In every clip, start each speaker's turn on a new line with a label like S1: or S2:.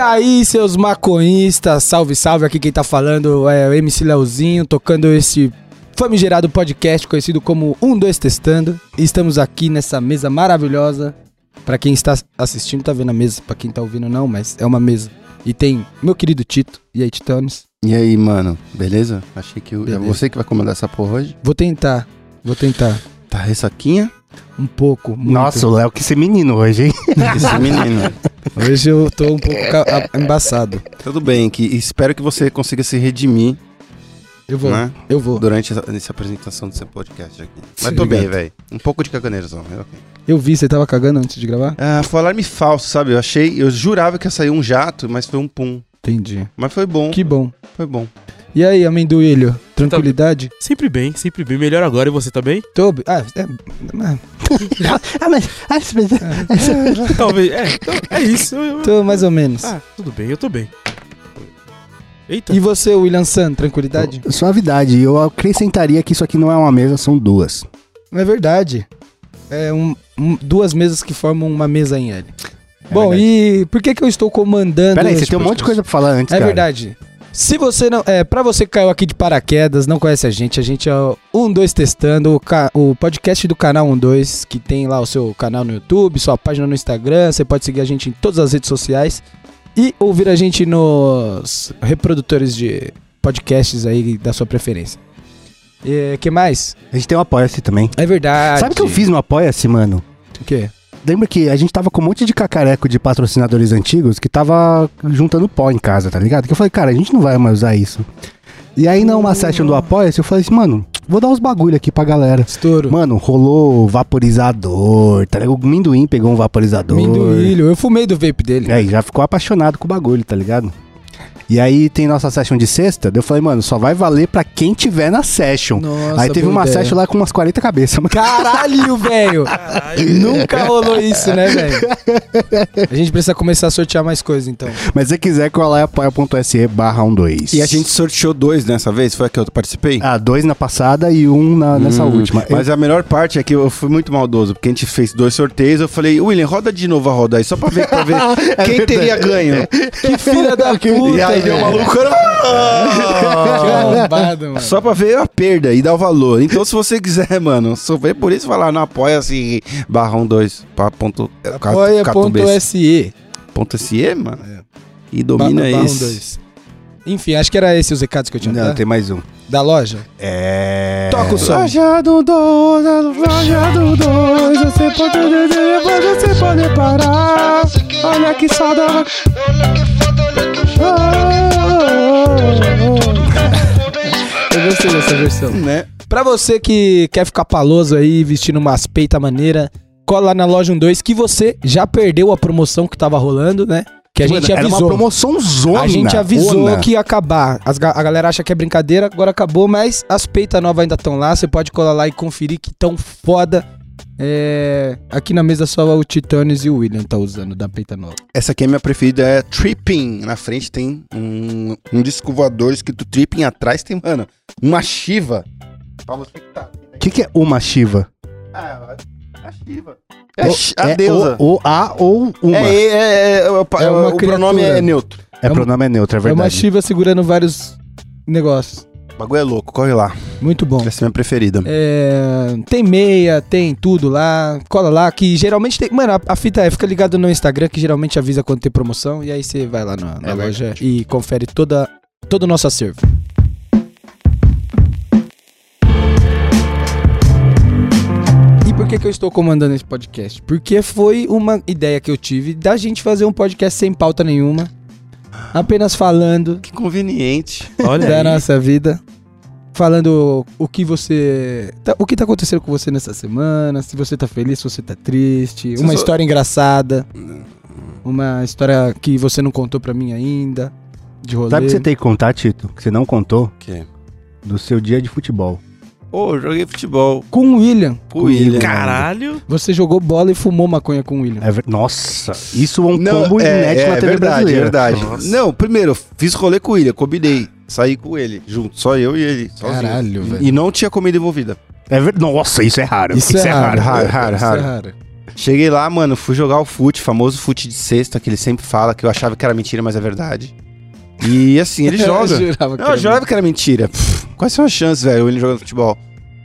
S1: aí, seus maconhistas? Salve, salve. Aqui quem tá falando é o MC Leozinho, tocando esse famigerado podcast conhecido como 1, 2 Testando. E estamos aqui nessa mesa maravilhosa. Pra quem está assistindo, tá vendo a mesa. Pra quem tá ouvindo, não, mas é uma mesa. E tem meu querido Tito. E aí, Titanes?
S2: E aí, mano, beleza? Achei que eu- é
S1: Beleza.
S2: você que vai comandar essa porra hoje.
S1: Vou tentar, vou tentar.
S2: Tá ressaquinha?
S1: Um pouco, muito.
S3: Nossa, o Léo que esse menino hoje, hein?
S2: Esse menino.
S1: Hoje eu tô um pouco ca- a- embaçado.
S2: Tudo bem, que espero que você consiga se redimir
S1: Eu vou,
S2: Né?
S1: eu vou.
S2: durante essa, nessa apresentação do seu podcast aqui. Mas
S1: Sim,
S2: tô bem,
S1: obrigado.
S2: velho. Um pouco de caganeira só, mas ok.
S1: Eu vi, você tava cagando antes de gravar?
S2: Ah, foi alarme falso, sabe? Eu achei, eu jurava que ia sair um jato, mas foi um pum.
S1: Entendi.
S2: Mas foi bom,
S1: Que bom.
S2: foi bom.
S1: E aí,
S3: Tá
S1: amendoilho? Tranquilidade?
S4: Sempre bem, sempre bem. Melhor agora e você tá bem?
S1: Tô... Ah, é...
S3: ah, mas. Ah, mas-
S4: Talvez. É, então, é isso. Eu- eu-
S1: tô mais ou menos.
S4: Ah, tudo bem, eu tô bem. Eita.
S3: tá.
S1: E você, William San, tranquilidade?
S3: Suavidade, eu acrescentaria que isso aqui não é uma mesa, são duas.
S1: É verdade. É um, um- duas mesas que formam uma mesa em L. Bom, e por que que eu estou comandando...
S3: Pera aí, É você
S1: este
S3: tem um monte de
S1: podcast?
S3: coisa pra falar antes,
S1: É
S3: cara.
S1: verdade. Se você não. É, pra você que caiu aqui de paraquedas, não conhece a gente, a gente é o 12 Testando, o, ca- o podcast do canal 12, que tem lá o seu canal no YouTube, sua página no Instagram, você pode seguir a gente em todas as redes sociais e ouvir a gente nos reprodutores de podcasts aí da sua preferência. E que mais?
S3: A gente tem um Apoia-se também.
S1: É verdade.
S3: Sabe o que eu fiz no Apoia-se, mano?
S1: O quê?
S3: Lembra que a gente tava com um monte de cacareco de patrocinadores antigos que tava juntando pó em casa, tá ligado? Que eu falei, cara, a gente não vai mais usar isso. E aí, numa session do Apoia-se, eu falei assim, mano, vou dar uns bagulho aqui pra galera.
S1: Estouro.
S3: Mano, rolou vaporizador, tá ligado? O Minduim pegou um vaporizador.
S1: Minduílio. Eu fumei do vape dele.
S3: E aí, já ficou apaixonado com o bagulho, tá ligado? E aí tem nossa session de sexta, daí eu falei, mano, só vai valer pra quem tiver na session.
S1: Nossa,
S3: aí teve
S1: boa
S3: uma
S1: ideia.
S3: session lá com umas 40 cabeças, mano.
S1: Caralho, velho! Nunca rolou isso, né, velho? A gente precisa começar a sortear mais coisas, então.
S3: Mas se quiser, cola aí apoia.se barra 12.
S2: E a gente sorteou dois nessa vez, foi a que eu participei?
S3: Ah, dois na passada e um na- nessa
S2: Hum,
S3: última.
S2: Mas a melhor parte é que eu fui muito maldoso, porque a gente fez dois sorteios. Eu falei, William, roda de novo a roda aí, só pra ver, pra ver quem teria ganho.
S1: Que filha da É puta,
S2: e aí deu
S1: velho.
S2: maluco.
S1: Que
S2: "Ah!"
S1: arrombado, mano.
S2: Só pra ver a perda e dar o valor. Então, se você quiser, mano, sofrer por isso, vai lá no apoia-se barrão 2 pra ponto- é, catubes-
S1: Apoia.se
S2: ponto SE, mano.
S1: É.
S2: E domina
S1: Barra- barra um,
S2: isso.
S1: dois. Enfim, acho que era esse os recados que eu tinha
S3: Não,
S1: pra dar.
S3: tem mais um.
S1: da loja.
S3: É...
S1: Toca o som.
S2: Rajado 2, rajado 2, você pode, você pode parar. Olha que saudade.
S1: Eu gostei dessa versão.
S2: Né?
S1: Pra você que quer ficar paloso aí, vestindo umas peita maneira, cola lá na loja 12 que você já perdeu a promoção que tava rolando, né? Que a gente
S3: Mano, Era uma
S1: avisou.
S3: promoção zona.
S1: A gente avisou
S3: ona.
S1: que ia acabar. As ga- a galera acha que é brincadeira, agora acabou, mas as peitas novas ainda estão lá. Você pode colar lá e conferir que tão foda. É, Aqui na mesa só o Titanes e o William tá usando da peita nova.
S2: Essa aqui é a minha preferida, é Tripping. Na frente tem um, um disco voador escrito Tripping, atrás tem, mano, uma Shiva. Pra você que tá.
S3: O que, que é uma Shiva?
S2: Ah, a Shiva.
S3: O-
S2: É, chi- a deusa.
S3: O, o- a ou uma.
S2: É,
S3: É,
S2: é, é, é, o, pa-
S1: É uma
S2: o pronome
S1: criatura.
S2: é neutro.
S1: é um-
S3: pronome neutro, é
S1: É uma
S3: verdade.
S1: Shiva segurando vários negócios.
S2: O bagulho é louco, corre lá.
S1: Muito bom.
S2: Essa é a minha preferida.
S1: É, tem meia, tem tudo lá. Cola lá, que geralmente tem. Mano, a, a fita é, fica ligado no Instagram, que geralmente avisa quando tem promoção. E aí você vai lá na, na
S2: É
S1: loja e confere toda, todo o nosso acervo. E por que, que eu estou comandando esse podcast? Porque foi uma ideia que eu tive da gente fazer um podcast sem pauta nenhuma, apenas falando
S2: Que conveniente.
S4: Olha
S1: da
S4: É aí.
S1: nossa vida. Falando o que você. tá- o que tá acontecendo com você nessa semana, se você tá feliz, se você tá triste, uma
S2: Se eu sou-
S1: história engraçada. Uma história que você não contou pra mim ainda. De rolê.
S3: Sabe o que você tem que contar, Tito? Que você não contou?
S2: Que?
S3: Do seu dia de futebol.
S2: Ô, joguei futebol
S1: Com o William.
S2: com o William.
S4: Caralho.
S1: Você jogou bola e fumou maconha com o William.
S3: É ver- Nossa, isso é um
S2: Não,
S3: combo
S2: é,
S3: inédito
S2: é
S3: na
S2: verdade,
S3: TV
S2: é
S3: brasileira.
S2: verdade.
S4: Nossa.
S2: Não, primeiro, fiz rolê com o William, combinei. Saí com ele, junto, só eu e ele. sozinho.
S1: Caralho, velho.
S2: E não tinha comida envolvida.
S3: É ver- Nossa, isso é raro.
S1: Isso é raro.
S2: Raro, raro,
S1: Isso é
S2: raro.
S1: raro.
S2: Cheguei lá, mano, fui jogar o fute, famoso fute de sexta, que ele sempre fala, que eu achava que era mentira, mas é verdade. E assim, ele joga.
S1: eu jurava que
S2: Não, eu
S1: era
S2: jurava que era mentira. Pff, Quais são as chances, velho, ele jogando futebol?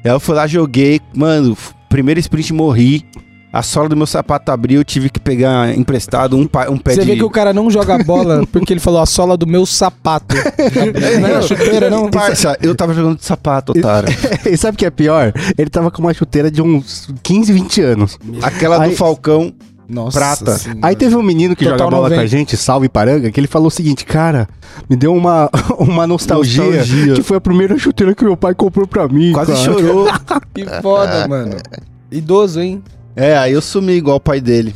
S2: Aí eu fui lá, joguei, mano, f- primeiro sprint morri. A sola do meu sapato abriu, eu tive que pegar emprestado um, pa- um pé
S1: Você
S2: de.
S1: vê que o cara não joga bola porque ele falou a sola do meu sapato. É,
S2: Né?
S1: não era chuteira, não?
S2: Parça, eu tava jogando de sapato, otário.
S3: E sabe o que é pior? Ele tava com uma chuteira de uns 15, 20 anos.
S2: Aquela
S3: Aí-
S2: do Falcão.
S1: Nossa
S2: Prata.
S1: senhora.
S3: Aí teve um menino que
S1: Total
S3: joga bola com
S1: 90.
S3: a gente, salve Paranga, que ele falou o seguinte, cara, me deu uma, uma nostalgia,
S2: Nostalgia.
S3: que foi a primeira chuteira que meu pai comprou pra mim.
S2: Quase
S3: cara.
S2: chorou.
S1: Que foda, mano. Idoso, hein?
S2: É, aí eu sumi igual o pai dele.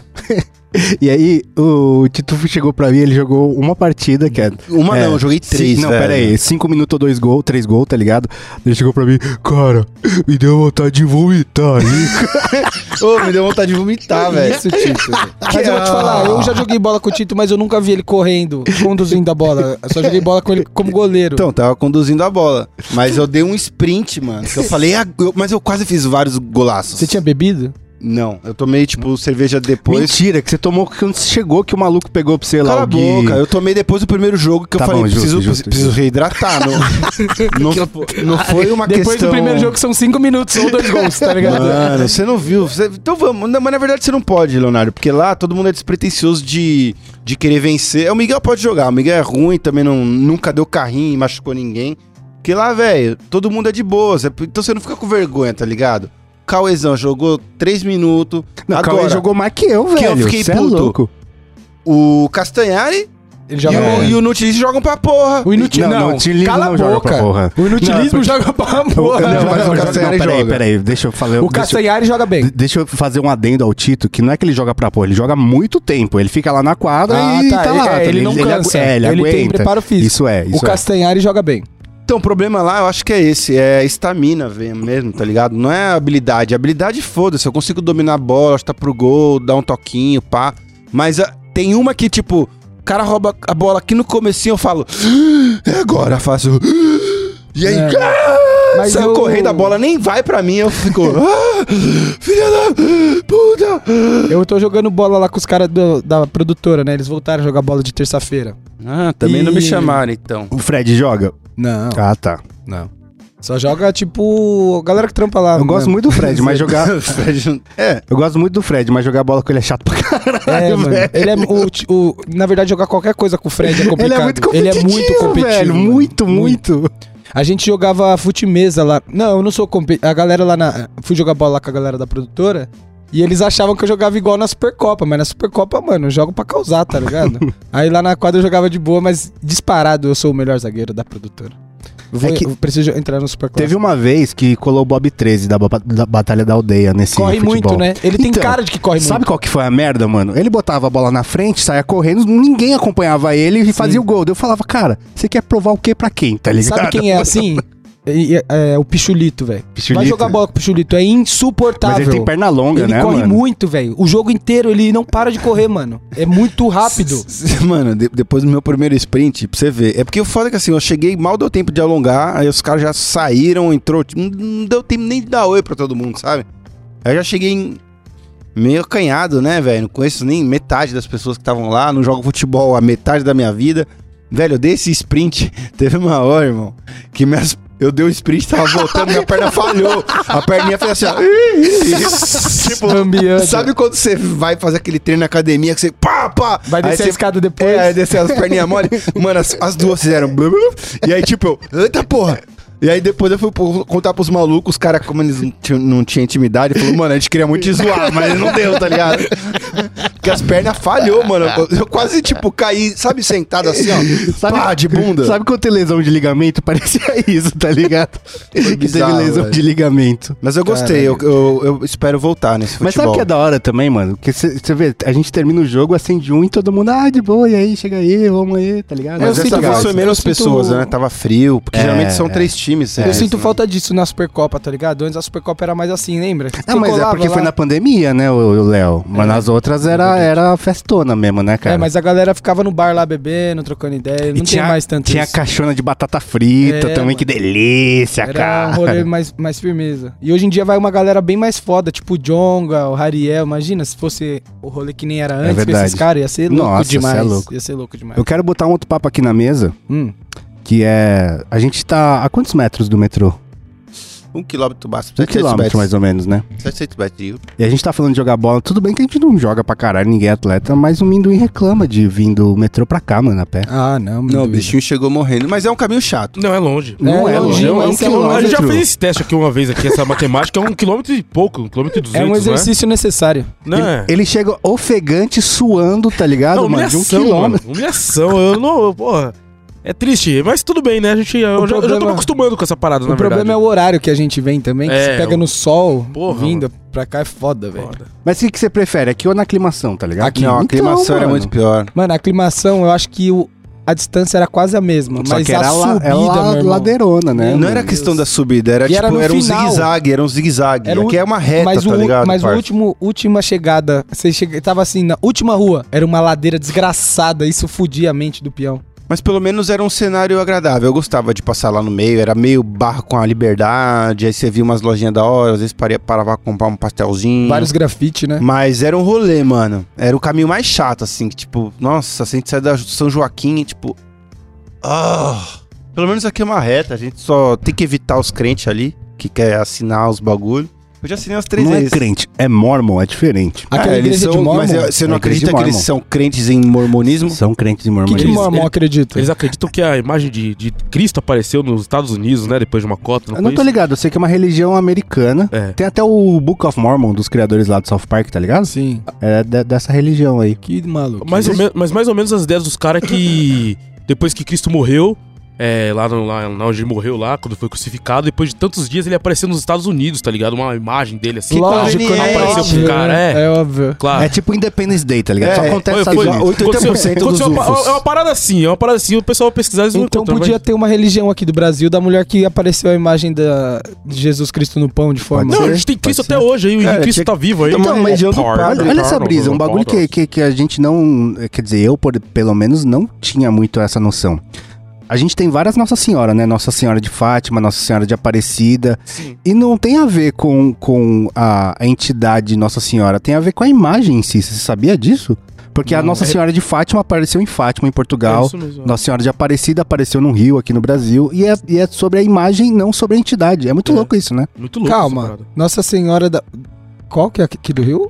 S3: E aí o Titufo chegou pra mim, ele jogou uma partida, que é...
S2: Uma
S3: é,
S2: não, eu joguei
S3: ci-
S2: três.
S3: Não,
S2: velho.
S3: pera aí, cinco minutos, dois gols, três gols, tá ligado? Ele chegou pra mim, cara, me deu vontade de vomitar aí.
S2: Ô, me deu vontade de vomitar, velho.
S1: Isso, Tito. Mas eu vou te
S2: ah.
S1: falar, eu já joguei bola com o Tito, mas eu nunca vi ele correndo, conduzindo a bola. Eu só joguei bola com ele como goleiro.
S2: Então, tava conduzindo a bola. Mas eu dei um sprint, mano. que eu falei, "Ah, eu- mas eu quase fiz vários golaços.
S1: Você tinha bebido?
S2: Não, eu tomei, tipo, cerveja depois.
S3: Mentira, que você tomou quando você chegou que o maluco pegou pra você lá
S2: Cala
S3: o
S2: a
S3: Gui.
S2: boca. Eu tomei depois do primeiro jogo que
S3: Tá
S2: eu falei,
S3: bom, justo,
S2: preciso,
S3: justo,
S2: preciso
S3: justo.
S2: reidratar. Não, não, não foi uma
S1: Ah, Depois
S2: questão...
S1: do primeiro jogo são cinco minutos ou dois gols, tá ligado?
S2: Mano, você não viu. você- Então vamos. Não, mas na verdade você não pode, Leonardo, porque lá todo mundo é despretensioso de, de querer vencer. O Miguel pode jogar, o Miguel é ruim, também não, nunca deu carrinho e machucou ninguém. Porque lá, velho, todo mundo é de boa. você- Então você não fica com vergonha, tá ligado? O Cauezão jogou 3 minutos.
S3: Não, o
S2: agora,
S3: Cauê jogou mais que eu, velho.
S2: eu fiquei
S3: Cê
S2: puto.
S3: É louco.
S2: o Castanhari
S1: Ele
S2: e,
S1: joga
S2: o,
S1: bola.
S2: e o Nutilis jogam pra porra.
S1: O inutilismo
S3: Não,
S1: não,
S3: o inutilismo
S1: cala
S3: não
S1: a
S3: joga pra
S1: boca.
S3: porra.
S1: O inutilismo joga pra porra.
S2: Não, mas o Castanhari
S3: peraí,
S2: joga.
S3: peraí, deixa eu
S1: o
S3: falar. deixa eu-
S1: Castanhari joga bem.
S3: de- Deixa eu fazer um adendo ao Tito, que não é que ele joga pra porra, ele joga muito tempo. Ele fica lá na quadra
S1: Ah,
S3: e
S1: tá,
S3: tá,
S1: ele-
S3: lá.
S1: é,
S3: tá
S1: ele não
S3: ligado? agu-
S1: cansa.
S3: é, ele,
S1: Ele tem um
S3: aguenta.
S1: preparo físico.
S3: Isso é, isso
S1: o Castanhari joga bem.
S2: Então, o problema lá, eu acho que é esse, é estamina ve- mesmo, tá ligado? Não é habilidade. Habilidade, foda-se, eu consigo dominar a bola, chutar pro gol, dar um toquinho, pá. Mas ah, tem uma que, tipo, o cara rouba a bola aqui no comecinho, eu falo, "Ah, é agora, eu faço... "Ah", E aí,
S1: É.
S2: ah,
S1: Mas
S2: saiu
S1: eu-
S2: correndo, a bola nem vai pra mim, eu fico... "Ah, filha da puta!
S1: Eu tô jogando bola lá com os caras do- da produtora, né? Eles voltaram a jogar bola de terça-feira.
S2: Ah, também não me
S1: E-
S2: chamaram, então.
S3: é. O Fred joga?
S1: Não.
S3: Ah, tá. Não.
S1: Só joga, tipo, a galera que trampa lá.
S3: Eu gosto muito do Fred, mas jogar.
S2: Fred não- É,
S3: Eu gosto muito do Fred, mas jogar bola com ele é chato pra caralho.
S1: É, mano.
S3: velho.
S1: Ele é o, ti- o- na verdade, jogar qualquer coisa com o Fred é complicado.
S3: Ele é
S1: Ele é
S3: muito competitivo.
S1: muito competitivo.
S3: Velho,
S1: mano.
S3: muito, muito,
S1: A gente jogava fute mesa lá. Não, eu não sou competitivo. A galera lá na. Fui jogar bola lá com a galera da produtora. E eles achavam que eu jogava igual na Supercopa, mas na Supercopa, mano, eu jogo pra causar, tá ligado? Aí lá na quadra eu jogava de boa, mas disparado eu sou o melhor zagueiro da produtora. Eu, vou-
S3: É que-
S1: eu preciso entrar no Supercopa.
S3: Teve um uma vez que colou o Bob 13 da, ba- da Batalha da Aldeia nesse
S1: Corre
S3: futebol.
S1: muito, né? Ele tem
S3: Então,
S1: cara de que corre
S3: Sabe
S1: muito.
S3: qual que foi a merda, mano? Ele botava a bola na frente, saía correndo, ninguém acompanhava ele e fazia o gol. Daí Eu falava, cara, você quer provar o quê pra quem, tá ligado?
S1: Sabe quem é assim? E- e- É, o Pichulito, velho. Vai
S3: Pichulito?
S1: jogar bola com o Pichulito, é insuportável.
S3: Mas ele tem perna longa,
S1: Ele
S3: né,
S1: corre
S3: mano?
S1: muito, velho. O jogo inteiro ele não para de correr, mano. É muito rápido.
S2: Mano, de- depois do meu primeiro sprint, pra você ver. É porque o foda é que assim, eu cheguei, mal deu tempo de alongar, aí os caras já saíram, entrou. tipo, Não, não deu tempo nem de dar oi pra todo mundo, sabe? Aí eu já cheguei em- meio acanhado, né, velho? Não conheço nem metade das pessoas que estavam lá, não jogo futebol a metade da minha vida. Velho, eu dei esse sprint, teve uma hora, irmão, que minhas. Eu dei o sprint, tava voltando, minha perna falhou. A perninha fez assim, ó. tipo,
S1: Bambiando.
S2: sabe quando você vai fazer aquele treino na academia que você pá, pá,
S1: Vai descer
S2: aí
S1: a
S2: você-
S1: escada depois.
S2: é, aí desceu as perninhas mole. Mano, as, as duas fizeram. blu, blu, blu. E aí, tipo, eu. Eita porra! E aí depois eu fui pro- contar pros malucos, os caras, como eles não tinham, não tinham intimidade, falou, mano, a gente queria muito te zoar, mas não deu, tá ligado? Porque as pernas falhou, mano. Eu, eu quase, tipo, caí, sabe, sentado assim, ó.
S3: Sabe-
S2: pá, de bunda.
S3: Sabe quando tem lesão de ligamento? Parecia isso, tá ligado? que teve
S2: bizarro,
S3: lesão
S2: velho.
S3: de ligamento.
S2: Mas eu gostei, eu, eu- eu espero voltar nesse futebol.
S3: Mas sabe o que é da hora também, mano? Porque você vê, a gente termina o jogo, acende um e todo mundo, ah, de boa, e aí, chega aí, vamos aí, tá ligado?
S2: Mas
S1: Eu
S2: dessa
S1: sinto
S2: vez
S1: falta-
S2: foi menos
S1: eu sinto-
S2: pessoas, né? Tava frio, porque
S3: É,
S2: geralmente são
S3: é.
S2: três times.
S1: eu
S2: é,
S1: sinto
S2: né?
S1: falta disso na Supercopa, tá ligado? Antes a Supercopa era mais assim, lembra?
S3: É, mas é porque foi na pandemia, né, o o Léo? Mas nas outras era, era festona mesmo, né, cara?
S1: É, mas a galera ficava no bar lá bebendo, trocando ideia.
S3: E
S1: Não
S3: tinha-
S1: tem mais tanto
S3: Tinha
S1: isso.
S3: caixona de batata frita
S1: É,
S3: também,
S1: mano.
S3: que delícia,
S1: Era um
S3: cara.
S1: rolê mais, mais firmeza. E hoje em dia vai uma galera bem mais foda, tipo o Jonga, o Hariel. Imagina se fosse o rolê que nem era antes com
S3: É verdade.
S1: esses caras. Ia ser louco
S3: Nossa, cê é
S1: demais.
S3: louco.
S1: Ia ser louco demais.
S3: Eu quero botar um outro papo aqui na mesa,
S1: Hum.
S3: que é. A gente tá a quantos metros do metrô?
S2: Um quilômetro basta.
S3: Um quilômetro, mais ou menos, né?
S2: 700 metros de
S3: E a gente tá falando de jogar bola. Tudo bem que a gente não joga pra caralho, ninguém é atleta, mas o Minduim reclama de vir do metrô pra cá, mano, a pé.
S1: Ah, não, meu
S2: Não, o
S1: Deus.
S2: bichinho chegou morrendo, mas é um caminho chato.
S4: Não, é longe.
S3: Não é,
S1: longe,
S3: longe, é um
S1: mas é longe.
S3: quilômetro.
S4: A gente já fez esse teste aqui uma vez, aqui, essa matemática é um quilômetro e pouco, um quilômetro e
S1: É
S4: duzentos,
S1: um exercício necessário.
S4: Né? Não é?
S3: Ele chega ofegante, suando, tá ligado,
S4: Não,
S3: mano? De um
S4: humilhação,
S3: quilômetro.
S4: mano. Humilhação, eu não, eu- porra. É triste, mas tudo bem, né? A gente, eu,
S1: O
S4: já, eu já tô me
S1: problema-
S4: acostumando com essa parada,
S1: o
S4: na
S1: problema é
S4: verdade.
S1: o horário que a gente vem também, que
S4: É,
S1: se pega
S4: o-
S1: no sol,
S4: Porra,
S1: vindo pra cá é foda, velho.
S4: Foda.
S3: Mas o que, que você prefere? Aqui ou na aclimação, tá ligado?
S2: não, a aclimação era muito pior.
S1: então, Mano, a aclimação, eu acho que o- a distância era quase a mesma,
S3: Só
S1: mas
S3: que era
S1: a
S3: la-
S1: subida,
S3: é la-
S1: meu irmão. Não
S3: ladeirona, né?
S2: Não é
S1: Meu
S3: mano?
S2: era
S1: Deus.
S2: questão da subida, era
S1: E era
S2: tipo,
S1: no
S2: era um
S1: final.
S2: zigue-zague, era um zigue-zague.
S1: Era o-
S2: Aqui é uma reta,
S1: mas
S2: tá
S1: o,
S2: ligado?
S1: mas o
S2: parça?
S1: último, última chegada, você chega, tava assim, na última rua, era uma ladeira desgraçada, isso fudia a mente do peão.
S2: Mas pelo menos era um cenário agradável. Eu gostava de passar lá no meio, era meio barro com a liberdade, aí você via umas lojinhas da hora, às vezes paria, parava pra comprar um
S3: Hum.
S2: pastelzinho.
S1: Vários grafite, né?
S2: Mas era um rolê, mano. Era o caminho mais chato, assim, que, tipo, nossa, se a gente sai da São Joaquim, tipo. Ah! Pelo menos aqui é uma reta, a gente só tem que evitar os crentes ali, que quer assinar os bagulho. Eu já assinei umas três
S3: Não é
S2: vezes.
S3: crente, é mormon, é diferente.
S1: Aquela
S2: É, eles
S1: igreja de
S2: são-
S1: mormon.
S2: Mas é- você não
S3: É a igreja
S2: acredita
S3: de
S2: que eles
S3: Mormon.
S2: são crentes em mormonismo?
S3: São crentes e
S1: O que,
S3: mormons.
S1: que
S4: eles-
S1: mormon
S4: eles-
S1: acredita?
S4: Eles acreditam que a imagem de, de Cristo apareceu nos Estados Unidos, né? Depois de uma cota.
S3: Eu não
S4: foi isso?
S3: tô ligado, eu sei que é uma religião americana.
S4: É.
S3: Tem até o Book of Mormon dos criadores lá do South Park, tá ligado?
S1: Sim.
S3: É de- dessa religião aí.
S1: Que maluco.
S4: Mais ou menos- mas mais ou menos as ideias dos caras que depois que Cristo morreu, é, lá, no, lá na onde ele morreu lá, quando foi crucificado, depois de tantos dias ele apareceu nos Estados Unidos, tá ligado? Uma imagem dele assim.
S1: Lógico,
S2: conveniente.
S1: né?
S4: Apareceu pro cara, é.
S1: É óbvio.
S4: Claro.
S3: É tipo Independence Day, tá ligado? Só
S2: É,
S3: acontece
S4: foi-
S3: só-
S4: foi-
S3: 80% dos
S4: Aconteceu uma pa-
S3: ufos.
S4: é uma parada assim, é uma parada assim, o pessoal vai pesquisar eles vão
S1: Então
S4: encontrar,
S1: podia
S4: mas-
S1: ter uma religião aqui do Brasil da mulher que apareceu a imagem da, de Jesus Cristo no pão de forma.
S4: Não, a gente tem Cristo até hoje aí,
S2: Cara,
S4: o Cristo
S2: tinha-
S4: tá vivo aí.
S2: Então, mas eu do
S4: Pardo,
S2: padre,
S3: Olha, olha essa
S4: Pardo,
S3: brisa, um bagulho que, que, que a gente não. Quer dizer, eu, por- pelo menos, não tinha muito essa noção. A gente tem várias Nossa Senhora, né? Nossa Senhora de Fátima, Nossa Senhora de Aparecida.
S4: Sim.
S3: E não tem a ver com, com a, a entidade Nossa Senhora, tem a ver com a imagem em si. Você sabia disso? Porque a
S1: Não,
S3: Nossa
S4: é-
S3: Senhora de Fátima apareceu em Fátima, em
S4: É
S3: Portugal.
S4: isso mesmo.
S3: Nossa Senhora de Aparecida apareceu no Rio, aqui no Brasil. E é, e é sobre a imagem, não sobre a entidade. É muito
S4: É.
S3: louco isso, né?
S4: Muito louco. essa
S1: Calma.
S4: parada.
S1: Nossa Senhora da. Qual que é aqui do Rio?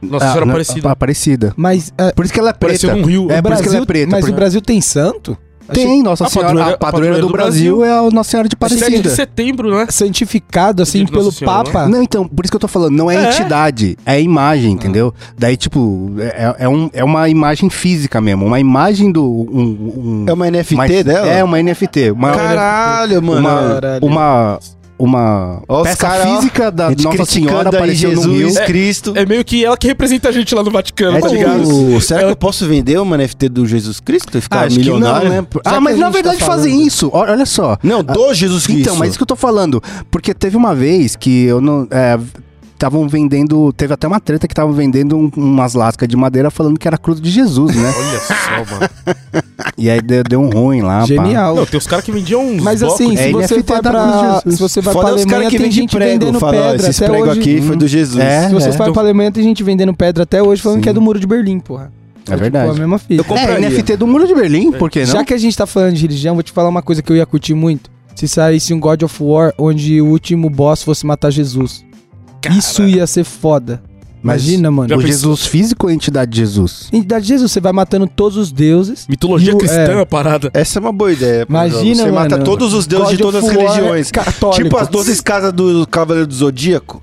S4: Nossa
S3: Ah,
S4: Senhora
S3: na-
S4: Aparecida.
S3: Aparecida.
S1: Mas. é,
S3: Por isso que ela é preta.
S4: Apareceu um rio.
S3: É,
S1: o
S3: por isso que
S1: Brasil,
S3: ela é preta,
S1: Mas
S3: porque-
S1: o Brasil tem santo? Achei
S3: Tem, Nossa
S4: A
S3: Senhora,
S4: padroeira-
S3: a padroeira do,
S4: do
S3: Brasil, é a Nossa Senhora de
S4: 7 de
S3: Aparecida.
S4: setembro, né?
S1: é santificado, assim,
S4: Dia de
S1: pelo
S4: Nossa Senhora, né?
S1: Papa.
S3: Não, então, por isso que eu tô falando, não é,
S4: É.
S3: entidade, é imagem, entendeu? Daí, tipo, é, é, um, é uma imagem física mesmo, uma imagem do... Um, um-
S2: É uma NFT
S3: uma-
S2: dela?
S3: É, uma NFT, uma,
S2: Caralho, mano.
S3: uma,
S1: Caralho.
S3: uma, uma
S2: Ó, os
S3: peça
S2: cara, ó.
S3: física da
S2: Gente
S3: Nossa
S2: criticando
S3: Senhora
S2: aí
S3: apareceu no Rio.
S2: Jesus Cristo.
S4: É meio que ela que representa a gente lá no Vaticano,
S3: É
S4: tá
S3: tipo-
S4: ligado?
S2: Ô, será que eu posso vender uma NFT do Jesus Cristo e ficar
S3: Acho que
S2: milionário?
S3: não, né?
S1: Já
S3: Ah,
S1: que a
S3: mas na
S1: gente tá
S3: verdade fazem
S1: falando.
S3: isso, ó, olha só.
S2: Não, do Jesus Cristo.
S3: Então, mas isso que eu tô falando. Porque teve uma vez que eu não. Estavam vendendo. Teve até uma treta que estavam vendendo um- umas lascas de madeira falando que era cruz de Jesus, né?
S4: Olha só, mano.
S3: e aí deu, deu um ruim lá. pá.
S1: Genial.
S4: Não, tem os caras que vendiam uns
S1: Mas
S4: blocos
S1: assim,
S4: de-
S3: É,
S1: se
S3: ele é
S1: você,
S3: feito
S1: vai
S3: da
S1: pra,
S3: cruz de Jesus.
S1: se você vai pra
S2: Fora é os
S1: Alemanha,
S2: caras que
S1: tem
S2: vendem
S1: gente
S2: prego,
S1: vendendo
S2: fala, ó,
S1: pedra
S2: esses
S1: até
S2: prego
S1: hoje. Hum.
S2: aqui foi do Jesus.
S3: É,
S1: Se você
S3: é.
S1: vai pra Alemanha, tem gente vendendo pedra até hoje falando
S3: Sim.
S1: que é do Muro de Berlim, porra.
S3: É verdade.
S1: Tipo, a mesma fita.
S2: Eu compro-
S3: É,
S2: compraria.
S3: NFT do Muro de Berlim, por que não?
S1: Já que a gente tá falando de religião, vou te falar uma coisa que eu ia curtir muito. Se saísse um God of War onde o último boss fosse matar Jesus. Isso ia ser foda.
S3: Mas
S1: Imagina, mano.
S4: Já
S3: O
S4: pensou?
S3: Jesus físico ou a entidade de Jesus?
S1: Entidade de Jesus, você vai matando todos os deuses.
S4: Mitologia
S1: E o-
S4: cristã,
S1: é.
S4: a parada.
S2: Essa é uma boa ideia. pro
S1: Imagina,
S2: jogo. Você mata
S1: mano.
S2: todos os deuses
S1: God
S2: de todas
S1: of
S2: as
S1: War é
S2: religiões.
S1: católico.
S2: Tipo as 12 casas do Cavaleiro do Zodíaco.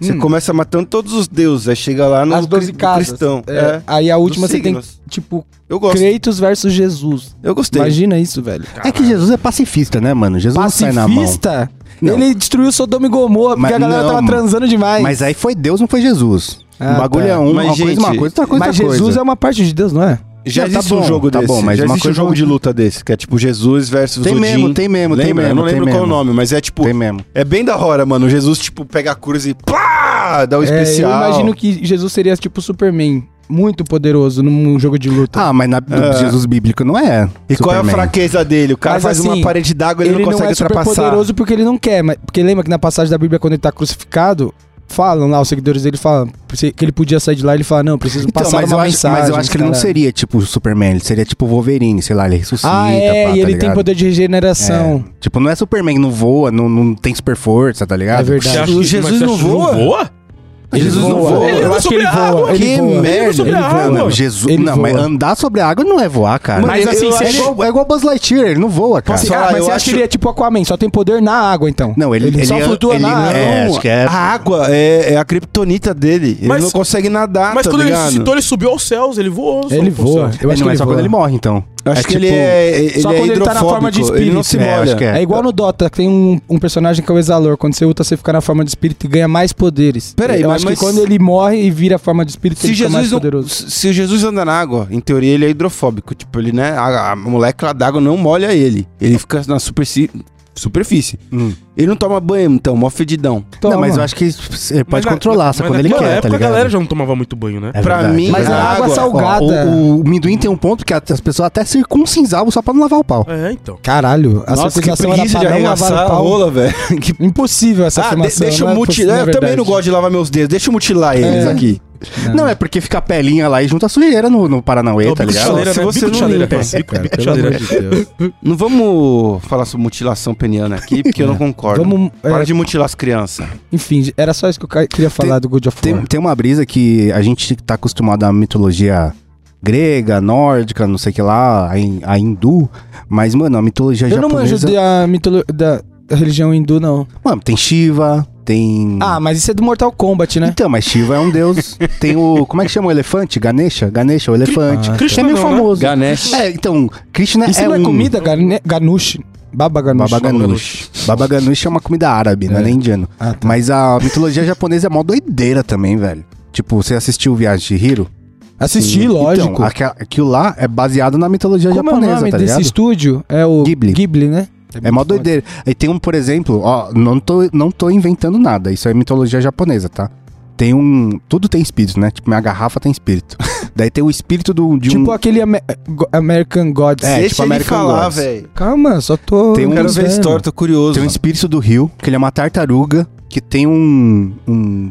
S2: Você
S1: Hum.
S2: começa matando todos os deuses, aí chega lá no
S1: As 12
S2: cri-
S1: casas.
S2: cristão.
S1: É, Aí a última você tem,
S2: signos.
S1: tipo,
S2: Eu gosto.
S1: Kratos versus Jesus.
S2: Eu gostei.
S1: Imagina isso, velho.
S3: É que Jesus é pacifista, né, mano? Jesus não sai na mão.
S1: Pacifista?
S3: Não.
S1: Ele destruiu Sodoma e Gomorra porque
S3: Mas
S1: a galera
S3: não,
S1: tava
S3: mano.
S1: transando demais.
S3: Mas aí foi Deus, não foi Jesus.
S1: Ah,
S3: o bagulho
S1: tá.
S3: é um, uma
S2: Mas,
S3: coisa é uma
S2: gente,
S3: coisa, outra coisa é
S1: Mas
S3: outra
S1: Jesus
S3: coisa.
S1: é uma parte de Deus, não é?
S2: Já
S3: Não, tá
S2: existe um
S3: bom,
S2: jogo
S3: tá
S2: desse.
S3: bom, mas
S2: já
S3: uma
S2: existe um
S3: coisa
S2: jogo
S3: não-
S2: de luta desse, que é tipo Jesus versus
S3: Tem
S2: Odin.
S3: mesmo, tem mesmo, tem
S2: Lembra? Eu
S3: mesmo,
S2: não
S3: tem
S2: lembro qual o
S3: mesmo.
S2: nome, mas é tipo...
S3: Tem mesmo.
S2: É bem da hora, mano. Jesus, tipo, pega a cruz e plá! Dá o
S1: É,
S2: especial.
S1: eu imagino que Jesus seria tipo Superman, muito poderoso num jogo de luta.
S3: Ah, mas na, do
S2: É.
S3: Jesus bíblico não é.
S2: E qual é a
S3: Superman.
S2: fraqueza dele? O cara
S1: Mas
S2: faz uma
S1: assim,
S2: parede d'água e ele, não consegue
S1: é super
S2: ultrapassar.
S1: poderoso porque ele não quer, mas, porque lembra que na passagem da Bíblia quando ele tá crucificado, falam lá os seguidores dele falam que ele podia sair de lá, ele fala: "Não, preciso
S3: Então,
S1: passar
S3: mas,
S1: uma
S3: eu acho,
S1: mensagem".
S3: mas eu acho que ele não
S1: caralho.
S3: seria tipo o Superman, ele seria tipo o Wolverine, sei lá, ele ressuscita.
S1: Ah, é,
S3: pá, tá
S1: e ele tem
S3: ligado?
S1: poder de regeneração.
S3: Tipo, não é Superman, não voa, não, não tem super força, tá ligado?
S1: É verdade.
S4: acha que-
S2: Jesus
S4: mas você
S2: não
S4: acha que
S2: voa?
S3: É.
S2: Jesus não voa. Ele
S1: Eu
S4: anda
S1: acho que ele
S4: sobre a
S1: voa.
S4: água.
S1: Ele
S2: Que
S1: voa.
S2: merda.
S4: Ele sobre
S1: Ele
S4: a
S1: voa.
S3: Não,
S4: água.
S3: não, Jesus,
S1: Ele
S3: não, mas
S1: voa.
S3: andar sobre a água não é voar, cara.
S2: Mano,
S4: Mas
S2: eu-
S4: assim,
S2: eu
S4: você
S3: é,
S2: acho-
S4: acha-
S3: igual, é igual Buzz Lightyear, ele não voa, cara.
S2: Posso-
S1: Ah,
S2: Só,
S1: mas você
S2: eu
S1: acha
S2: acho-
S1: que ele é tipo Aquaman, só tem poder na água então.
S3: Não, ele,
S1: Ele só flutua na água.
S3: É, acho que é.
S2: A água é, é a criptonita dele. Ele
S4: Mas-
S2: não consegue nadar,
S4: Mas
S2: tá
S4: quando ele
S2: ligado?
S4: ressuscitou, ele subiu aos céus, ele voou. só
S1: Ele
S4: pros
S1: voa.
S4: céus.
S1: Eu
S3: é,
S1: acho
S3: não,
S1: que
S3: é
S1: ele
S3: só quando
S1: voa.
S3: ele morre, então.
S2: Acho
S3: É
S2: que
S3: tipo-
S2: ele é,
S1: só
S2: ele é
S1: quando ele tá na forma de
S2: hidrofóbico, Ele não
S1: espírito.
S2: se
S1: É,
S2: molha.
S3: acho que
S1: É igual no Dota, que tem um, um personagem que é o Exalor. Quando você luta, você fica na forma de espírito e ganha mais poderes.
S2: Peraí,
S1: Eu acho
S2: mas-
S1: que
S2: mas-
S1: quando ele morre e vira a forma de espírito,
S2: Se
S1: ele fica mais
S2: Jesus, não-
S1: poderoso.
S2: se se Jesus anda na água, em teoria ele é hidrofóbico. Tipo, ele, né? A, a molécula d'água não molha ele. Ele fica na superci- superfície.
S3: Hum.
S2: Ele não toma banho, então, mó fedidão.
S1: Toma.
S3: Não, mas eu acho que ele
S4: Mas
S3: pode
S4: na-
S3: controlar, só
S4: mas
S3: quando ele
S4: naquela
S3: quer, tá
S4: época
S3: ligado?
S4: a galera já não tomava muito banho, né?
S3: É
S2: Pra
S3: verdade,
S2: mim,
S3: é
S1: Mas a
S3: verdade.
S1: água
S2: água.
S1: salgada.
S3: Ó, o, o Minduim tem um ponto que a- as pessoas até circuncisavam só pra não lavar o pau.
S4: É, então.
S1: Caralho, a circuncisão era pra não lavar o pau.
S2: velho. Que
S1: Impossível essa
S2: Ah, de-
S1: afirmação.
S2: deixa
S1: não
S2: eu
S1: é
S2: mutilar.
S1: possível,
S2: Eu
S1: na
S2: também não
S1: verdade.
S2: gosto de lavar meus dedos. Deixa eu mutilar eles
S1: É.
S2: aqui.
S3: Não, é porque fica a pelinha lá e junta a sujeira no, no Paranauê,
S4: Não,
S3: tá
S4: bico de
S3: ligado?
S2: chaleira.
S4: chaleira,
S2: Se
S4: né?
S2: você
S4: Bico de
S2: não
S4: chaleira,
S2: limpa,
S4: cara. Bico
S1: Cara,
S4: bico de
S1: pelo amor
S4: chaleira.
S1: de Deus.
S2: Não vamos falar sobre mutilação peniana aqui, porque eu não concordo.
S1: Vamos, é,
S2: Para de mutilar as crianças.
S1: Enfim, era só isso que eu ca- queria falar do God of War.
S3: Tem, tem uma brisa que a gente tá acostumado à mitologia grega, nórdica, não sei o que lá, a, hin- a hindu, mas, mano, a mitologia
S1: eu não manjo
S3: japonesa...
S1: da, mitolo- da religião hindu, não.
S3: Mano, tem Shiva, tem...
S1: Ah, mas isso é do Mortal Kombat, né?
S3: Então, mas Shiva é um deus. tem o... Como é que chama o elefante? Ganesha? Ganesha, o elefante.
S1: Ah,
S3: que
S4: Krishna
S3: é meio
S4: não, né?
S3: famoso.
S2: Ganesh.
S3: É, então, Krishna
S1: Isso
S3: é
S1: não é
S3: um...
S1: comida, Gane- Ganushi. Baba Ganushi.
S3: Baba Ganoush. Baba Ganoush é uma comida árabe, não é
S1: É.
S3: nem indiano.
S1: Ah, tá.
S3: Mas a mitologia japonesa é mó doideira também, velho. Tipo, você assistiu o Viagem de Hiro?
S1: Assisti,
S3: Então,
S1: lógico.
S3: aqua- aquilo lá é baseado na mitologia
S1: Como é o
S3: japonesa,
S1: nome
S3: tá
S1: desse
S3: ligado?
S1: estúdio? É o
S3: Ghibli.
S1: né?
S3: É mó doideira. E tem um, por exemplo, ó, não tô, não tô inventando nada. Isso é mitologia japonesa, tá? Tem um. Tudo tem espírito, né? Tipo, minha garrafa tem espírito. Daí tem o espírito do, de
S1: Tipo
S3: um.
S1: aquele Amer- Go- American Gods.
S3: É,
S2: Deixa
S3: tipo
S2: ele
S3: American
S2: falar,
S3: Gods.
S2: velho.
S1: Calma, só tô...
S3: Tem um-
S2: Eu quero ver a
S1: entendendo.
S2: história, tô curioso.
S3: Tem um
S2: mano.
S3: espírito do rio, que ele é uma tartaruga, que tem um. um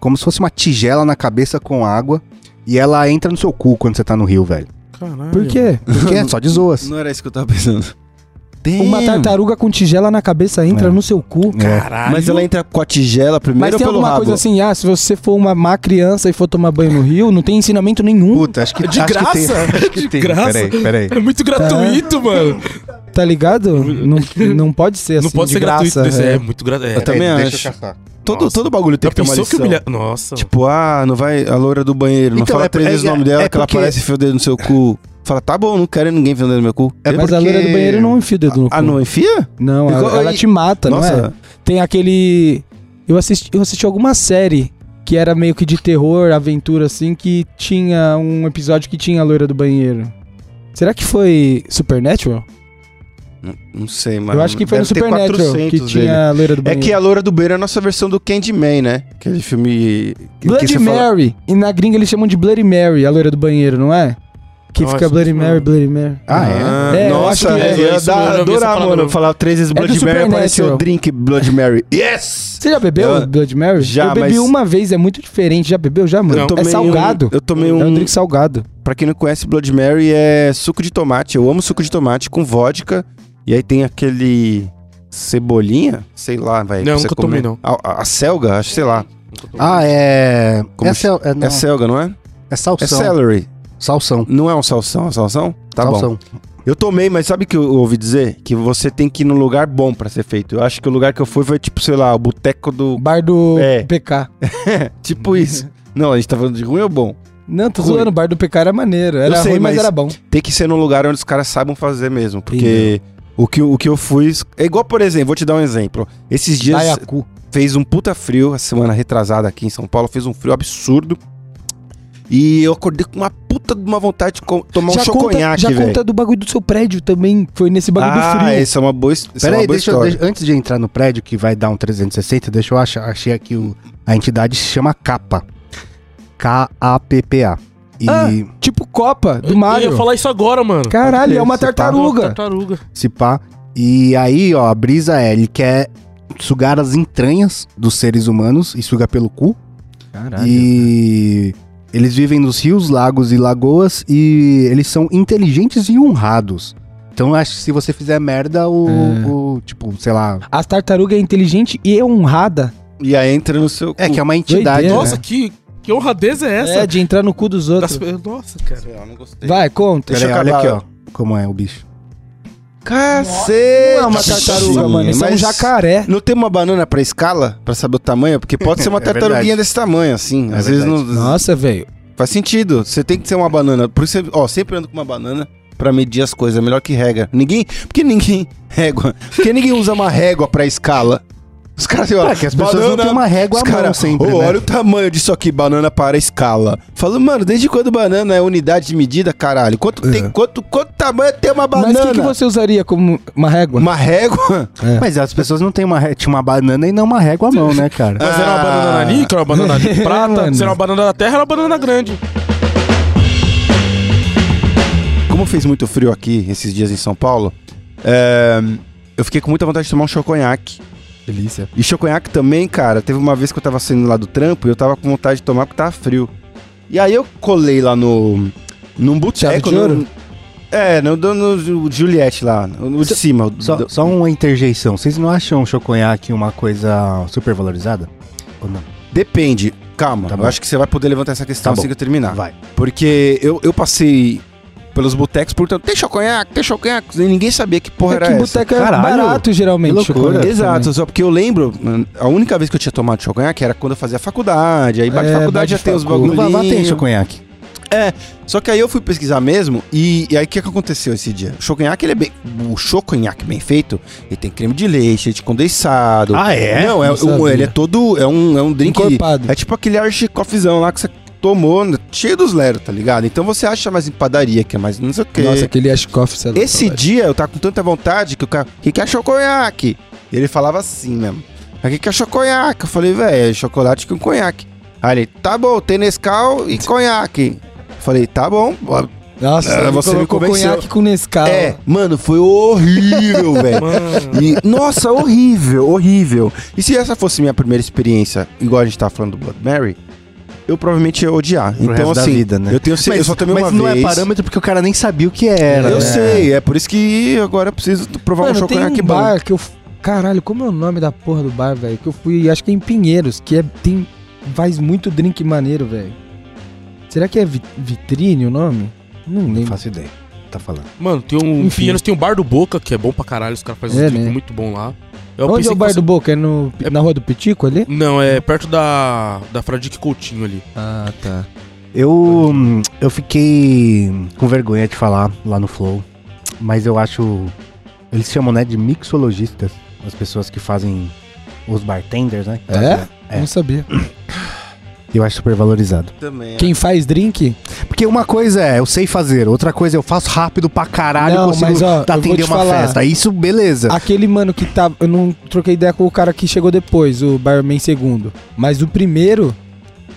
S3: como se fosse uma tigela na cabeça com água. E ela entra no seu cu quando você tá no rio, velho.
S4: Caralho.
S1: Por quê?
S3: Porque é só de zoas.
S2: Não era isso que eu tava pensando. Damn.
S1: Uma tartaruga com tigela na cabeça entra
S3: É.
S1: no seu cu.
S3: É.
S4: Caralho.
S2: Mas ela entra com a tigela primeiro
S1: Ah, Mas
S2: ou
S1: tem
S2: pelo
S1: alguma
S2: rabo?
S1: coisa assim, ah, se você for uma má criança e for tomar banho no rio, não tem ensinamento nenhum,
S3: Puta, acho que
S4: De
S3: acho Que tem,
S4: graça?
S3: acho que tem.
S4: graça?
S3: Peraí, peraí.
S4: É muito gratuito, mano.
S1: tá ligado? Não, não pode ser assim,
S4: não pode
S1: de
S4: ser
S1: graça.
S4: gratuito. desse- É,
S1: é.
S4: muito gratuito. É.
S2: Eu também
S3: Peraí,
S2: acho.
S3: Deixa eu caçar.
S1: assim.
S2: Todo,
S4: Nossa.
S2: todo bagulho tem
S4: Já
S2: que ter uma
S4: pensou que
S2: lição.
S4: humilha... Nossa.
S2: Tipo, ah, não vai a loura do banheiro, não
S3: Então,
S2: fala
S3: é-
S2: três vezes
S3: é-
S2: o nome dela,
S3: é
S2: que ela
S3: porque-
S2: aparece e enfia o dedo no seu cu. Fala, tá bom, não quero ninguém enfiando o dedo no meu cu.
S3: É
S1: Mas a
S3: porque-
S1: loira do banheiro não enfia o dedo no cu.
S2: Ah, não enfia?
S1: Não,
S2: Igual-
S1: ela, ela
S2: e-
S1: te mata, não é?
S2: Nossa,
S1: Tem aquele. Eu assisti, eu assisti alguma série que era meio que de terror, aventura, assim, que tinha um episódio que tinha a loira do banheiro. Será que foi Supernatural?
S2: não, não sei, mano.
S1: eu acho que foi no
S2: Deve ter
S1: Supernatural
S2: 400
S1: que
S2: dele.
S1: tinha a loira do
S2: É
S1: banheiro.
S2: que a loura do banheiro é a nossa versão do Candyman, né? Aquele filme... que- que
S1: Bloody
S2: você fala-
S1: Mary. E na gringa eles chamam de Bloody Mary, a loira do banheiro, não é? Que
S4: Eu
S1: fica
S4: acho
S1: Bloody
S4: isso
S1: Mary,
S4: mesmo.
S1: Bloody Mary.
S3: Ah, é?
S2: Ah,
S1: É, eu
S2: nossa,
S1: acho que é.
S2: eu ia
S4: Isso mesmo, eu
S2: dar,
S4: já vi essa
S2: adorar,
S4: parada
S2: mano.
S4: mesmo.
S2: Falar três vezes
S1: É do
S2: Blood Mary, apareceu
S1: Supernatural.
S2: drink Blood Mary. Yes!
S1: Você já bebeu
S2: Eu-
S1: Bloody Mary?
S2: Já,
S1: eu bebi
S2: mas-
S1: uma vez, é muito diferente. Já bebeu? Já, mano?
S4: Não.
S1: é salgado.
S2: Um, eu tomei
S1: É um
S2: um...
S1: drink salgado.
S2: Pra quem não conhece, Blood Mary é suco de tomate. Eu amo suco de tomate com vodka. E aí tem aquele... Cebolinha? Sei lá, velho.
S4: Não,
S2: pra você
S4: nunca tomei,
S2: comer.
S4: não.
S2: A, a, a selga? Acho, sei lá.
S3: Ah, é.
S2: Como
S3: é, sal... é, não.
S2: É selga, não é?
S3: é
S2: É
S3: salsão.
S2: celery.
S3: Salsão.
S2: Não é um salsão, é um salsão? Tá bom.
S3: salsão.
S2: Eu tomei, mas sabe o que eu ouvi dizer? Que você tem que ir num lugar bom pra ser feito. Eu acho que o lugar que eu fui foi tipo, sei lá, o boteco do.
S1: Bar do
S2: É.
S1: PK.
S2: tipo isso. Não, a gente tá falando de ruim ou bom?
S1: Não, tô
S2: Ruim.
S1: zoando. O bar do PK era maneiro. Era
S2: sei,
S1: ruim, mas...
S2: mas-
S1: era bom.
S2: Tem que ser num lugar onde os caras saibam fazer mesmo. Porque o que, o que eu fui. É igual, por exemplo, vou te dar um exemplo. Esses dias
S1: Ayacu.
S2: fez um puta frio, a semana retrasada aqui em São Paulo, fez um frio absurdo. E eu acordei com uma puta de uma vontade de co- tomar um
S1: já conta,
S2: choconhaque,
S1: já
S2: velho.
S1: conta do bagulho do seu prédio também. Foi nesse bagulho do
S2: Ah,
S1: frio.
S2: essa é uma boa, his- essa é
S3: Peraí,
S2: uma boa
S3: deixa, eu-
S2: história.
S3: deixa- antes de entrar no prédio que vai dar um 360, deixa eu achar. Achei aqui o, a entidade se chama Capa. K-A-P-P-A. E
S1: Ah. Tipo Copa do Mario.
S4: Eu ia falar isso agora, mano.
S1: Caralho, é uma
S3: Você tá-
S1: tartaruga.
S4: Tartaruga.
S3: se pá. E aí, ó, a brisa é: ele quer sugar as entranhas dos seres humanos e suga pelo cu.
S1: Caralho.
S3: E
S1: né?
S3: eles vivem nos rios, lagos e lagoas e eles são inteligentes e honrados. Então acho que se você fizer merda, o,
S1: É.
S3: o- tipo, sei lá.
S1: As tartarugas é inteligente e honrada.
S2: E aí entra no seu.
S3: É
S2: cu.
S3: que é uma entidade.
S1: Doideira.
S3: né?
S4: Nossa, que, que honradez é essa?
S1: É, de entrar no cu dos
S4: Das-
S1: outros.
S4: Nossa, cara.
S2: Sei lá, não gostei.
S1: Vai, conta.
S2: Deixa
S3: Peraí,
S2: eu
S3: olha aqui,
S2: acabar.
S3: ó. Como é o bicho.
S2: Cacete!
S1: Não é uma tartaruga, mano. Isso é um
S2: Mas
S1: jacaré.
S2: Não tem uma banana pra escala? Pra saber o tamanho? Porque pode ser uma
S3: É
S2: tartaruguinha
S3: verdade.
S2: desse tamanho, assim.
S3: É
S2: Às vezes
S3: verdade.
S2: não.
S1: Nossa, velho.
S2: Faz sentido. Você tem que ser uma banana. Por isso, você- ó, sempre ando com uma banana pra medir as coisas. É melhor que regra. Ninguém. Por que ninguém. Régua. Por que ninguém usa uma régua pra escala? Os caras assim, ó,
S3: É que as pessoas não têm uma régua
S2: os
S3: à mão
S2: cara,
S3: sempre,
S2: "Ô,
S3: né?"
S2: Olha o tamanho disso aqui, banana para escala. Falo, mano, desde quando banana é unidade de medida, caralho? Quanto, tem, quanto, quanto tamanho tem uma banana?
S1: Mas o que, que você usaria como uma régua?
S2: Uma régua?
S3: Mas as pessoas não têm uma ré- tinha uma banana e não uma régua à mão, né, cara?
S4: Mas era uma
S2: Ah.
S4: banana níquel, era uma banana de
S1: É,
S4: prata,
S1: mano.
S4: se era uma banana da terra, era uma banana grande.
S2: Como fez muito frio aqui esses dias em São Paulo, é, eu fiquei com muita vontade de tomar um choconhaque.
S1: delícia.
S2: E choconhaque também, cara, teve uma vez que eu tava saindo lá do trampo e eu tava com vontade de tomar porque tava frio. E aí eu colei lá no. Num boteco.
S1: de
S2: num-
S1: ouro?
S2: É, no, no, no Juliette lá, no de
S3: Só-
S2: cima. o
S3: Só,
S2: do-
S3: só uma interjeição. Vocês não acham o choconhaque uma coisa super valorizada? Ou não?
S2: Depende. Calma,
S3: Tá
S2: eu
S3: bom.
S2: acho que você vai poder levantar essa questão
S3: Tá
S2: assim
S3: bom.
S2: que eu terminar.
S3: Vai.
S2: Porque eu, eu passei pelos botecos perguntando: tem choconhaque? Tem choconhaque? E ninguém sabia que porra era
S1: é que
S2: essa.
S1: boteca é
S3: Caralho.
S1: barato, geralmente.
S3: Que loucura.
S1: chocolate
S2: Exato,
S1: também.
S2: só porque eu lembro, mano, a única vez que eu tinha tomado choconhaque era quando eu fazia faculdade, aí bate
S1: É,
S2: faculdade
S1: bate
S2: já tem os
S1: facu.
S3: No Vavá tem
S2: bagulhinhos.
S3: choconhaque.
S2: Só que aí eu fui pesquisar mesmo, e, e aí o que, que aconteceu esse dia? O choconhaque, ele é bem... O choconhaque bem feito, ele tem creme de leite, leite condensado.
S3: Ah, é?
S2: Não, é,
S1: Não
S2: um-
S1: sabia.
S2: ele é todo... É um, é um drink...
S1: Encorpado.
S2: É tipo aquele archicofizão lá que você tomou, né, cheio dos leros, tá ligado? Então você acha mais em padaria, que é mais não sei o quê.
S1: Nossa, aquele Ashkoff, sei lá,
S2: Esse
S1: saudade.
S2: dia eu tava com tanta vontade que o cara. O que, que é choconhaque? E ele falava assim mesmo. O que, que é choconhaque? Eu falei, velho, é chocolate com conhaque. Aí ele, tá bom, tem Nescau e conhaque. Eu falei, tá bom. ó,
S1: Nossa,
S2: Ah,
S1: ele
S2: você me
S1: colocou
S2: convenceu.
S1: conhaque com
S3: Ah.
S1: Nescau.
S2: É, mano, foi horrível, velho.
S4: Mano.
S2: E, nossa, horrível, horrível. E se essa fosse minha primeira experiência, igual a gente tava falando do Blood Mary, eu provavelmente ia odiar.
S3: Pro
S2: então,
S3: resto da
S2: assim,
S3: vida, né?
S2: eu tenho certeza. Eu só tomei
S3: mas
S2: uma
S3: não
S2: vez.
S3: é parâmetro porque o cara nem sabia o que era.
S2: eu
S3: né?
S2: sei, é por isso que agora eu preciso provar um
S1: Mano, tem
S2: choconhaque
S1: um
S2: bom.
S1: bar que eu... f- Caralho, como é o nome da porra do bar, velho? Que eu fui, acho que é em Pinheiros, que é, tem... Faz muito drink maneiro, velho. Será que é vi- Vitrine o nome? Não
S3: Não
S1: lembro.
S3: faço ideia. Tá falando.
S4: Mano, tem um. Em
S1: Enfim.
S4: Pinheiros tem um bar do Boca, que é bom pra caralho, os caras fazem
S1: É,
S4: um drink
S1: né?
S4: muito bom lá. Eu
S1: Onde é
S4: pensei
S1: o
S4: que
S1: bar
S4: fosse-
S1: do Boca? É, no,
S4: É-
S1: na Rua do Pitico ali?
S4: Não, é perto da. Da Fradique Coutinho ali.
S1: Ah, tá.
S3: Eu, hum, eu fiquei com vergonha de falar lá no Flow, mas eu acho. Eles chamam, né, de mixologistas, as pessoas que fazem os bartenders, né?
S1: É?
S3: que fazem- É.
S1: Não sabia.
S3: Eu acho super valorizado.
S2: Também.
S1: Quem faz drink?
S3: Porque uma coisa é, eu sei fazer, outra coisa é, eu faço rápido pra caralho
S1: Não,
S3: e consigo
S1: mas, ó, eu vou
S3: atender
S1: te
S3: uma
S1: falar.
S3: festa. Isso, beleza.
S1: Aquele mano que tava. Eu não troquei ideia com o cara que chegou depois, o Barman segundo. Mas o primeiro,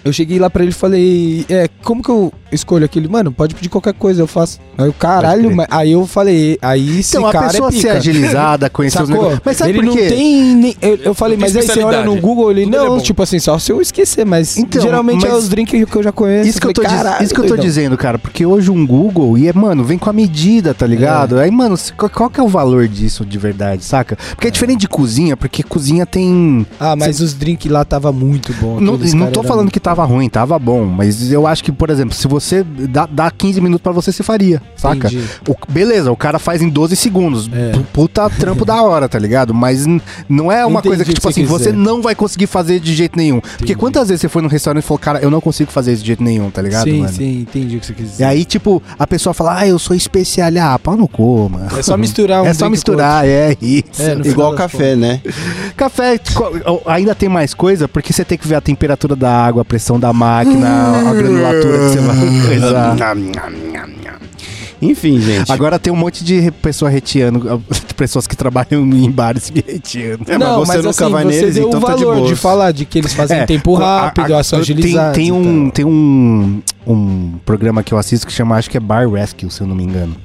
S1: eu cheguei lá pra ele e falei, é, como que eu escolho aquele? Mano, pode pedir qualquer coisa, eu faço. Aí o caralho,
S3: crer.
S1: mas- aí eu falei, aí esse
S3: então, a
S1: cara
S3: pessoa
S1: é
S3: ser
S1: pica.
S3: agilizada, conhecer os
S1: Sacou?
S3: negócios. Mas sabe
S1: ele
S3: por quê?
S1: não tem. nem- eu, eu falei,
S4: Não tem
S1: mas aí você olha no
S4: especialidade.
S1: Google, ele.
S4: Tudo ele é
S1: não,
S4: bom.
S1: tipo assim, só se eu esquecer, mas.
S3: Então,
S1: geralmente é
S3: mas-
S1: os drinks que eu já conheço.
S3: Isso que, eu tô
S1: falei,
S3: diz-
S1: "Caralho,
S3: isso que eu tô
S1: doidão."
S3: dizendo, cara, porque hoje um Google, e é, mano, vem com a medida, tá ligado? Aí, mano, se- qual- qual que é o valor disso de verdade, saca? Porque é, diferente de cozinha, porque cozinha tem.
S1: Ah, mas os drinks lá tava muito bom.
S3: Não,
S1: aqueles
S3: não
S1: cara
S3: tô
S1: era
S3: falando
S1: muito-
S3: que tava ruim, tava bom, mas eu acho que, por exemplo, se você dá, dá 15 minutos pra você, você faria, saca? Tá
S1: Entendi.
S3: O- beleza, o cara faz em 12 segundos.
S1: É.
S3: P- Puta trampo da hora, tá ligado? Mas n- não é uma
S1: Entendi
S3: coisa que,
S1: o que
S3: tipo
S1: você
S3: assim, você
S1: quiser.
S3: não vai conseguir fazer de jeito nenhum. Porque
S1: Entendi.
S3: quantas vezes você foi num restaurante e falou, cara, eu não consigo fazer isso de jeito nenhum, tá ligado,
S1: sim,
S3: mano?
S1: sim, entendi o que você quis
S3: E
S1: dizer.
S3: aí, tipo, a pessoa fala, ah, eu sou especial. Ah, pau no cu, mano.
S1: É só misturar um
S3: É
S1: drink
S3: só
S1: com
S3: misturar, é isso.
S1: É, no final
S2: Igual
S1: das
S2: café, né?
S3: Café, co- ainda tem mais coisa, porque você tem que ver a temperatura da água, a pressão da máquina, a granulatura que você vai coisar.
S2: Enfim, gente.
S3: Agora tem um monte de re- pessoa retiando, pessoas que trabalham em bares me retiando.
S2: É, mas
S1: não,
S2: você
S1: mas
S2: nunca
S1: assim,
S2: vai
S1: você
S2: neles,
S1: deu
S2: então
S1: o
S2: tá de
S1: valor
S2: boas.
S1: de falar de que eles fazem
S3: É,
S1: um tempo
S3: a- a-
S1: rápido, a, são
S3: tem-
S1: agilizados. então.
S3: Tem,
S1: e
S3: um,
S1: tal.
S3: tem um, um programa que eu assisto que chama, acho que é Bar Rescue, se eu não me engano.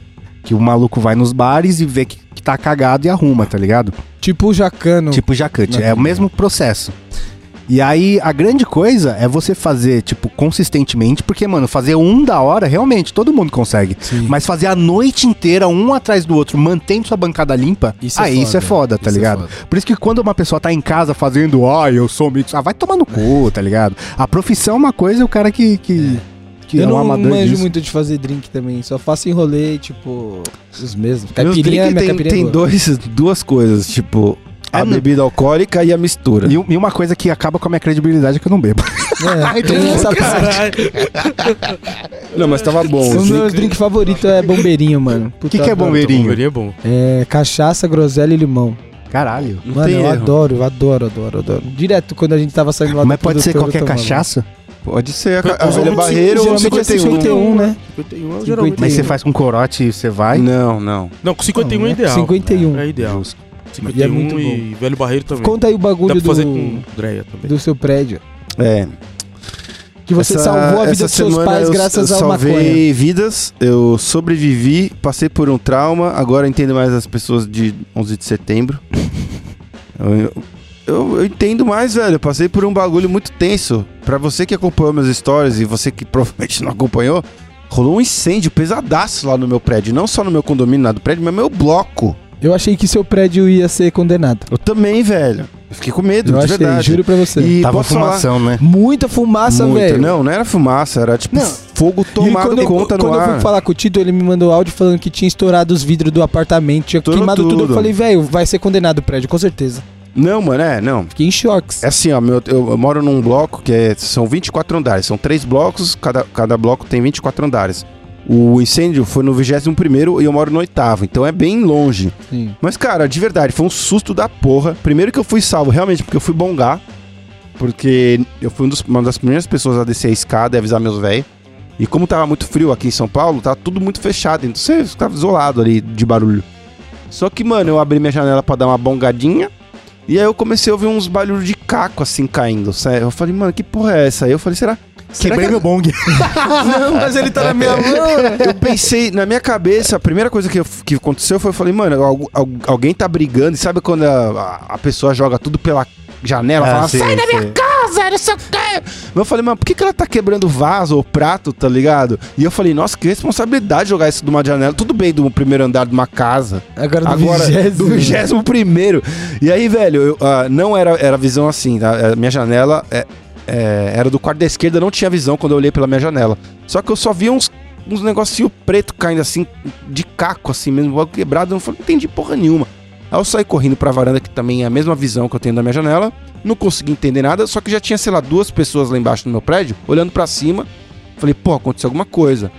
S3: Que o maluco vai nos bares e vê que, que tá cagado e arruma, tá ligado?
S1: Tipo o Jacano.
S3: Tipo jacante.
S1: não
S3: É o mesmo processo. E aí, a grande coisa é você fazer, tipo, consistentemente, porque, mano, fazer um da hora, realmente, todo mundo consegue.
S1: Sim.
S3: Mas fazer a noite inteira, um atrás do outro, mantendo sua bancada limpa,
S1: Isso é
S3: aí isso é foda, tá
S1: Isso é
S3: ligado?
S1: foda.
S3: Por isso que quando uma pessoa tá em casa fazendo, ai, eu sou mix, ah, vai tomar no cu, tá ligado? A profissão é uma coisa e o cara que, que, que é
S1: eu
S3: um
S1: não
S3: amador
S1: manjo
S3: disso.
S1: muito de fazer drink também, só faço enrolê, tipo, os mesmos.
S2: Meus
S1: Caipirinha,
S2: drink
S1: minha
S2: tem,
S1: caipirinha é
S2: tem
S1: boa.
S2: dois, duas coisas, tipo, a
S3: É, não.
S2: bebida alcoólica e a mistura.
S3: E, um- e uma coisa que acaba com a minha credibilidade é que eu não bebo.
S1: É,
S3: Ai, um todo
S1: tem
S3: mundo
S1: essa parte.
S4: Caralho. Então,
S2: Não, mas tava bom.
S1: O
S2: assim.
S1: meu drink favorito é bombeirinho, mano. O
S3: que é bombeirinho?
S4: Bombeirinho é bom.
S1: É cachaça, groselha e limão.
S3: Caralho.
S2: Não
S1: Mano,
S2: tem
S1: eu
S2: erro.
S1: adoro, eu adoro, adoro, adoro. Direto quando a gente tava saindo lá
S3: Mas
S1: do
S3: pode ser
S1: produtor, eu
S3: qualquer
S1: tomava.
S3: cachaça?
S2: Pode ser.
S1: é
S2: A, a
S4: Geralmente-
S2: velha barreira ou a
S1: geralmente é
S2: 51.
S1: 51, né?
S4: 51 é o
S1: 51.
S4: geralmente.
S3: Mas você faz com corote e você vai?
S2: Não, não.
S4: Não, com 51 é ideal.
S1: 51.
S4: É ideal.
S3: Justo.
S4: 51
S1: E
S4: e,
S1: é muito
S4: velho barreiro também.
S1: Conta aí o
S4: Dá
S1: bagulho
S4: pra
S1: do,
S4: fazer com Dreia também.
S1: do seu prédio.
S2: É.
S1: Que você
S2: Essa-
S1: salvou a vida
S2: essa
S1: dos seus
S2: semana
S1: pais
S2: eu-
S1: graças
S2: eu
S1: à maconha.
S2: salvei vidas, eu sobrevivi, passei por um trauma, agora entendo mais as pessoas de 11 de setembro. eu, eu- eu entendo mais, velho. Eu passei por um bagulho muito tenso. Pra você que acompanhou minhas stories e você que provavelmente não acompanhou, rolou um incêndio pesadaço lá no meu prédio. Não só no meu condomínio, lá do prédio, mas meu bloco.
S1: Eu achei que seu prédio ia ser condenado.
S2: Eu também, velho. Eu fiquei com medo,
S1: Eu
S2: de
S1: achei,
S2: verdade.
S1: juro pra você.
S2: E
S3: Tava
S2: posso falar?
S3: fumação, né?
S1: Muita fumaça,
S2: Muita.
S1: velho.
S2: Não, não era fumaça, era tipo
S3: Não.
S2: fogo
S1: e
S2: tomado
S1: quando eu-
S2: conta no
S1: quando eu
S2: ar.
S1: fui falar com o Tito, ele me mandou áudio falando que tinha estourado os vidros do apartamento, tinha
S2: Estourou
S1: queimado tudo.
S2: tudo.
S1: Eu falei, velho, vai ser condenado o prédio, com certeza.
S2: Não, mano, é, não.
S1: Fiquei em choques.
S2: É assim, ó, meu, eu, eu moro num bloco que é, são 24 andares, são três blocos, cada, cada bloco tem 24 andares. O incêndio foi no 21 e eu moro no oitavo, então é bem longe.
S1: Sim.
S2: Mas, cara, de verdade, foi um susto da porra. Primeiro que eu fui salvo, realmente, porque eu fui bongar. Porque eu fui um dos- uma das primeiras pessoas a descer a escada e avisar meus velhos. E como tava muito frio aqui em São Paulo, tava tudo muito fechado. Então você ficava isolado ali de barulho. Só que, mano, eu abri minha janela pra dar uma bongadinha. E aí eu comecei a ouvir uns barulhos de caco assim caindo. Sério. Eu falei, mano, que porra é essa? Aí eu falei, será? será que-
S3: bong.
S2: não, mas ele tá na minha mão. Eu pensei, na minha cabeça, a primeira coisa que, eu- que aconteceu foi, eu falei, mano, algu- algu- alguém tá brigando. E sabe quando a, a- a pessoa joga tudo pela janela,
S3: Ah,
S1: Ah,
S2: fala, sai da minha casa, não sei o quê. Mas eu falei, mano, por que, que ela tá quebrando vaso ou prato, tá ligado? E eu falei, nossa, que responsabilidade jogar isso de uma janela. Tudo bem, do primeiro andar de uma casa.
S1: Agora do
S2: Agora, do
S1: vigésimo.
S2: 21 primeiro. E aí, velho, eu, ah, não era, era visão assim, tá? A minha janela é- é, era do quarto da esquerda, eu não tinha visão quando eu olhei pela minha janela. Só que eu só via uns, uns negocinho preto caindo assim, de caco assim mesmo, logo quebrado, eu não, falei, não entendi porra nenhuma. Aí eu saí correndo pra varanda, que também é a mesma visão que eu tenho da minha janela, não consegui entender nada, só que já tinha, sei lá, duas pessoas lá embaixo no meu prédio, olhando pra cima, falei, pô, aconteceu alguma coisa.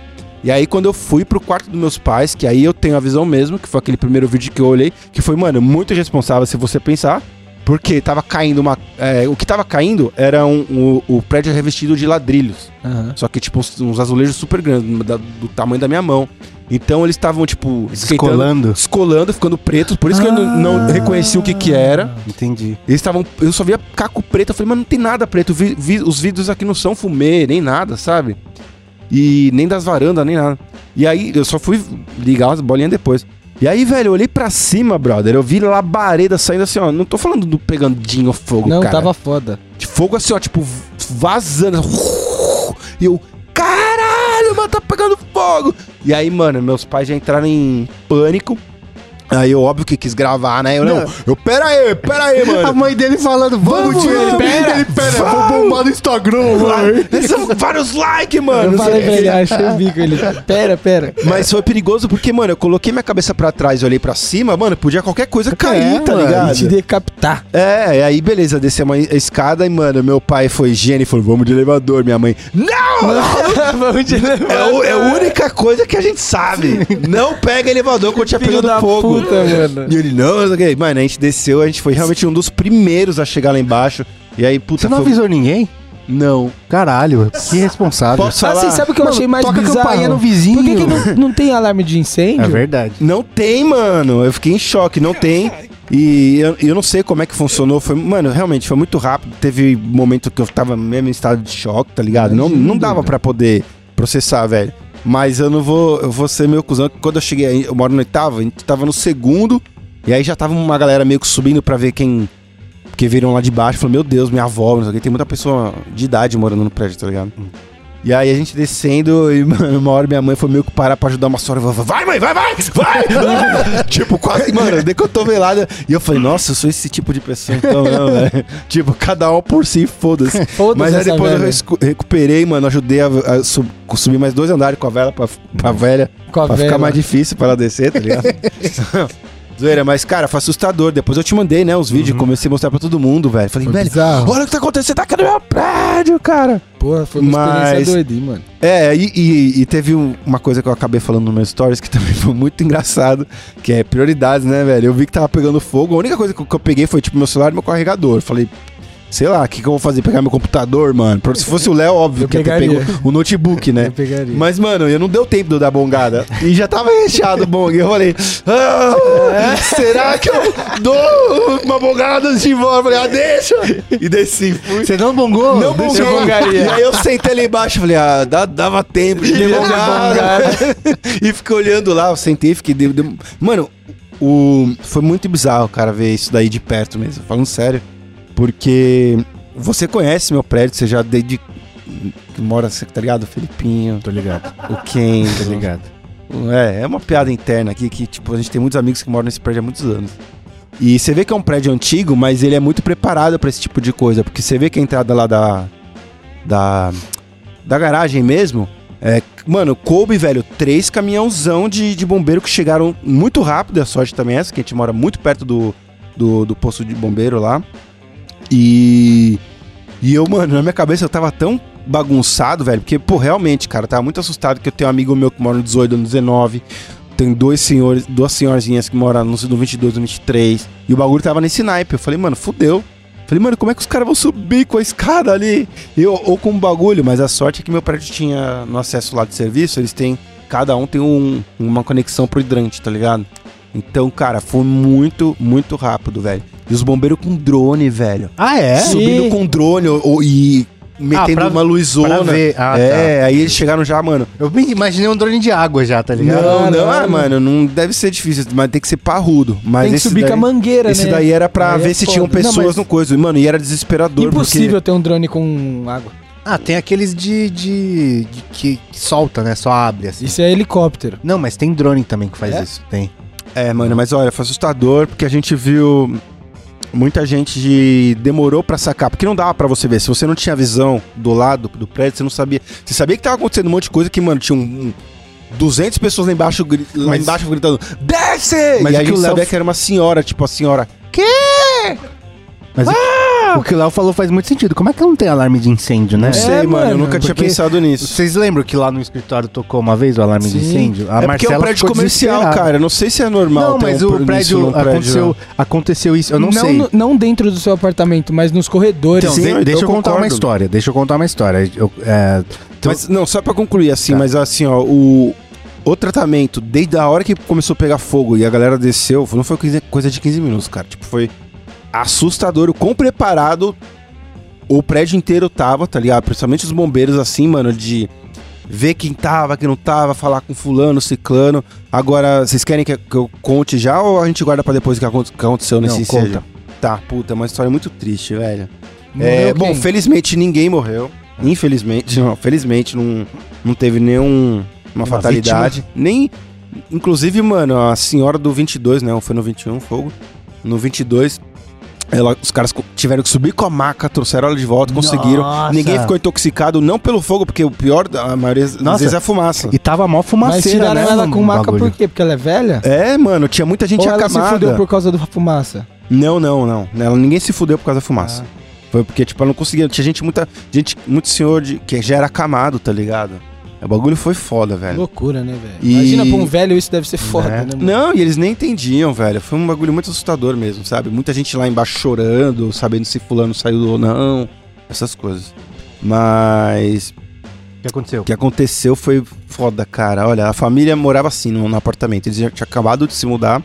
S2: E aí, quando eu fui pro quarto dos meus pais, que aí eu tenho a visão mesmo, que foi aquele primeiro vídeo que eu olhei, que foi, mano, muito irresponsável se você pensar, porque tava caindo uma. é, o que tava caindo era um, o, o prédio revestido de ladrilhos.
S1: Aham.
S2: Só que, tipo, uns, uns azulejos super grandes, da- do tamanho da minha mão. Então eles estavam, tipo, esquentando,
S3: Descolando.
S2: descolando, ficando pretos, por isso que eu não, não reconheci o que que era.
S3: Entendi.
S2: Eles estavam. Eu só via caco preto. Eu falei, mas não tem nada preto. vi- vi- os vidros aqui não são fumê, nem nada, sabe? E nem das varandas, nem nada. E aí, eu só fui ligar as bolinhas depois. E aí, velho, eu olhei pra cima, brother. Eu vi labareda saindo assim, ó. Não tô falando do pegandinho fogo,
S1: Não,
S2: cara.
S1: tava foda.
S2: De fogo assim, ó, tipo, vazando. E eu, caralho, mano, tá pegando fogo. E aí, mano, meus pais já entraram em pânico. Aí eu, óbvio que quis gravar, né? Eu, não, eu, pera aí, pera aí, mano.
S3: A mãe dele falando, vamos,
S2: Vamos,
S3: tio.
S2: vamos,
S3: Ele pera,
S2: pera,
S3: ele pera.
S2: vamos.
S3: Vou bombar no Instagram, mano.
S2: Eles são vários likes, mano.
S1: eu falei, velho,
S3: "Ah."
S1: achei o bico. Ele, pera, pera.
S2: Mas foi perigoso porque, mano, eu coloquei minha cabeça pra trás e olhei pra cima, mano, podia qualquer coisa cair,
S1: É,
S2: tá
S3: É, mano.
S1: E te
S2: ligado?
S1: decapitar.
S2: É, e aí beleza, descemos a escada e, mano, meu pai foi gênio e falou, vamos de elevador, minha mãe. Não!
S1: Vamos de
S2: É, o- é a única coisa que a gente sabe. Não pega elevador quando tiver
S1: Filho
S2: pegando
S1: da
S2: fogo.
S1: puta, mano.
S2: E ele, não, não sei o quê. mano, a gente desceu, a gente foi realmente um dos primeiros a chegar lá embaixo. E aí, puta,
S1: Tá
S3: Você não
S2: foi...
S3: avisou ninguém?
S2: Não.
S3: Caralho, que responsável.
S2: Posso
S1: Ah,
S2: falar?
S1: vocês sabem o que eu
S3: Mano,
S1: achei mais
S3: toca a
S1: bizarro?
S3: campainha no
S1: Por que,
S3: vizinho.
S1: que não, não tem alarme de
S3: É
S1: incêndio?
S3: verdade.
S2: Não tem, mano. Eu fiquei em choque, não tem. E eu, eu não sei como é que funcionou. Foi, mano, realmente foi muito rápido. Teve momento que eu tava mesmo em estado de choque, tá ligado? Não, não dava pra poder processar, velho. Mas eu não vou, eu vou ser meu cuzão. que Quando eu cheguei, aí, eu moro no oitavo, a gente tava no segundo. E aí já tava uma galera meio que subindo pra ver quem. Porque viram lá de baixo e falaram: Meu Deus, minha avó, não sei o que. Tem muita pessoa de idade morando no prédio, tá ligado? E aí a gente descendo, e mano, uma hora minha mãe foi meio que parar pra ajudar uma sogra. Ela falou, Vai, mãe, vai, vai, vai! tipo, quase, mano, dei cotovelada. E eu falei, nossa, eu sou esse tipo de pessoa, então, não, velho. Tipo, cada um por si, foda-se.
S1: Foda-se
S2: Mas aí
S1: essa
S2: depois eu
S1: merda.
S2: rescu- recuperei, mano, ajudei a, a sub- subir mais dois andares com a vela pra, pra velha,
S1: Com a
S2: pra
S1: vela.
S2: ficar mais difícil pra ela descer, tá ligado? Zoeira, mas, cara, foi assustador. Depois eu te mandei, né, os vídeos, comecei a mostrar pra todo mundo, velho. Falei,
S1: Uhum. Foi
S2: velho,
S1: bizarro.
S2: olha o que tá acontecendo, você tá aqui no meu prédio, cara.
S1: Porra, foi uma
S2: Mas-
S1: experiência doida, hein, mano.
S2: É, e, e- e teve um- uma coisa que eu acabei falando no meu stories que também foi muito engraçado, que é prioridades, né, velho? Eu vi que tava pegando fogo, a única coisa que, eu- que eu peguei foi, tipo, meu celular e meu carregador. Eu Falei, sei lá, o que, que eu vou fazer? Pegar meu computador, mano? Pra- Se fosse o Léo, óbvio
S1: Eu
S2: que ia ter pego
S1: pegaria.
S2: o notebook, né?
S1: Eu pegaria.
S2: Mas, mano, eu não deu tempo de eu dar bongada. E já tava recheado o bong. Eu falei, ah,
S3: É?
S2: será que eu dou uma bongada antes de ir embora? Eu falei, ah, deixa! E desci, fui.
S3: Você não bongou?
S2: Não
S3: Deixa eu
S2: bonguei. E aí eu sentei ali embaixo, falei, ah, dá- dava tempo de demorar. e fiquei olhando lá, eu sentei, fiquei... de- de- Mano, o... foi muito bizarro, cara, ver isso daí de perto mesmo, falando sério. Porque você conhece meu prédio, você já desde... Que mora, você tá ligado? O Felipinho,
S3: Tô ligado,
S2: o Ken,
S1: Tá
S3: tô ligado.
S2: é, é uma piada interna aqui que, tipo, a gente tem muitos amigos que moram nesse prédio há muitos anos. E você vê que é um prédio antigo, mas ele é muito preparado pra esse tipo de coisa, porque você vê que a entrada lá da da da garagem mesmo, é, mano, coube, velho, três caminhãozão de, de bombeiro que chegaram muito rápido, a sorte também é essa, que a gente mora muito perto do, do, do posto de bombeiro lá. E e eu, mano, na minha cabeça eu tava tão bagunçado, velho, porque, pô, realmente, cara, eu tava muito assustado que eu tenho um amigo meu que mora no 18, no 19, tem dois senhores, duas senhorzinhas que moram no no 22, no 23, e o bagulho tava nesse naipe. Eu falei, mano, fudeu. Falei, mano, como é que os caras vão subir com a escada ali? Eu, ou com o bagulho, mas a sorte é que meu prédio tinha, no acesso lá de serviço, eles têm, cada um tem um- uma conexão pro hidrante, tá ligado? Então, cara, foi muito, muito rápido, velho. E os bombeiros com drone, velho
S3: Ah, é?
S2: subindo
S1: E-
S2: com drone ou- ou- e metendo
S3: Ah, pra-
S2: uma luzona.
S3: pra ver. Ah,
S2: é,
S1: tá.
S2: aí eles chegaram já, mano.
S3: Eu me imaginei um drone de água já, tá ligado?
S2: Não, não, ah,
S1: Caralho.
S2: mano, não deve ser difícil, mas tem que ser parrudo. Mas
S1: Tem que
S2: esse
S1: subir
S2: daí,
S1: com a mangueira,
S2: Esse
S1: né?
S2: daí era pra
S1: Aí é
S2: ver se
S1: foda.
S2: tinham
S1: Não, mas-
S2: pessoas no coisa. E, mano, e era desesperador.
S1: Impossível ter um drone com água.
S3: Ah, tem aqueles de, de, de- que, que solta, né? Só abre assim.
S1: Isso é helicóptero.
S3: Não, mas tem drone também que faz
S1: É?
S3: isso. Tem.
S2: Porque, é, mano, mas olha, foi assustador porque a gente viu muita gente de- demorou pra sacar. Porque não dava pra você ver. Se você não tinha visão do lado do prédio, você não sabia. Você sabia que tava acontecendo um monte de coisa que, mano, tinha um. um 200 pessoas lá embaixo, gri- lá
S3: Mas-
S2: embaixo gritando, desce!
S3: Mas
S2: e
S3: é
S2: a
S3: que
S2: gente
S3: o Léo
S2: sabia que era uma senhora, tipo a senhora.
S3: Mas o- o que o Léo falou faz muito sentido. Como é que não tem alarme de incêndio, né?
S2: Não sei, É, mano, eu
S1: mano,
S2: nunca tinha
S3: porque-
S2: pensado nisso.
S3: Vocês lembram que lá no escritório tocou uma vez o alarme de
S1: Sim.
S3: incêndio? A
S2: é porque é um prédio
S3: ficou
S2: comercial,
S3: desesperada.
S2: cara. eu Não sei se é normal
S3: Não,
S2: ter
S3: mas
S2: um
S3: o
S2: isso
S3: prédio,
S2: num
S3: aconteceu, aconteceu isso. Eu não, sei.
S1: no- não dentro do seu apartamento, mas nos corredores.
S3: Então,
S2: Sim,
S3: de-
S2: eu
S3: deixa eu, contar
S2: concordo.
S3: uma história. Deixa eu contar uma história. Eu, é,
S2: Mas não, só pra concluir assim,
S3: Tá.
S2: mas assim, ó, o o tratamento desde a hora que começou a pegar fogo e a galera desceu, não foi coisa- coisa de 15 minutos, cara. Tipo, foi assustador o quão preparado o prédio inteiro tava, tá ligado? Principalmente os bombeiros assim, mano, de ver quem tava, quem não tava, falar com fulano, ciclano. Agora, vocês querem que que eu conte já ou a gente guarda pra depois o que acon- que aconteceu nesse
S3: Não,
S2: incêndio?
S3: conta.
S2: Tá, puta, é uma história muito triste, velho.
S1: Morreu
S2: É,
S1: quem? É.
S2: bom, felizmente ninguém morreu. Infelizmente, não. Felizmente não, não teve nenhum uma fatalidade. Nem. Inclusive, mano, a senhora do 22, né? Foi no 21, fogo. No 22, ela, os caras co- tiveram que subir com a maca, trouxeram ela de volta, conseguiram.
S3: Nossa.
S2: Ninguém ficou intoxicado, não pelo fogo, porque o pior, a maioria das
S3: Nossa.
S2: vezes, é a fumaça.
S3: e tava mó fumaceira,
S1: Mas tiraram
S3: né,
S1: ela
S3: no
S1: com maca
S3: bagulho.
S1: por quê? Porque ela é velha?
S2: É, mano, tinha muita gente
S1: Ou ela se fudeu
S2: acamada.
S1: por causa da fumaça?
S2: Não, não, não. Ela, ninguém se fudeu por causa da fumaça.
S3: Ah.
S2: Foi porque, tipo, ela não conseguia. Tinha gente, muita, gente, muito senhor de, que já era acamado, tá ligado? O bagulho foi foda, velho.
S1: Loucura, né, velho?
S2: É. E- É.
S1: Imagina pra um velho isso deve ser foda, né? mano?
S2: Não, e eles nem entendiam, velho. Foi um bagulho muito assustador mesmo, sabe? Muita gente lá embaixo chorando, sabendo se fulano saiu ou não. Essas coisas. Mas
S3: O que aconteceu?
S2: o que aconteceu foi foda, cara. Olha, a família morava assim no, no apartamento. Eles já tinham acabado de se mudar.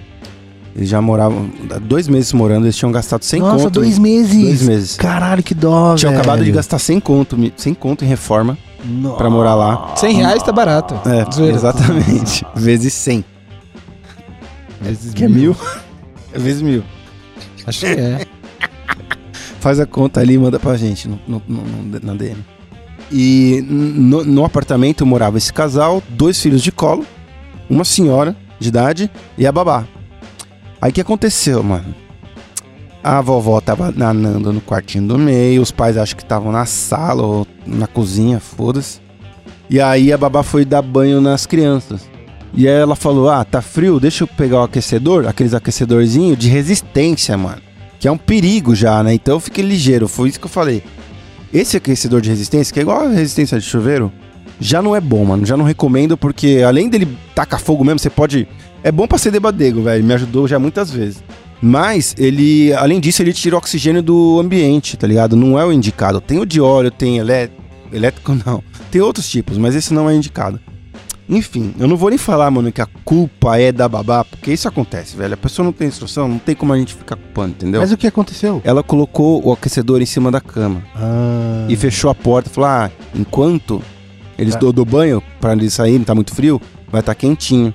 S2: Eles já moravam há dois meses morando. Eles tinham gastado 100
S3: Nossa,
S2: conto.
S3: dois meses.
S2: Dois meses.
S3: Caralho, que dó,
S2: Tinham
S3: velho.
S2: acabado de gastar 100 conto, mi- 100 conto em reforma.
S3: Nossa.
S2: pra morar lá.
S1: 100 reais tá barato.
S2: É,
S1: Zoeira.
S2: exatamente. Vezes 100.
S1: Vezes
S2: Que é mil? É vezes mil.
S1: Acho que é.
S2: Faz a conta ali e manda pra gente no, no- no- no- na DM. E no, no apartamento morava esse casal, dois filhos de colo, uma senhora de idade e a babá. Aí o que aconteceu, mano? A vovó tava nanando no quartinho do meio, os pais acho que estavam na sala ou na cozinha, foda-se. E aí a babá foi dar banho nas crianças. E aí ela falou: Ah, tá frio, deixa eu pegar o aquecedor, aqueles aquecedorzinhos de resistência, mano que é um perigo já, né? Então fique ligeiro, foi isso que eu falei. Esse aquecedor de resistência, que é igual a resistência de chuveiro, já não é bom, mano. Já não recomendo, porque além dele tacar fogo mesmo, você pode. É bom pra ser debadego, velho. Me ajudou já muitas vezes. Mas ele, além disso, ele tira o oxigênio do ambiente, tá ligado? Não é o indicado. Tem o de óleo, tem elé... elétrico, não. Tem outros tipos, mas esse não é indicado. Enfim, eu não vou nem falar, mano, que a culpa é da babá, porque isso acontece, velho. A pessoa não tem instrução, não tem como a gente ficar culpando, entendeu?
S3: Mas o que aconteceu?
S2: Ela colocou o aquecedor em cima da cama
S3: Ah.
S2: e fechou a porta. Falou: Ah, enquanto eles
S3: Tá.
S2: do, do banho, pra eles saírem, tá muito frio, vai estar tá quentinho.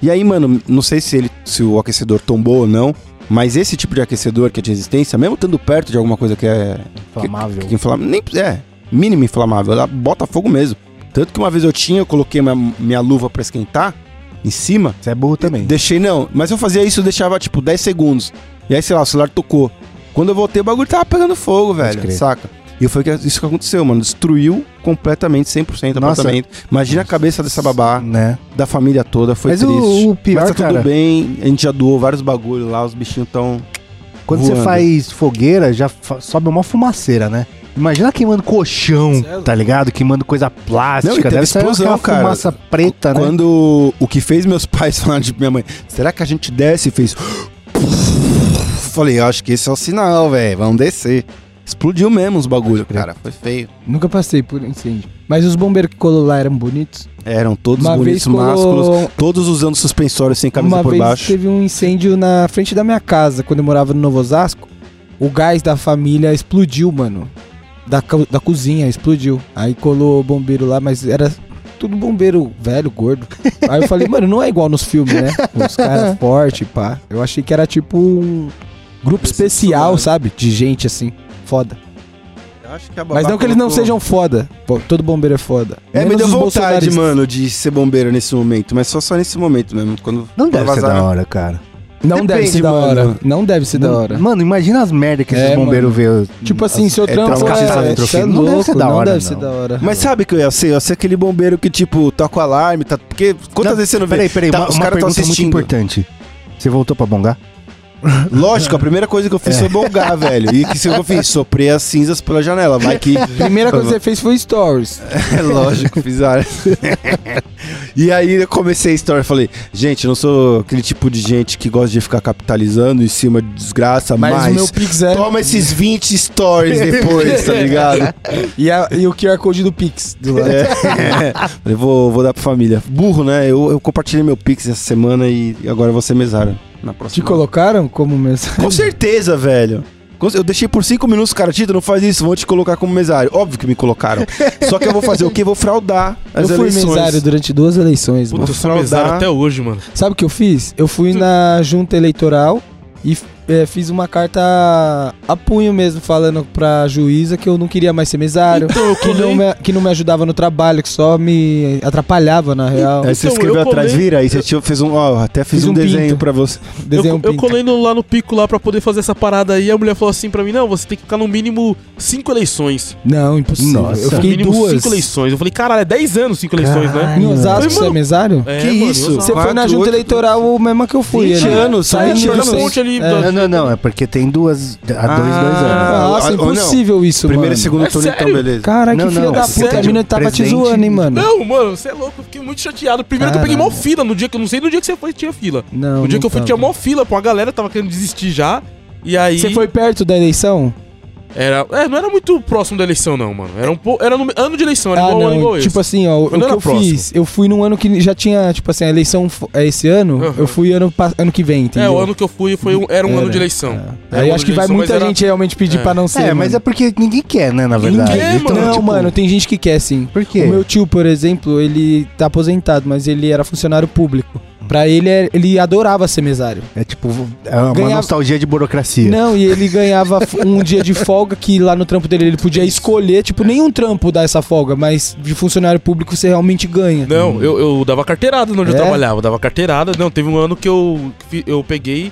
S2: E aí, mano, não sei se, ele, se o aquecedor tombou ou não, mas esse tipo de aquecedor que é de resistência, mesmo estando perto de alguma coisa que é
S3: Inflamável.
S2: que inflama- nem é mínimo inflamável, ela bota fogo mesmo. Tanto que uma vez eu tinha, eu coloquei minha, minha luva pra esquentar em cima,
S3: Você é burro também.
S2: Deixei não, mas eu fazia isso, eu deixava tipo 10 segundos. E aí, sei lá, o celular tocou. Quando eu voltei, o bagulho tava pegando fogo, velho.
S3: crer.
S2: Saca? E foi que- isso que aconteceu, mano. Destruiu completamente 100% o
S3: Nossa.
S2: apartamento. Imagina a cabeça dessa babá,
S3: Né?
S2: da família toda, foi
S3: Mas o-
S2: triste.
S3: o pior,
S2: mas tá tudo
S3: cara-
S2: bem, a gente já doou vários bagulhos lá, os bichinhos tão.
S3: Quando você
S2: Voando.
S3: faz fogueira, já fa- sobe uma fumaceira, né? Imagina queimando colchão,
S1: Cê é louco.
S3: tá ligado? Queimando coisa
S2: Não, e
S3: plástica.
S2: teve
S3: Deve sair
S2: explosão,
S3: aquela
S2: cara.
S3: fumaça preta, né?
S2: Quando o que fez meus pais falar de minha mãe, será que a gente desce e fez. Falei, acho que esse é o sinal, velho. Vamos descer. Explodiu mesmo os bagulhos,
S3: crer.
S2: cara. Foi feio.
S1: Nunca passei por incêndio. Mas os bombeiros que colou lá eram bonitos.
S2: Eram todos
S1: Uma vez
S2: bonitos,
S1: colou-
S2: másculos, todos usando suspensório sem camisa
S1: Uma
S2: por
S1: vez
S2: baixo.
S1: teve um incêndio na frente da minha casa, quando eu morava no Novo Osasco. O gás da família explodiu, mano. Da, co- da cozinha, explodiu. Aí colou o bombeiro lá, mas era tudo bombeiro velho, gordo. Aí eu falei, mano, não é igual nos filmes, né? Os caras fortes, pá. Eu achei que era tipo um grupo especial, sabe? De gente assim, foda.
S2: Acho que a babá
S1: Mas não que eles não
S2: colocou-
S1: sejam foda. Pô, todo bombeiro é foda.
S2: É, me
S1: Menos
S2: deu
S1: os
S2: vontade,
S1: bolsonaristas.
S2: mano, de ser bombeiro nesse momento, mas só só nesse momento mesmo. Quando
S3: Não deve ser
S2: vazar- né?
S3: da hora, cara.
S1: Não deve
S2: Depende,
S1: ser da hora.
S2: mano.
S1: Não deve ser da
S3: Não-
S1: hora.
S3: Mano, imagina as merdas que
S1: É,
S3: esses bombeiros vê.
S1: Tipo
S3: Uhum.
S1: assim, seu
S2: é
S1: trampo
S2: traumatizado,
S1: é,
S2: troféu.
S1: cê é
S3: Não
S1: louco,
S3: deve ser da
S1: não
S3: hora,
S1: deve ser
S3: não.
S1: da hora.
S2: Mas sabe o que eu ia ser? Eu ia ser aquele bombeiro que, tipo, toca o alarme, tá... porque quantas vezes você não vê?
S3: Peraí, peraí,
S2: Tá,
S3: uma,
S2: os
S3: uma
S2: caras tão
S3: pergunta muito
S2: assistindo.
S3: importante. Você voltou pra bongar?
S2: Lógico, a primeira coisa que eu
S1: É.
S2: fiz foi bongar, velho. E que se eu fiz? Soprei as cinzas pela janela, vai que...
S1: Primeira coisa que você fez foi stories.
S2: É lógico, fiz várias. e aí eu comecei a história, falei, gente, eu não sou aquele tipo de gente que gosta de ficar capitalizando em cima de desgraça,
S1: Mas,
S2: mas,
S1: o meu Pix é.
S2: toma esses 20 stories depois, tá ligado?
S1: E, a- e o QR Code do Pix do lado.
S2: É. Falei, vou, vou dar pra família. Burro, né? Eu, eu compartilhei meu Pix essa semana e agora eu vou ser mesário na
S1: Te
S2: próxima.
S1: colocaram como mensagem?
S2: Com certeza, velho. Com- Eu deixei por cinco minutos, cara, Tito, não faz isso, vão te colocar como mesário. Óbvio que me colocaram. Só que eu vou fazer o quê? Vou fraudar
S1: Eu
S2: as
S1: fui
S2: eleições.
S1: mesário durante duas eleições,
S4: Puta,
S1: mano.
S4: eu sou mesário até hoje, mano.
S1: Sabe o que eu fiz? Eu fui na junta eleitoral e é, fiz uma carta a punho mesmo, falando pra juíza que eu não queria mais ser mesário.
S4: Então, eu
S1: Que não,
S4: colei.
S1: me, que não me ajudava no trabalho, que só me atrapalhava, na real.
S2: Aí você
S4: Então,
S2: escreveu
S4: eu
S2: atrás,
S4: colei-
S2: vira, aí você tinha- fez um. Ó, até fiz,
S1: Fiz
S2: um,
S1: um
S2: desenho
S1: pinto.
S2: pra você.
S1: Desenhei
S4: eu,
S1: um
S4: eu
S1: pinto.
S4: colei no- lá no pico lá pra poder fazer essa parada aí. A mulher falou assim pra mim: não, você tem que ficar no mínimo cinco eleições.
S1: Não, impossível.
S3: Nossa.
S1: eu
S4: No
S1: fiquei
S4: mínimo
S1: duas.
S4: cinco eleições. Eu falei: caralho, é 10 anos cinco eleições, né?
S3: Caralho.
S1: Em Osasco,
S4: Foi,
S1: você é
S4: mano.
S1: mesário?
S4: É,
S2: Que
S4: mano,
S2: isso?
S4: eu sou-
S1: Você foi na
S2: Quatro,
S1: junta
S2: oito,
S1: eleitoral mesma que eu fui.
S2: 20
S1: ali.
S2: anos,
S1: Saindo
S2: 20
S1: do
S2: anos.
S1: centro.
S4: Ponte ali,
S1: É.
S4: da-
S3: Não, não, não. É porque tem duas. Há dois,
S2: Ah.
S3: dois anos.
S1: Nossa,
S2: ou- ou não.
S1: impossível isso,
S2: Primeiro e
S1: mano.
S2: segundo
S4: É
S2: turno, então,
S4: sério?
S2: beleza.
S1: Caralho, que
S3: Não,
S1: filha
S3: não,
S1: da puta. A
S3: sério,
S1: mina tava te
S3: presidente-
S1: zoando, hein, mano.
S4: Não, mano, você é louco, eu fiquei muito chateado. Primeiro que eu peguei mó
S1: Caralho.
S4: fila no dia que eu não sei no dia que você foi tinha fila.
S1: Não,
S4: no dia
S1: não
S4: que eu fui
S1: tava.
S4: tinha mó fila, pô, a galera tava querendo desistir já. E aí.
S1: Você foi perto da eleição?
S4: Era, é, não era muito próximo da eleição, não, mano. Era um pouco. Era no ano de eleição, era
S1: Ah,
S4: igual,
S1: não.
S4: igual esse.
S1: tipo assim, ó, o que
S4: Quando era
S1: eu
S4: próximo?
S1: fiz, eu fui num ano que já tinha, tipo assim, a eleição fo- é esse ano,
S4: Aham.
S1: eu fui ano, pa- ano que vem, entendeu? Ah,
S4: é, o ano que eu fui foi um- era um ano de eleição. Era
S1: Aí
S4: um ano
S1: acho
S4: de
S1: que vai
S4: eleição, mas
S1: muita
S4: era-
S1: gente realmente pedir
S4: É.
S1: pra não ser.
S3: É, mas é
S1: mano.
S3: porque ninguém quer, né, na verdade.
S4: Ninguém,
S3: Então,
S1: Não,
S3: tipo,
S1: mano, tem gente que quer sim.
S3: Por quê?
S1: O meu tio, por exemplo, ele tá aposentado, mas ele era funcionário público. Pra ele, é- ele adorava ser mesário.
S3: É tipo, é uma
S1: Ganhava- Né?
S3: nostalgia de burocracia.
S1: Não, e ele ganhava f- um dia de folga que lá no trampo dele ele podia escolher, tipo, nenhum trampo dá essa folga, mas de funcionário público você realmente ganha.
S4: Não, eu, eu dava carteirada onde eu
S1: É?
S4: trabalhava, dava carteirada. Não, teve um ano que eu, que fi- eu peguei,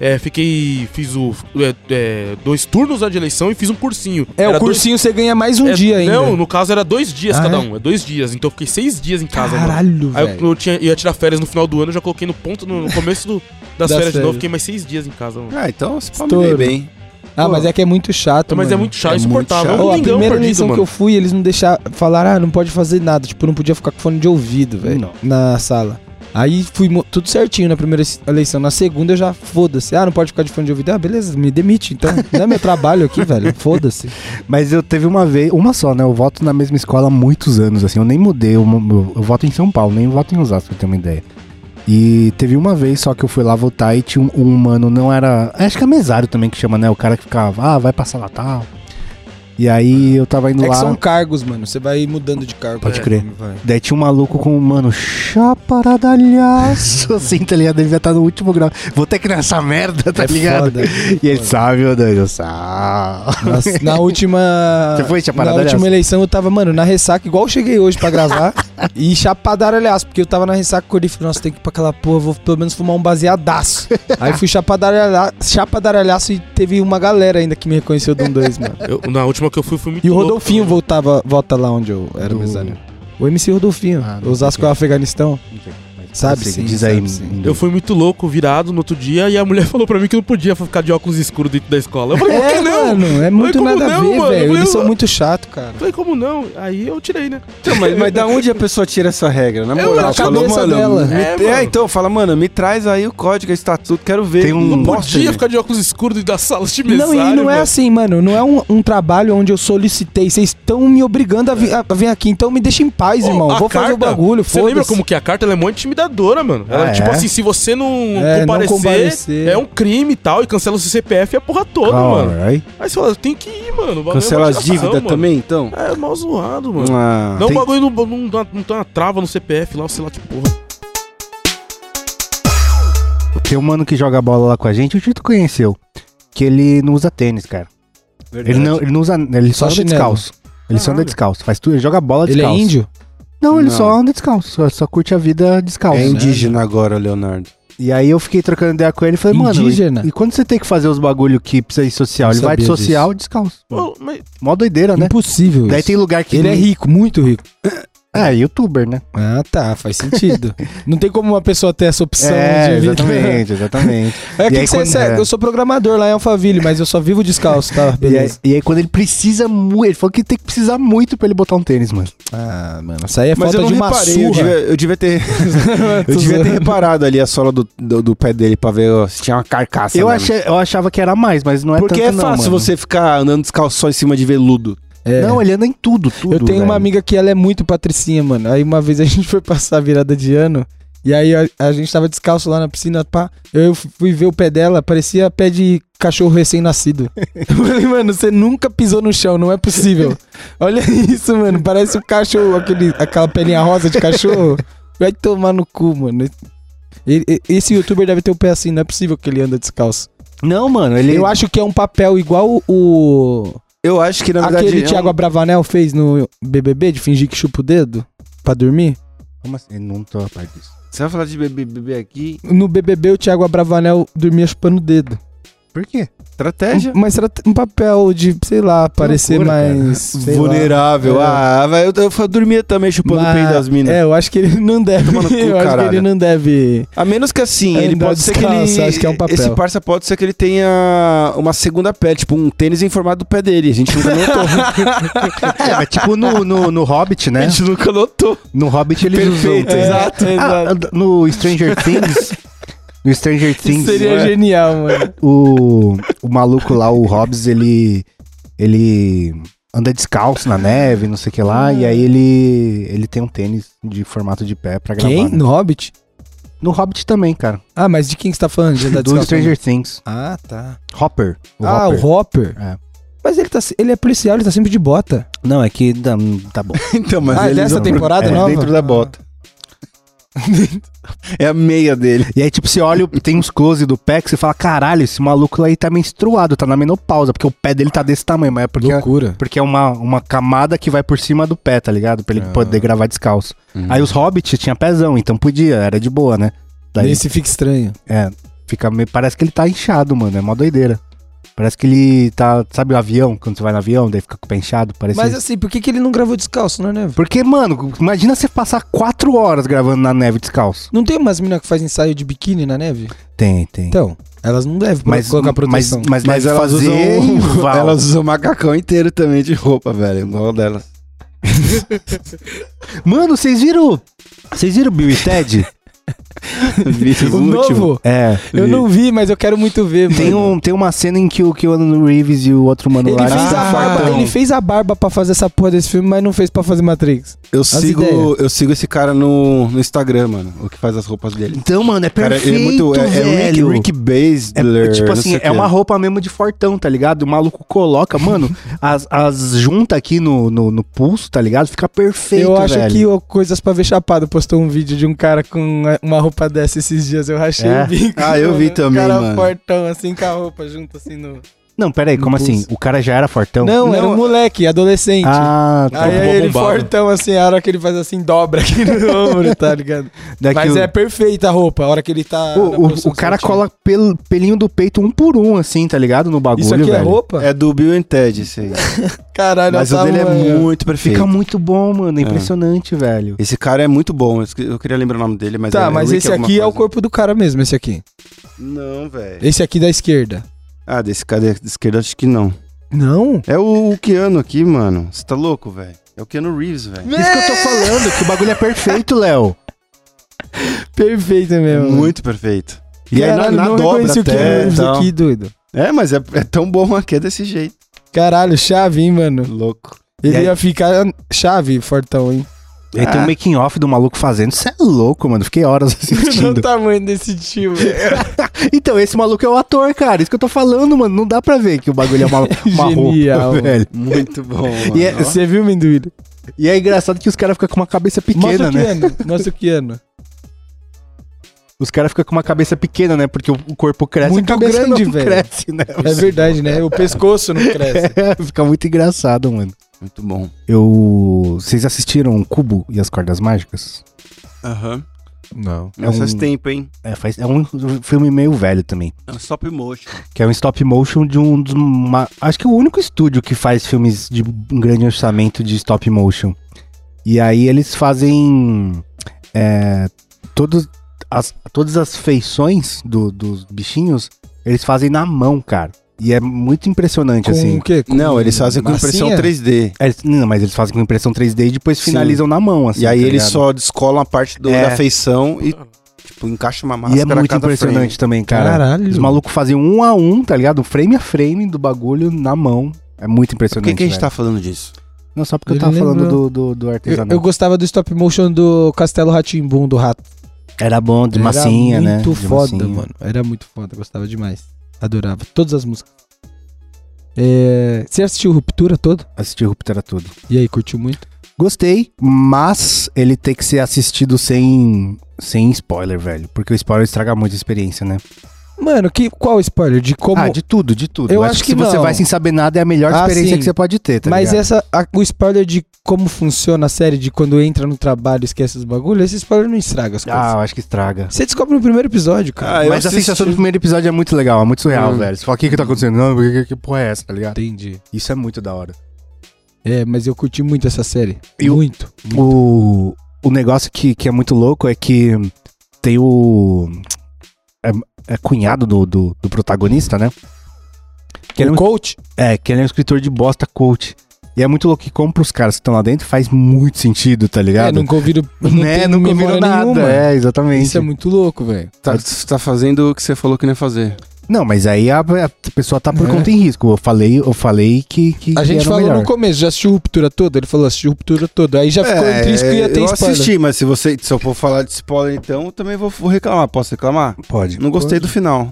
S4: é, fiquei, fiz o, é, é, dois turnos lá de eleição e fiz um cursinho.
S1: É,
S4: Era
S1: o
S4: dois-
S1: cursinho você ganha mais um
S4: é,
S1: dia ainda.
S4: Não, no caso era dois dias
S1: Ah,
S4: cada
S1: é?
S4: um, é dois dias. Então eu fiquei seis dias em casa, mano.
S1: Caralho,
S4: Aí
S1: velho.
S4: eu, eu tinha, ia tirar férias no final do ano, eu já coloquei no ponto, no, no começo do- das,
S1: Das
S4: férias de novo,
S1: férias.
S4: fiquei mais seis dias em casa, mano.
S2: Ah, então se
S1: Estouro.
S2: familiar bem.
S1: Ah, mas é que é muito chato,
S4: Mas é
S1: mano.
S4: muito chato,
S2: É muito
S4: insuportável.
S2: chato.
S4: É um
S1: Ô, a
S4: domingão
S1: primeira
S4: perdido,
S1: eleição que
S4: mano.
S1: eu fui, eles não deixaram. Falaram, ah, não pode fazer nada. Tipo, não podia ficar com fone de ouvido, velho.
S3: Não.
S1: Na sala. Aí fui mo- tudo certinho na primeira es- eleição. Na segunda eu já, foda-se. Ah, não pode ficar de fone de ouvido. Ah, beleza, me demite. Então, não é meu trabalho aqui, velho. Foda-se.
S3: Mas eu teve uma vez, uma só, né? Eu voto na mesma escola há muitos anos, assim. Eu nem mudei, eu, eu- eu voto em São Paulo, nem voto em Osasco, pra ter uma ideia. E teve uma vez só que eu fui lá votar e tinha um, um mano, não era. Acho que é mesário também que chama, né? O cara que ficava, ah, vai passar lá tal. E aí eu tava indo
S1: É que
S3: lá.
S1: são cargos, mano. Você vai mudando de cargo.
S3: Pode
S1: É,
S3: crer.
S1: vai.
S3: Daí tinha um maluco com um mano chaparadalhaço, assim, tá ligado? Ele já tá no último grau. Vou ter que ir nessa merda, tá
S1: É
S3: ligado?
S1: foda.
S3: E ele sabe, meu Deus, eu sabe.
S1: Nas- na última.
S3: Você foi
S1: Na
S3: chaparadalhaço?
S1: última eleição eu tava, mano, na ressaca, igual eu cheguei hoje pra gravar. e chapadar, aliás, porque eu tava na ressaca com o falei, nossa, tem que ir pra aquela porra, vou pelo menos fumar um baseadaço. Aí fui chapadar, aliás, e teve uma galera ainda que me reconheceu do 1-2, mano.
S4: Eu- na última que eu fui, fui muito
S1: E o
S4: louco,
S1: Rodolfinho
S4: mano.
S1: voltava, volta lá onde eu era
S3: Do-
S1: mesário. O MC Rodolfinho,
S3: Ah, não
S1: Osasco
S3: sei.
S1: é o Afeganistão. Sabe sim,
S3: Diz aí.
S1: sabe sim.
S4: Eu fui muito louco, virado no outro dia, e a mulher falou pra mim que eu não podia ficar de óculos escuros dentro da escola. Eu falei, por que
S1: É,
S4: não? Eu
S1: mano, é muito
S4: como
S1: nada a
S4: não,
S1: ver,
S4: mano?
S1: velho. Eles
S4: Eu-
S1: são muito chato, cara.
S4: falei, como não? Aí eu tirei, né?
S2: Então, mas, mas da onde a pessoa tira essa regra? Na
S4: É,
S2: moral,
S4: mano, a
S2: falou,
S1: cabeça
S2: mano.
S1: dela.
S2: me-
S4: É,
S2: é,
S4: mano.
S2: então, fala, mano, me traz aí o código, o estatuto, quero ver.
S3: Tem um-
S2: Não
S3: Não
S2: posso
S4: Podia
S2: ver.
S4: ficar de óculos escuros dentro da sala de
S1: Não,
S4: mesário,
S1: e não é
S4: mano.
S1: assim, mano. Não é um, um trabalho onde eu solicitei. Vocês estão me obrigando a, vi- a vir aqui. Então me deixa em paz,
S4: Ô,
S1: irmão.
S4: a
S1: Vou fazer o
S4: carta,
S1: bagulho.
S4: Você lembra
S1: foda-se.
S4: como que a carta ela é muito intimidadora, mano? Ela,
S3: Ah,
S4: tipo
S3: é?
S4: assim, se você não,
S1: É, não
S4: comparecer,
S1: comparecer.
S4: é um crime e tal, e cancela o seu CPF e a é porra toda, mano.
S3: Alright.
S4: Aí você fala, tem que ir, mano. o bagulho é
S2: Cancela
S4: uma
S2: as
S4: tiração,
S2: dívidas
S4: mano.
S2: também, então?
S4: É, mal zoado, mano.
S2: Ah,
S4: Não,
S3: tem-
S4: o bagulho não, não, dá- não tá na trava no CPF lá, sei lá que porra.
S3: Tem um mano que joga bola lá com a gente, o Tito conheceu. Que ele não usa tênis, cara.
S2: verdade.
S3: Ele não, ele não usa. Ele só,
S1: Só
S3: anda
S1: chinelo.
S3: descalço. Ele só anda
S4: Caralho.
S3: descalço. Faz tudo, ele joga bola
S1: Ele é
S3: descalço.
S1: índio?
S3: Não, ele
S2: Não.
S3: só anda descalço. Só, só curte a vida descalço.
S2: É indígena agora, Leonardo.
S3: E aí eu fiquei trocando ideia com ele e falei, mano.
S1: Indígena?
S3: E, e quando você tem que fazer os bagulho que precisa ir social?
S1: Não
S3: Ele vai de
S1: sabia
S3: social descalço.
S4: Ô, mas
S3: Mó doideira, né?
S1: Impossível.
S3: Daí
S1: isso.
S3: tem lugar que.
S1: Ele é rico, muito rico.
S3: É, youtuber, né?
S1: Ah, tá. Faz sentido. não tem como uma pessoa ter essa opção
S3: é,
S1: de vida.
S3: exatamente, exatamente.
S1: É
S3: E
S1: que,
S3: aí
S1: que você
S3: quando-
S1: segue?
S3: é.
S1: Eu sou programador lá em Alphaville, mas eu só vivo descalço, tá?
S3: e, aí,
S1: Beleza.
S3: e aí quando ele precisa muito. Ele falou que tem que precisar muito pra ele botar um tênis, mano.
S1: Ah, mano. Isso aí é
S2: Mas
S1: falta
S2: eu não
S1: de uma
S2: reparei, eu
S1: surra.
S2: devia, eu devia ter, eu devia ter reparado ali a sola do, do, do pé dele pra ver ó, se tinha uma carcaça.
S3: Eu,
S2: mesmo.
S3: achei, eu achava que era mais, mas não é
S2: Porque
S3: tanto
S2: é fácil
S3: não, mano.
S2: você ficar andando descalço só em cima de veludo.
S1: É.
S3: Não, ele anda em tudo, tudo.
S1: Eu tenho
S3: velho.
S1: uma amiga que ela é muito patricinha, mano. Aí uma vez a gente foi passar a virada de ano. E aí a, a gente tava descalço lá na piscina, pá. Eu fui ver o pé dela, parecia pé de cachorro recém-nascido. Eu falei, mano, você nunca pisou no chão, não é possível. Olha isso, mano. Parece o cachorro, aquele, aquela pelinha rosa de cachorro. Vai tomar no cu, mano. E- e- Esse youtuber deve ter o pé assim, não é possível que ele anda descalço.
S3: Não, mano, ele.
S1: Eu acho que é um papel igual o.
S2: Eu acho que, na verdade...
S1: Aquele
S2: é um-
S1: Thiago Abravanel fez no BBB de fingir que chupa o dedo pra dormir?
S3: Como assim? Eu não tô a parte disso.
S2: um- Você vai falar de bebê, bebê aqui?
S1: No BBB o Thiago Abravanel dormia chupando o dedo.
S3: Por quê?
S2: Estratégia.
S1: Mas era um papel de, sei lá, parecer
S3: loucura, cara.
S1: mais... Hum, sei lá.
S2: Vulnerável.
S1: É.
S2: Ah, vai, eu, eu, eu dormia também chupando o
S1: Mas-
S2: peito das minas.
S1: É, eu acho que ele não deve...
S2: Toma no cu,
S1: eu acho que
S2: caralho.
S1: ele não deve...
S2: A menos que assim,
S1: É,
S2: ele
S1: dá
S2: pode ser que
S1: descalço,
S2: ele.
S1: acho que é um papel.
S2: Esse parça pode ser que ele tenha uma segunda pele, tipo um tênis em formato do pé dele. A gente nunca notou. né?
S3: É, mas tipo no, no, no Hobbit, né?
S2: A gente nunca notou.
S3: No Hobbit eles
S2: Perfeito,
S3: usam.
S1: Exato,
S3: Ah,
S1: exato.
S3: no Stranger Things. No Stranger né,
S2: é.
S1: Isso
S3: Things,
S1: seria genial, mano.
S3: o, o maluco lá, o Hobbs, ele. ele anda descalço na neve, não sei o que lá, e aí ele ele tem um tênis de formato de pé pra gravar.
S1: Quem?
S3: né?
S1: No Hobbit?
S3: No Hobbit também, cara.
S1: Ah, mas de quem que você tá falando? De andar
S3: Do
S1: descalço?
S3: Stranger Things.
S1: Ah, tá.
S3: Hopper. O
S1: ah,
S3: Hopper.
S1: o Hopper.
S3: É.
S1: Mas ele, tá, se- ele é policial, ele tá sempre de bota.
S3: Não, é que dá- tá bom.
S2: Então, mas
S1: ah, é
S2: eles
S1: dessa
S2: vão-
S1: temporada
S2: é,
S1: nova?
S2: dentro da bota. é a meia dele.
S3: E aí, tipo, você olha, tem uns close do pé que você fala, caralho, esse maluco aí tá menstruado, tá na menopausa, porque o pé dele tá desse tamanho, mas é
S1: Ah,
S3: porque,
S1: loucura.
S3: porque é uma, uma camada que vai por cima do pé, tá ligado? Pra
S2: Ah.
S3: ele poder gravar descalço.
S2: Uhum.
S3: Aí os hobbits tinha pezão, então podia, era de boa, né?
S2: é?
S3: Daí,
S1: Esse fica estranho.
S3: é, fica meio, parece que ele tá inchado, mano, é mó doideira. Parece que ele tá, sabe o avião, quando você vai no avião, daí fica com o pé inchado, parece...
S1: Mas assim, por que, que ele não gravou descalço, né, né?
S3: Porque, mano, imagina você passar quatro horas gravando na neve descalço.
S1: Não tem umas meninas que fazem ensaio de biquíni na neve?
S3: Tem, tem.
S1: Então, elas não devem
S3: mas,
S1: colocar
S3: mas,
S1: proteção.
S3: mas,
S2: Mas
S3: deve
S2: elas
S3: fazer
S2: usam.
S3: um
S2: um
S3: val.
S2: Elas usam macacão inteiro também de roupa, velho. Igual delas.
S3: Mano, vocês viram? Vocês viram Bill e Ted?
S1: o novo,
S3: é.
S1: eu não vi, mas eu quero muito ver, mano.
S3: Tem, um, tem uma cena em que o Keanu Reeves e o outro mano
S1: Ele
S3: lá.
S1: fez,
S2: Ah,
S1: a barba,
S2: fartão.
S1: ele fez a barba pra fazer essa porra desse filme, mas não fez pra fazer Matrix.
S2: Eu sigo,
S1: ideias.
S2: eu sigo esse cara no, no Instagram, mano. O que faz as roupas dele.
S3: Então, mano, é
S2: Cara,
S3: perfeito,
S2: ele é muito. É, é Rick,
S3: velho.
S2: Rick
S3: É,
S2: Basler.
S3: tipo
S2: não
S3: assim,
S2: sei o quê.
S3: é uma roupa mesmo de fortão, tá ligado? O maluco coloca, mano, as, as juntas aqui no, no, no pulso, tá ligado? Fica perfeito,
S1: eu acho
S3: velho.
S1: que o Coisas Pra Ver Chapado postou um vídeo de um cara com uma roupa dessa esses dias, eu rachei
S3: É?
S1: o bico.
S2: Ah, eu vi também,
S1: cara
S2: mano.
S1: fortão, assim, com a roupa junto, assim, no...
S3: Não, pera aí,
S1: No
S3: como
S1: pulso.
S3: assim? O cara já era fortão?
S1: Não, era um moleque, adolescente.
S3: Ah, tá.
S1: Aí, é
S4: Bombado.
S1: ele fortão, assim, a hora que ele faz assim, dobra aqui no ombro, tá ligado?
S3: Daqui
S1: Mas
S3: o-
S1: é perfeita a roupa, a hora que ele tá... na
S3: O, o,
S1: posição
S3: o cara
S1: certinha.
S3: cola pel, pelinho do peito um por um, assim, tá ligado? No bagulho,
S1: Isso aqui
S3: velho.
S1: é roupa?
S2: É do Bill and Ted, esse aí.
S1: Caralho,
S2: Mas
S1: olha
S2: o dele é
S1: tamanho.
S2: muito perfeito.
S3: Fica muito bom, mano. É impressionante, velho.
S2: Esse cara é muito bom. eu esque- Eu queria lembrar o nome dele, mas
S1: Tá,
S2: é
S1: mas
S2: Rick
S1: esse
S2: alguma
S1: aqui é o
S2: coisa.
S1: corpo do cara mesmo, esse aqui.
S2: Não, velho.
S1: Esse aqui da esquerda.
S2: Ah, desse cara de esquerda acho que não.
S1: Não?
S2: É o, o Keanu aqui, mano. Você tá louco, velho? É o Keanu Reeves, velho.
S3: Isso que eu tô falando, que o bagulho é perfeito, Léo.
S1: Perfeito mesmo.
S2: Muito perfeito. E aí na,
S1: Caralho,
S2: na
S1: não
S2: dobra
S3: tá
S1: reconheci o Keanu
S2: até, e
S1: Reeves
S2: tal.
S1: aqui, doido.
S2: É, mas é, é tão bom aqui, é desse jeito.
S1: Caralho, chave, hein, mano.
S2: Louco.
S1: Ele
S3: E aí?
S1: ia ficar chave, fortão, hein?
S3: E aí tem um making off do maluco fazendo. Isso é louco, mano. Fiquei horas
S1: Olha o
S3: assistindo.
S1: tamanho desse tio, velho.
S3: então, esse maluco é o ator, cara. Isso que eu tô falando, mano. Não dá pra ver que o bagulho é uma, uma
S1: Genial.
S3: roupa, velho.
S2: Muito bom, mano.
S3: E é-
S2: Ó.
S1: Você viu, Menduílio?
S3: E é engraçado que os caras ficam com uma cabeça pequena,
S1: Mostra o
S3: né?
S1: Keanu, mostra o Keanu.
S3: Os caras ficam com uma cabeça pequena, né? Porque o o corpo cresce
S1: Muito
S3: a cabeça
S1: grande,
S3: não
S1: velho.
S3: cresce, né?
S1: É verdade, né? O pescoço não cresce.
S3: Fica muito engraçado, mano.
S2: Muito bom.
S3: Eu. Vocês assistiram Cubo e as Cordas Mágicas?
S2: Aham.
S1: Não.
S2: Mas
S3: É
S2: faz
S3: um-
S2: tempo, hein?
S3: É, faz, é um filme meio velho também.
S2: É um stop motion.
S3: Que é um stop motion de um dos. ma- acho que é o único estúdio que faz filmes de um grande orçamento de stop motion. E aí eles fazem. É, todos, as, todas as feições do- dos bichinhos, eles fazem na mão, cara. E é muito impressionante,
S1: Com
S3: assim.
S1: o quê? Com
S2: Não, eles fazem com impressão
S1: massinha?
S2: 3D.
S3: É, não, mas eles fazem com impressão 3D e depois
S2: Sim.
S3: finalizam na mão, assim.
S2: e aí
S3: tá
S2: eles
S3: ligado?
S2: só descolam a parte do-
S3: É.
S2: da feição e, tipo, encaixa uma máscara
S3: E é
S2: a
S3: muito
S2: cada
S3: impressionante também, cara.
S1: Caralho.
S3: Os malucos faziam um a um, tá ligado? Frame a frame do bagulho na mão. É muito
S2: frame. Por
S3: impressionante.
S2: que, que a gente
S3: velho.
S2: tá falando disso?
S3: Não, só porque eu
S1: Ele
S3: tava falando
S1: lembrou.
S3: do, do, do
S1: Eu,
S3: artesanal.
S1: eu gostava do stop motion do Castelo Ratimbum do rato.
S3: Era bom, de
S1: Era
S3: massinha, né?
S1: Muito
S3: De
S1: foda,
S3: massinha.
S1: mano. Era muito foda, gostava demais. Adorava todas as músicas. É, Você assistiu Ruptura todo?
S3: Assisti Ruptura tudo.
S1: E aí, curtiu muito?
S3: Gostei, mas ele tem que ser assistido sem, sem spoiler, velho. Porque o spoiler estraga muito a experiência, né?
S1: Mano, que, qual o spoiler? De como.
S3: Ah, de tudo, de tudo.
S1: Eu acho que
S3: se você
S1: não.
S3: vai sem saber nada, é a melhor
S1: Ah,
S3: experiência
S1: sim.
S3: que você pode ter, tá
S1: Mas
S3: ligado?
S1: essa, a- o spoiler de como funciona a série, de quando entra no trabalho e esquece os bagulhos, esse spoiler não estraga as
S3: Ah,
S1: coisas.
S3: eu acho que estraga.
S1: Você descobre no primeiro episódio, cara.
S2: Ah, eu
S3: Mas a
S2: assisti.
S3: sensação do primeiro episódio é muito legal, é muito surreal,
S2: Hum.
S3: velho. Você fala, o que que tá acontecendo? Não, que, que, que porra é essa, tá ligado?
S1: Entendi.
S3: Isso é muito da hora.
S1: É, mas eu curti muito essa série.
S3: E o-
S1: muito. muito.
S3: O, o negócio que, que é muito louco é que tem o. É, é cunhado do, do, do protagonista, né? Que ele é,
S1: O
S3: um,
S1: coach?
S3: é, que ele é um escritor de bosta coach. E é muito louco que, como pros caras que estão lá dentro, faz muito sentido, tá
S1: É,
S3: ligado?
S1: nunca ouviram. Não
S3: né?
S1: tem
S3: Nunca
S1: memória
S3: ouviram nada.
S1: nenhuma.
S3: É, exatamente.
S1: Isso é muito louco, velho.
S2: Tá, tá fazendo o que você falou que não ia fazer.
S3: Não, mas aí a, a pessoa tá por conta em risco. Eu falei, eu falei que, que
S1: A
S3: que
S1: gente
S3: era o
S1: falou
S3: melhor.
S1: no começo, já assistiu Ruptura toda? Ele falou, assistiu Ruptura toda. Aí já ficou
S2: É,
S1: intrínseco que ia ter
S2: eu
S1: spoiler.
S2: assisti, mas se você se eu for falar de spoiler, então eu também vou, vou reclamar. Posso reclamar?
S3: Pode.
S2: Não gostei do final.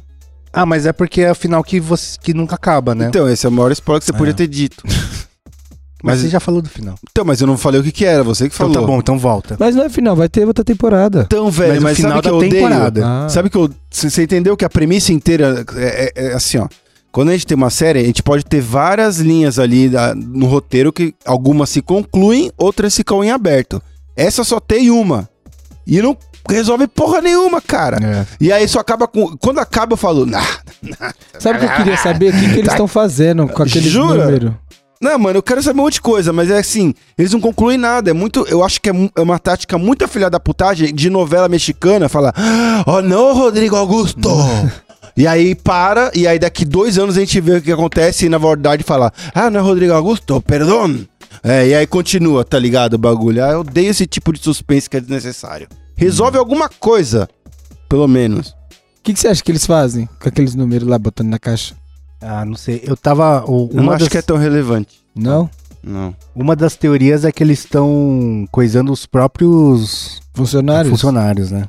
S3: Ah, mas é porque é o final que, você, que nunca acaba, né?
S2: Então, esse é o maior spoiler que você podia ter dito.
S3: mas,
S2: mas-
S3: você já falou do final.
S2: Então, mas eu não falei o que, que era, você que falou.
S3: Então tá bom, então volta.
S1: Mas não é final, vai ter outra temporada.
S2: Então,
S3: Mas
S2: velho,
S3: o
S2: mas,
S3: final
S2: sabe que
S3: da
S2: eu odeio?
S3: temporada.
S1: Ah.
S2: Sabe que eu. c- Você entendeu que a premissa inteira é, é- é assim, ó. Quando a gente tem uma série, a gente pode ter várias linhas ali da- no roteiro que algumas se concluem, outras ficam em aberto. Essa só tem uma. E não resolve porra nenhuma, cara.
S3: É.
S2: E aí só acaba com. Quando acaba, eu falo, nah,
S1: Sabe o que eu queria saber? O que, que
S3: Tá.
S1: eles estão fazendo com aquele
S2: Jura?
S1: número?
S2: Não, mano, eu quero saber um monte de coisa, mas é assim, eles não concluem nada. É muito. Eu acho que é, mu- é uma tática muito afilhada da putagem de novela mexicana. Falar, ó, não, Rodrigo Augusto! e aí para, e aí daqui dois anos a gente vê o que acontece e na verdade fala, ah, não é Rodrigo Augusto, perdão. É, e aí continua, tá ligado o bagulho? Ah, eu odeio esse tipo de suspense que é desnecessário. Resolve alguma coisa, pelo menos.
S1: O que, que você acha que eles fazem com aqueles números lá botando na caixa?
S3: Ah, não sei. Eu tava. o-
S2: Eu não
S3: Uma,
S2: acho
S3: das,
S2: que é tão relevante.
S1: Não?
S2: Não.
S3: uma das teorias é que eles estão coisando os próprios
S1: Funcionários?
S3: funcionários, né?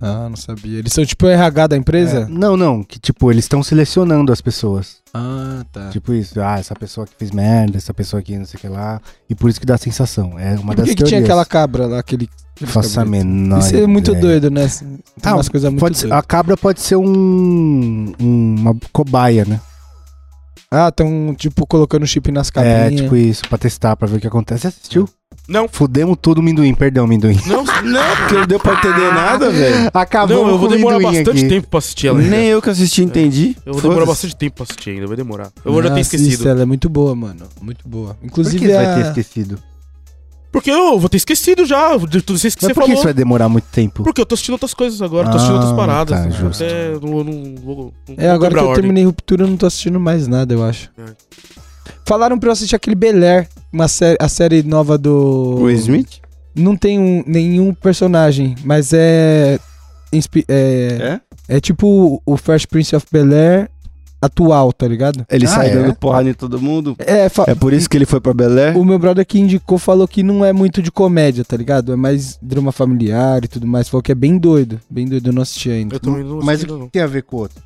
S1: Ah, não sabia. Eles são tipo o RH da
S3: É,
S1: empresa?
S3: Não, não. Que tipo, eles estão selecionando as pessoas.
S1: Ah, tá.
S3: Tipo isso. Ah, essa pessoa que fez merda, essa pessoa aqui não sei o que lá. E por isso que dá a sensação. É uma
S1: E por
S3: das
S1: que, que
S3: teorias.
S1: tinha aquela cabra lá, aquele...
S3: Faça a menor.
S1: Isso é muito
S3: ideia.
S1: doido, né? Tem
S3: Ah,
S1: umas coisas muito
S3: Pode ser-
S1: doidas.
S3: a cabra pode ser um, um- uma cobaia, né?
S1: Ah, estão tipo colocando chip nas
S3: É,
S1: cabinhas.
S3: tipo isso, pra testar, pra ver o que acontece. Você assistiu?
S4: Não.
S1: É.
S3: Fudemos tudo, minduim. Perdão, minduim.
S4: Não,
S2: Não, porque não deu pra entender nada, velho.
S3: Acabou
S4: não eu vou demorar bastante tempo pra assistir ela. ainda.
S2: Nem eu que assisti entendi.
S4: Eu vou demorar
S2: Foda-se.
S4: bastante tempo pra assistir ainda, vai demorar. Eu já tenho
S1: Nossa,
S4: esquecido.
S1: isso, ela é muito boa, mano. Muito boa.
S3: Por que
S1: Inclusive, é
S3: você
S1: a...
S3: vai ter esquecido?
S4: Porque eu vou ter esquecido já de tudo isso que
S3: Mas
S4: você
S3: por que
S4: falou.
S3: isso vai demorar muito tempo?
S4: Porque eu tô assistindo outras coisas agora, tô assistindo outras
S3: Ah,
S4: paradas.
S3: tá,
S4: Até
S3: justo.
S4: eu não, eu não vou. não
S1: É,
S4: vou
S1: agora que
S4: quebrar
S1: eu
S4: a ordem.
S1: terminei Ruptura, eu não tô assistindo mais nada, eu acho.
S4: É.
S1: Falaram pra eu assistir aquele Bel Air, uma sé- a série nova do...
S2: Will Smith?
S1: Não tem um- nenhum personagem, mas é... inspi- É,
S2: É?
S1: é tipo o First Prince of Bel Air atual, tá ligado?
S2: Ele
S3: Ah,
S2: sai
S3: é?
S2: dando porrada em todo mundo.
S1: É, fa-
S2: É por isso que ele foi pra Belé.
S1: O meu brother que indicou falou que não é muito de comédia, tá ligado? É mais drama familiar e tudo mais. Falou que é bem doido. Bem doido, eu não assisti ainda.
S4: Eu também não
S3: Mas
S4: assisti,
S3: o que
S4: não.
S3: tem a ver com o outro?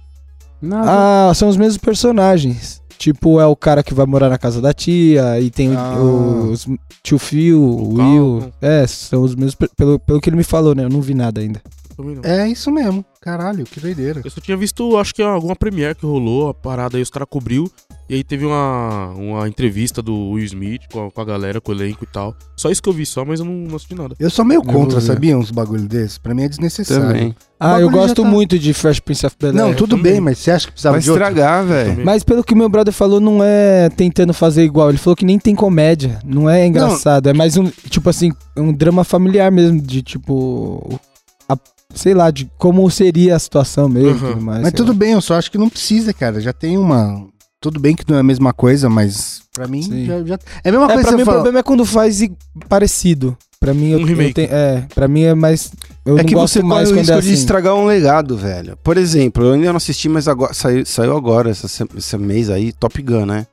S5: Nada.
S1: Ah, são os mesmos personagens. Tipo, é o cara que vai morar na casa da tia, e tem o-
S3: Ah.
S1: os tio Phil, o
S4: O
S1: Will.
S4: Carlton.
S1: É, são os mesmos. per- Pelo, pelo que ele me falou, né? Eu não vi nada ainda.
S4: Também não.
S3: É isso mesmo. Caralho, que doideira.
S4: Eu só tinha visto, acho que alguma premiere que rolou, a parada aí os caras cobriu. E aí teve uma, uma entrevista do Will Smith com a, com a galera, com o elenco e tal. Só isso que eu vi só, mas eu não, não assisti nada.
S3: Eu sou meio
S1: vou
S3: contra,
S1: ver.
S3: sabia? Uns bagulho desses. Pra mim é desnecessário.
S1: Ah, eu
S3: bagulho já
S1: gosto
S3: tá-
S1: muito de Fresh Prince of Bel Air.
S3: Não, tudo
S4: também.
S3: bem, mas você acha que precisava
S2: Vai
S3: de outro?
S2: estragar, velho.
S1: Mas pelo que meu brother falou, não é tentando fazer igual. Ele falou que nem tem comédia. Não é engraçado. É mais um, tipo assim, um drama familiar mesmo. De tipo. a- sei lá, de como seria a situação mesmo.
S4: Uhum.
S1: Tudo mais,
S3: Mas
S1: sei
S3: tudo
S1: lá.
S3: bem, eu só acho que não precisa, cara. Já tem uma. Tudo bem que não é a mesma coisa, mas pra mim
S1: Sim.
S3: já, já- É a mesma
S1: É,
S3: coisa
S1: pra
S3: que
S1: mim
S3: você
S1: o
S3: fala.
S1: problema é quando faz i- parecido. Pra mim, eu,
S4: Um
S1: eu
S4: remake.
S1: tenho- É, pra mim é mais. Eu
S2: é
S1: não
S2: que
S1: gosto
S2: você corre
S1: mais
S2: o
S1: quando é
S2: risco
S1: assim.
S2: de estragar um legado, velho. Por exemplo, eu ainda não assisti, mas agora saiu, saiu agora, essa se- esse mês aí, Top Gun, né?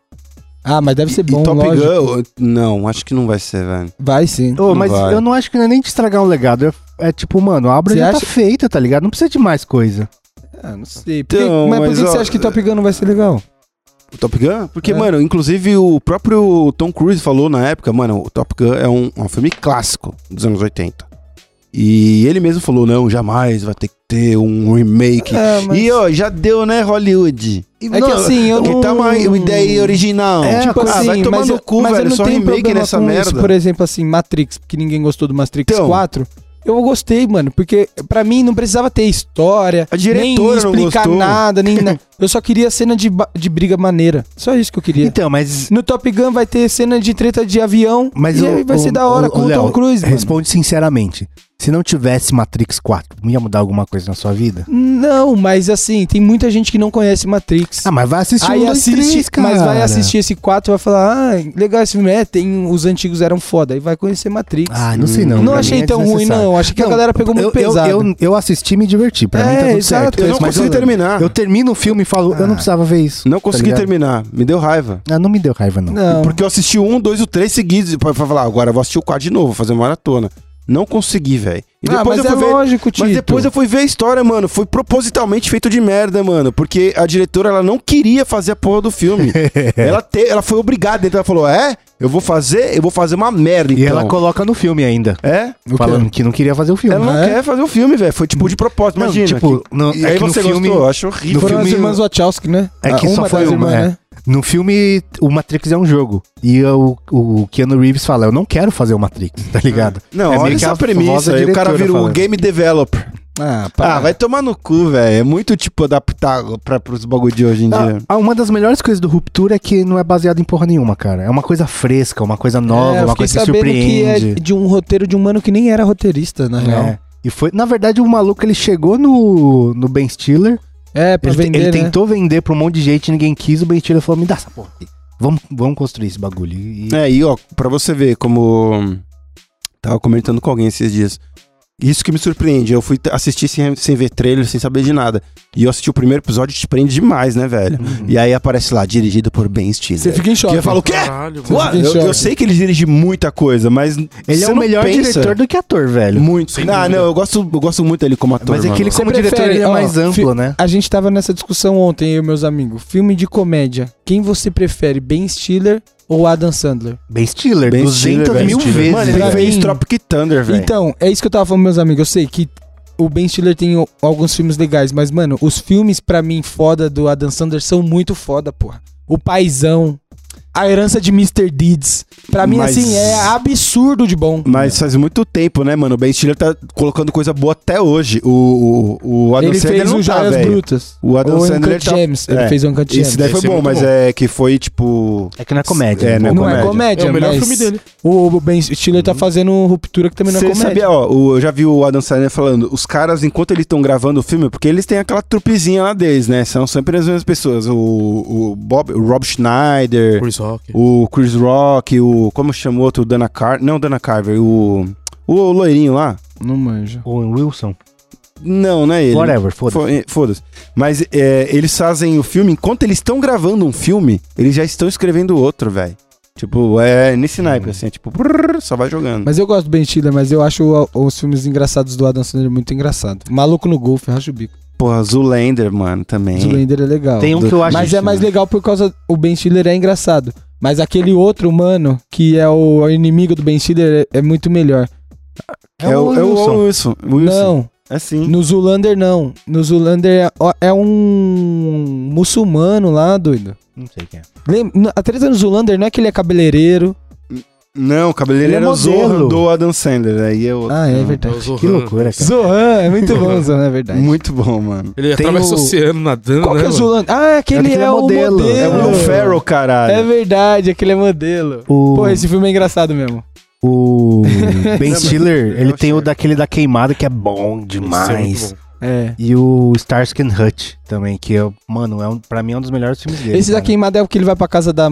S1: Ah, mas deve ser
S2: E-
S1: bom,
S2: e Top
S1: lógico.
S2: Gun, Então, eu- não, acho que não vai ser, velho.
S1: Vai sim.
S3: Ô,
S2: Não
S3: mas
S2: vai.
S3: eu não acho que não é nem de estragar um legado. É, é tipo, mano, a obra
S1: Você
S3: já
S1: acha-
S3: tá feita, tá ligado? Não precisa de mais coisa.
S1: Ah, não sei. Por que-
S2: Então,
S1: mas, por
S2: mas,
S1: que que
S2: ó,
S1: você acha que Top Gun não vai ser legal?
S2: O Top Gun? Porque,
S1: É.
S2: mano, inclusive o próprio Tom Cruise falou na época, mano, o Top Gun é um, um filme clássico dos anos 80. E ele mesmo falou, não, jamais vai ter que ter um remake.
S1: Ah, mas-
S2: E, ó, já deu, né, Hollywood? E,
S1: É que assim, eu
S2: que
S1: não...
S2: tá uma, uma ideia original.
S1: É, tipo
S2: ah,
S1: assim,
S2: vai tomar
S1: mas
S2: no
S1: eu-
S2: cu,
S1: mas eu
S2: velho,
S1: não
S2: só um
S1: tenho
S2: remake
S1: problema
S2: nessa
S1: com
S2: merda.
S1: isso. Por exemplo, assim, Matrix, que ninguém gostou do Matrix
S2: Então.
S1: 4. Eu gostei, mano, porque pra mim não precisava ter história,
S2: A
S1: nem
S2: diretora não
S1: explicar
S2: gostou.
S1: nada, nem na- Eu só queria cena de, ba- de briga maneira. Só isso que eu queria.
S3: Então, mas.
S1: No Top Gun vai ter cena de treta de avião.
S3: Mas
S1: e
S3: o-
S1: aí vai ser
S3: o-
S1: da hora
S3: o-
S1: com
S3: o
S1: o Tom
S3: Léo,
S1: Cruise. mano.
S3: Responde sinceramente. Se não tivesse Matrix 4, ia mudar alguma coisa na sua vida?
S1: Não, mas assim, tem muita gente que não conhece Matrix.
S3: Ah, mas vai assistir
S1: Aí
S3: um, dois,
S1: assiste,
S3: três, cara.
S1: mas vai assistir esse 4 e vai falar: Ah, legal esse filme. É, tem, os antigos eram foda. Aí vai conhecer Matrix.
S3: Ah, não sei não.
S1: Não,
S3: Pra mim
S1: achei
S3: é
S1: tão ruim,
S3: desnecessário.
S1: não. Achei que a galera pegou muito
S3: eu, eu-
S1: pesado.
S3: Eu, eu assisti e me diverti. Pra mim tá
S1: É,
S3: tudo
S1: exato.
S3: certo.
S2: Eu não
S1: Mas
S2: consegui
S1: eu-
S2: terminar.
S3: Eu termino o filme falo,
S1: Ah.
S3: eu não precisava ver isso. tá
S2: Não consegui
S3: ligado?
S2: terminar. Me deu raiva.
S3: Ah, não me deu raiva, não.
S1: Não.
S2: Porque eu assisti o um, dois, o três seguidos. Pra pra falar, "Ah, agora eu vou assistir o quatro de novo, vou fazer uma maratona. Não consegui, velho. E
S1: Ah, mas é
S2: ver.
S1: lógico, Tito.
S2: Mas depois eu fui ver a história, mano. Foi propositalmente feito de merda, mano. Porque a diretora, ela não queria fazer a porra do filme. ela, te- ela foi obrigada, então ela falou: É, eu vou fazer, eu vou fazer uma merda,
S3: E
S2: então.
S3: ela coloca no filme ainda.
S2: É?
S1: O quê?
S3: Falando que não queria fazer o filme.
S2: Ela não
S1: é?
S2: quer fazer o filme, velho. Foi tipo de propósito.
S3: né? Não,
S2: Imagina.
S3: tipo,
S2: que-
S3: não-
S2: e
S3: é
S2: aí
S3: que no
S2: você
S3: filme-
S2: gostou? Eu acho horrível.
S3: no
S1: Foram as
S3: filme-
S1: irmãs Wachowski, né?
S3: É que
S1: Ah,
S3: só
S1: das
S3: foi uma,
S1: irmãs,
S3: é. No filme, o Matrix é um jogo. E o, o Keanu Reeves fala, eu não quero fazer o Matrix, tá ligado?
S2: Não,
S3: é
S2: olha essa
S3: a
S2: premissa.
S3: famosa
S2: Aí o cara
S3: diretora
S2: vira um
S3: falando.
S2: game developer.
S1: Ah, para.
S2: Ah, vai tomar no cu, velho. É muito, tipo, adaptar pra, pros bagulho de hoje em dia.
S3: Ah, ah, uma das melhores coisas do Ruptura é que não é baseado em porra nenhuma, cara. É uma coisa fresca, uma coisa nova,
S1: É, eu
S3: uma
S1: fiquei
S3: coisa que
S1: sabendo que é
S3: surpreende.
S1: de um roteiro de um mano que nem era roteirista, na real.
S3: É. E foi, na verdade, o maluco ele chegou no, no Ben Stiller,
S1: É, pra
S3: ele, te-
S1: vender,
S3: ele
S1: né?
S3: tentou vender pra um monte de gente, ninguém quis, o Ben Stiller falou: "Me dá essa porra. aqui. Vamos, vamos construir esse bagulho". E-
S2: É, e ó, pra você ver como. Tava comentando com alguém esses dias. Isso que me surpreende. Eu fui t- assistir sem, sem ver trailer, sem saber de nada. E eu assisti o primeiro episódio e te prende demais, né, velho? E aí aparece lá, dirigido por Ben Stiller.
S1: Uhum. Você fica em choque.
S2: E eu falo, o quê?
S4: Caralho,
S1: Você
S4: mano.
S2: What?
S1: fica em
S2: Eu, eu
S1: choque.
S2: sei que ele dirige muita coisa, mas.
S3: ele é o melhor diretor do que ator, velho.
S2: Muito.
S4: Sem
S2: ah,
S4: dúvida.
S2: não, eu gosto, eu gosto muito dele como ator.
S3: Mas é que ele
S2: mano.
S1: Você
S3: como diretor
S1: prefere,
S3: ele é
S1: ó,
S3: mais
S1: fi-
S3: amplo, né?
S1: A gente tava nessa discussão ontem, eu e meus amigos. Filme de comédia. Quem você prefere, Ben Stiller ou Adam Sandler?
S3: Ben Stiller,
S2: Ben
S3: 200
S2: Stiller,
S3: mil
S2: Ben Stiller.
S3: vezes.
S2: Mano, ele
S1: pra
S3: velho.
S2: fez
S1: mim.
S2: Tropic Thunder, velho.
S1: Então, é isso que eu tava falando, meus amigos. Eu sei que o Ben Stiller tem o- alguns filmes legais, mas, mano, os filmes, pra mim, foda do Adam Sandler são muito foda, porra. O Paizão, A Herança de Mr. Deeds. Pra mim,
S2: Mas-
S1: assim, é absurdo de bom.
S2: Mas faz muito tempo, né, mano? O Ben Stiller tá colocando coisa boa até hoje. O, o, o Adam
S1: ele
S2: Sandler
S1: fez
S2: não
S1: o
S2: tá,
S1: Joias
S2: velho.
S1: Brutas.
S2: O Adam
S1: Ou
S2: Sandler
S1: Uncut
S2: tá...
S1: James. Ele
S2: É,
S1: fez o Uncut James.
S2: Esse daí
S4: Esse
S2: foi
S4: é
S2: bom,
S4: muito
S2: mas
S4: bom.
S2: é que foi, tipo...
S3: É que não é comédia.
S2: É,
S3: né?
S2: não
S1: não é
S2: comédia.
S1: comédia,
S4: É o melhor
S1: mas
S4: filme dele.
S1: O Ben Stiller tá fazendo ruptura que também não é
S2: Você
S1: comédia.
S2: sabia, ó, o- eu já vi o Adam Sandler falando, os caras, enquanto eles estão gravando o filme, porque eles têm aquela trupezinha lá deles, né? São sempre as mesmas pessoas. O, o, Bob, o Rob Schneider,
S4: Chris Rock.
S2: o Chris Rock, o... Como chama o outro? O Dana Carver? Não, o Dana Carver. O, o loirinho lá.
S1: Não manjo.
S3: O Wilson.
S2: Não, não é ele.
S3: Whatever, foda-se.
S2: Fo- eh, Foda-se. Mas é, eles fazem o filme, enquanto eles estão gravando um filme, eles já estão escrevendo outro, velho. Tipo, é nesse naipe, assim, é tipo, brrr, só vai jogando.
S1: Mas eu gosto do Ben Stiller, mas eu acho o- os filmes engraçados do Adam Sandler muito engraçado. Maluco no Golfe, racha o bico.
S2: Porra, Zoolander, mano, também.
S1: Zoolander é legal.
S3: Tem um que eu acho.
S1: Mas
S2: Assiste,
S1: é mais
S2: né?
S1: legal por causa. O Ben Stiller é engraçado. Mas aquele outro humano, que é o inimigo do Ben Stiller, é, é muito melhor.
S2: É o, é o Owen Wilson. Wilson.
S1: Não,
S2: É sim.
S1: no Zulander não. No Zulander é, é um muçulmano lá, doido.
S3: Não sei quem é.
S1: Lem- n- a treta no Zulander não é que ele é cabeleireiro.
S2: Não, o cabeleireiro
S3: Ele é
S2: é o Zohan
S3: modelo.
S2: do Adam Sandler. Aí é outro.
S1: Ah, é
S4: É
S1: verdade.
S4: o Zohan.
S3: Que loucura, cara.
S1: Zohan, é muito bom, Zohan, é verdade.
S2: Muito bom, mano.
S4: Ele
S3: Tem
S4: atravessa o
S3: o-
S4: oceano nadando,
S1: Qual
S4: né?
S1: que é o
S4: mano?
S1: Zulander? Ah, aquele
S3: É
S1: é,
S3: aquele
S1: o
S3: modelo.
S1: modelo.
S2: É o Will Ferrell, caralho.
S1: É verdade, aquele é modelo.
S3: O,
S1: Pô, esse filme é engraçado mesmo.
S3: o
S2: Não,
S3: Ben
S2: mas-
S3: Stiller, ele
S2: Eu
S3: tem o
S2: achei.
S3: daquele da queimada que é bom
S4: Isso é muito
S3: demais.
S4: bom.
S1: É.
S3: e o Starsky and Hutch também, que é, mano, é um, pra mim é um dos melhores filmes dele.
S1: Esse da
S3: cara.
S1: queimada é o que ele vai pra casa da,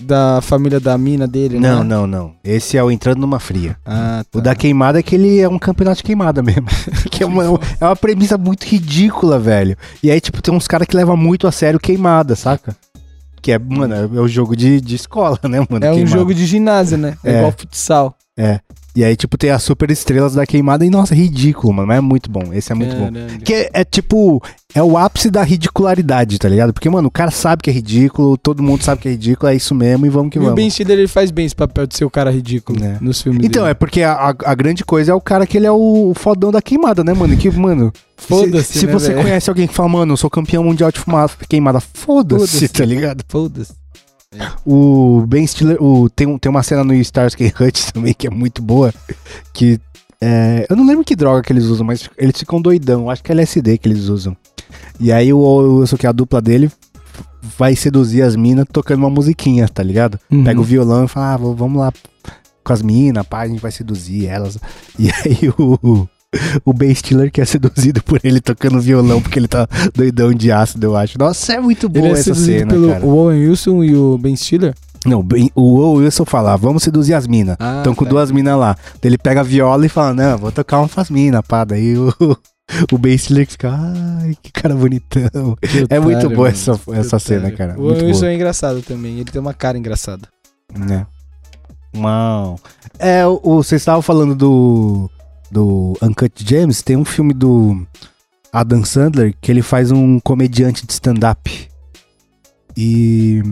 S1: da família da mina dele, né?
S3: Não, não, não. Esse é o Entrando Numa Fria.
S1: Ah, tá.
S3: O da queimada é que ele é um campeonato de queimada mesmo. que é uma, é uma premissa muito ridícula, velho. E aí, tipo, tem uns caras que levam muito a sério queimada, saca? Que é, mano, é é o jogo de, de escola, né, mano?
S1: É um
S3: Queimada.
S1: jogo de ginásio, né? É,
S3: É.
S1: igual futsal.
S3: E aí, tipo, tem as super estrelas da queimada e, nossa, ridículo, mano. Mas é muito bom. Esse é muito bom.
S1: Caralho.
S3: Que é, é, tipo, é o ápice da ridicularidade, tá ligado? Porque, mano, o cara sabe que é ridículo, todo mundo sabe que é ridículo, é isso mesmo e vamos que
S1: e o
S3: vamos.
S1: Ben Stiller, ele faz bem esse papel de ser o cara ridículo
S3: É.
S1: nos filmes
S3: Então, é
S1: dele.
S3: porque a, a- a grande coisa é o cara que ele é o fodão da queimada, né, mano? Que, mano,
S1: Foda-se,
S3: se, se
S1: né,
S3: você
S1: velho?
S3: conhece alguém que fala, mano, eu sou campeão mundial de fumar queimada, foda-se,
S1: Foda-se.
S3: tá ligado?
S1: Foda-se.
S3: O Ben Stiller, o, tem, um- tem uma cena no Starsky Hutch também que é muito boa, que é, eu não lembro que droga que eles usam, mas eles ficam doidão, acho que é LSD que eles usam. E aí o, o só que a dupla dele vai seduzir as minas tocando uma musiquinha, tá ligado? Pega o
S1: Uhum.
S3: violão e fala, ah, v- vamos lá com as minas, pá, a gente vai seduzir elas. E aí o, o Ben Stiller que é seduzido por ele tocando violão, porque ele tá doidão de ácido, eu acho. Nossa, é muito boa
S1: Ele é
S3: essa
S1: seduzido
S3: cena,
S1: pelo
S3: cara.
S1: Owen Wilson e o Ben Stiller.
S3: Não, bem- o Will Wilson fala, vamos seduzir as minas.
S1: Ah,
S3: Estão com
S1: tá.
S3: duas minas lá. Daí Ele pega a viola e fala, não, vou tocar uma faz mina, pá. Daí o, o Basler que fica, ai, que cara bonitão. é muito boa essa, essa cena, cara.
S1: O
S3: Muito
S1: Wilson
S3: boa.
S1: é engraçado também. Ele tem uma cara engraçada.
S3: Né? Mão. É, o, o- vocês estavam falando do, do Uncut James, tem um filme do Adam Sandler que ele faz um comediante de stand-up. E,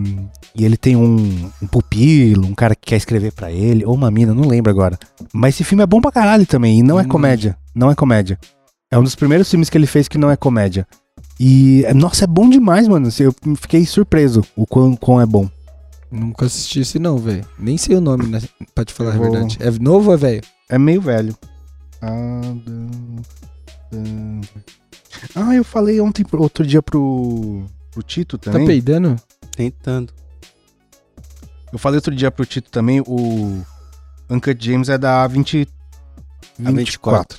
S3: e ele tem um, um pupilo, um cara que quer escrever pra ele, ou uma mina, não lembro agora. Mas esse filme é bom pra caralho também, e não é
S1: Hum.
S3: comédia. Não é comédia. É um dos primeiros filmes que ele fez que não é comédia. E, nossa, é bom demais, mano. assim, Eu fiquei surpreso o quão, quão é bom.
S1: Nunca assisti esse não, velho. Nem sei o nome, né? Pra te falar
S3: Eu
S1: a
S3: vou-
S1: verdade. É novo ou é velho?
S3: É meio velho. Adam Sandler. Ah, eu falei ontem, pro- outro dia pro, pro Tito
S1: Tá
S3: também.
S1: peidando?
S2: Tentando.
S3: Eu falei outro dia pro Tito também, o Uncut James é da A20,
S2: A 24.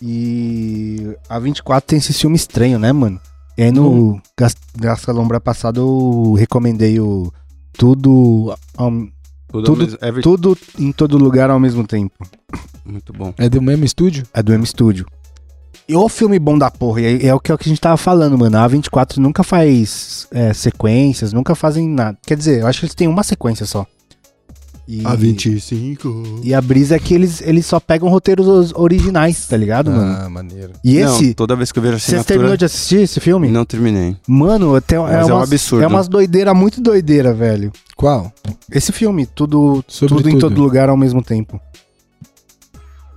S3: E a 24 tem esse filme estranho, né, mano? E aí no Gas- Gascalombra passado eu recomendei o Tudo, ao-
S2: Tudo,
S3: Tudo-
S2: ao mesmo- every-
S3: tudo em Todo Lugar ao mesmo tempo.
S2: Muito bom.
S1: É do mesmo estúdio?
S3: É do M Studio. E o filme bom da porra, e é, é o que, é o que a gente tava falando, mano. A A24 nunca faz é, sequências, nunca fazem nada. Quer dizer, eu acho que eles têm uma sequência só. E,
S2: A25.
S3: E a brisa é que eles, eles só pegam roteiros os- originais, tá ligado, mano?
S1: Ah, maneiro.
S3: E
S2: Ah. Não,
S3: esse.
S2: toda vez que eu vejo a
S3: Você
S2: assinatura...
S3: terminou de assistir esse filme?
S2: Não terminei.
S3: Mano, até, é,
S2: Mas é um
S3: umas,
S2: absurdo.
S3: É umas doideira muito doideira, velho.
S1: Qual?
S3: Esse filme, tudo,
S1: Sobre
S3: tudo em
S1: tudo.
S3: todo lugar ao mesmo tempo.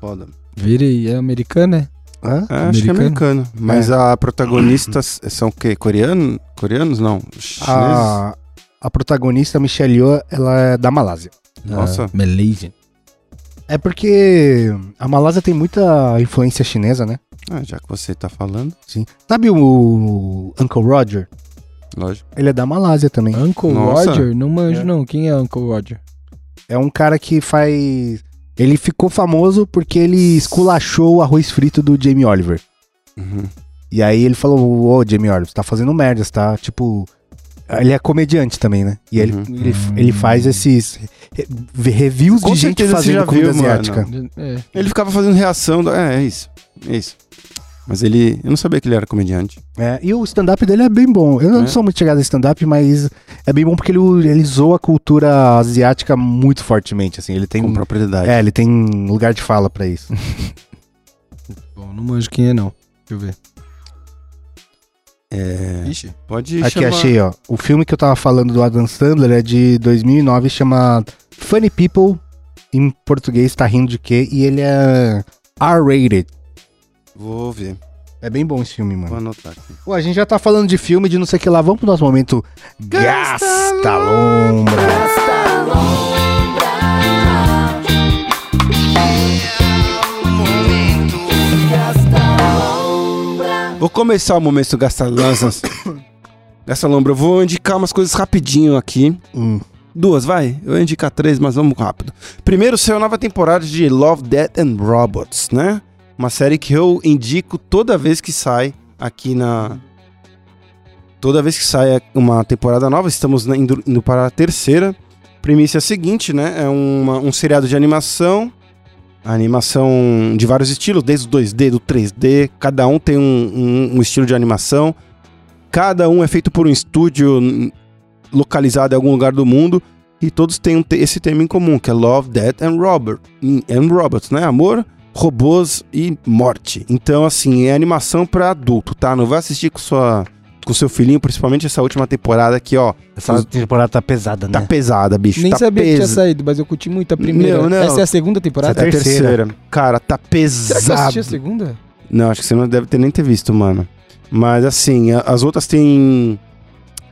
S2: Foda.
S1: Vira aí, é americano, né?
S3: Hã?
S2: É, acho que é
S1: Americano?
S2: americano. Mas a protagonista s- são o quê? Coreano? Coreanos? Não. Chineses?
S3: A, a protagonista, Michelle Yeoh, ela é da Malásia.
S2: Nossa.
S1: Malaysian.
S3: É porque a Malásia tem muita influência chinesa, né?
S2: Ah, já que você tá falando,
S3: Sim. Sabe o Uncle Roger?
S2: lógico.
S3: Ele é da Malásia também.
S1: Uncle
S2: Nossa.
S1: Roger? Não manjo
S3: É.
S1: não. Quem é Uncle Roger?
S3: É um cara que faz. Ele ficou famoso porque ele esculachou o arroz frito do Jamie Oliver.
S2: Uhum.
S3: E aí ele falou: Ô, Jamie Oliver, você tá fazendo merda, você tá tipo. Ele é comediante também, né? E ele,
S2: Uhum.
S3: ele, ele faz esses re- reviews
S2: Com
S3: de gente
S2: certeza você já
S3: fazendo comida
S2: viu, mano.
S3: asiática.
S1: É.
S2: Ele ficava fazendo reação. do- É, é isso. É isso. Mas ele. Eu não sabia que ele era comediante.
S3: É, e o stand-up dele é bem bom. Eu não
S2: É.
S3: sou muito chegado a stand-up, mas é bem bom porque ele, ele zoa a cultura asiática muito fortemente, assim. Ele tem...
S2: Com propriedade.
S3: É, ele tem lugar de fala pra isso.
S1: Bom, não manjo quem é não. Deixa eu ver.
S2: É,
S1: Ixi.
S2: Pode
S3: Aqui,
S2: chamar.
S3: achei, ó. O filme que eu tava falando do Adam Sandler é de 2009, chama Funny People, em português, tá rindo de quê? E ele é R-rated.
S2: Vou ver.
S3: É bem bom esse filme, mano.
S2: Vou anotar aqui.
S3: Pô, a gente já tá falando de filme, de não sei o que lá. Vamos pro nosso momento Gasta Lombra.
S2: Vou começar o momento gastar lanças. Gasta lombra. Eu vou indicar umas coisas rapidinho aqui.
S3: Hum.
S2: Duas, vai. Eu ia indicar três, mas vamos rápido. Primeiro, saiu a nova temporada de Love, Death and Robots, né? Uma série que eu indico toda vez que sai aqui na... Toda vez que sai uma temporada nova, estamos na- indo, indo para a terceira. Premissa é a seguinte, né? É uma- um seriado de animação a animação de vários estilos, desde o 2D, do 3D, cada um tem um, um- um estilo de animação, cada um é feito por um estúdio hum, localizado em algum lugar do mundo, e todos têm um te- esse tema em comum, que é Love, Death and, Robert, and Robots, né? Amor, robôs e morte. Então, assim, é animação pra adulto, tá? Não vai assistir com sua com seu filhinho, principalmente essa última temporada aqui, ó.
S3: Essa temporada tá pesada, né?
S2: Tá pesada, bicho.
S1: Nem
S2: tá
S1: sabia que tinha
S2: pesa-
S1: saído, mas eu curti muito a primeira.
S2: Não, não.
S1: Essa é a segunda
S2: É a
S1: temporada?
S3: Essa é a
S2: terceira. Cara, tá pesado.
S1: Será que eu assisti a segunda?
S2: Não, acho que você não deve ter nem ter visto, mano. Mas assim, a- as outras têm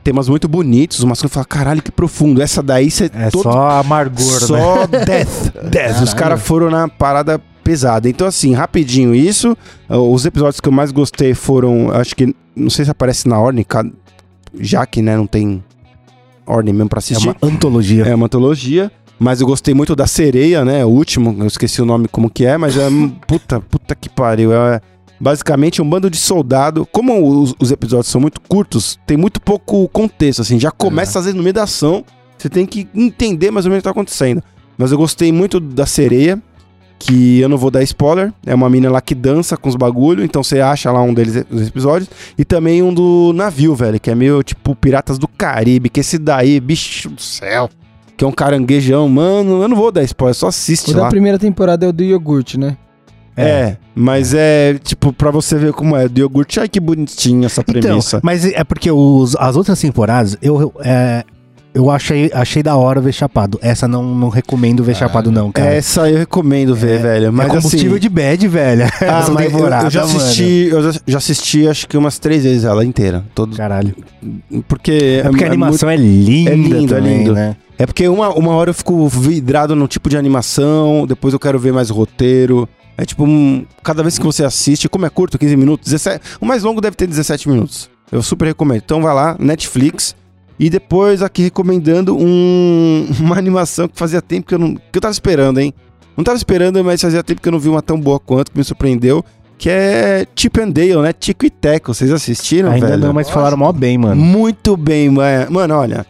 S2: temas muito bonitos, umas que eu falo, caralho, que profundo. Essa daí você
S3: É só amargor, né?
S2: só death, death. Os
S1: Caralho.
S2: caras foram na parada pesada. Então assim, rapidinho isso. Ah, Os episódios que eu mais gostei foram, acho que não sei se aparece na ordem, ca- já que né, não tem ordem mesmo pra
S3: É
S2: assistir.
S3: uma antologia.
S2: É uma antologia. Mas eu gostei muito da sereia, né? O último, eu esqueci o nome como que é, mas é. um- puta, puta que pariu. É basicamente um bando de soldado. Como os, os episódios são muito curtos, tem muito pouco contexto, assim. Já começa às vezes no meio da ação. Você tem que entender mais ou menos o que tá acontecendo. Mas eu gostei muito da sereia, que que eu não vou dar spoiler. É uma mina lá que dança com os bagulho, então você acha lá um deles dos episódios. E também um do navio, velho, que é meio tipo Piratas do Caribe, que esse daí, bicho do céu, que é um caranguejão, mano. Eu não vou dar spoiler, só assiste
S1: O
S2: lá.
S1: da primeira temporada é o do iogurte, né?
S2: É, mas é tipo, pra você ver como é, do iogurte, ai que bonitinha essa premissa.
S3: mas é porque os- as outras temporadas, eu, é, eu achei, achei da hora ver chapado. Essa não, não recomendo ver chapado, não, cara. É,
S2: Essa eu recomendo ver, velho. Mas
S3: combustível
S2: assim,
S3: de bad, velho.
S2: Ah,
S3: essa
S2: mas eu-
S3: temporada,
S2: eu, já
S3: mano.
S2: assisti, eu já, já assisti acho que umas três vezes ela inteira. Todo,
S3: Caralho.
S2: porque
S3: É porque a animação é linda,
S2: é lindo, é
S3: também,
S2: lindo.
S3: né?
S2: É porque uma, uma hora eu fico vidrado no tipo de animação, depois eu quero ver mais roteiro. É tipo, um- cada vez que você assiste, como é curto, 15 minutos, 17, o mais longo deve ter 17 minutos. Eu super recomendo. Então vai lá, Netflix. E depois aqui recomendando um- uma animação que fazia tempo que eu não. que eu tava esperando, hein? Não tava esperando, mas fazia tempo que eu não vi uma tão boa quanto, que me surpreendeu. Que é Chip and Dale, né? Tico e Teco. Vocês assistiram,
S3: Ainda
S2: velho?
S3: não, mas falaram mó bem, mano.
S2: Muito bem, mano. Mano, olha.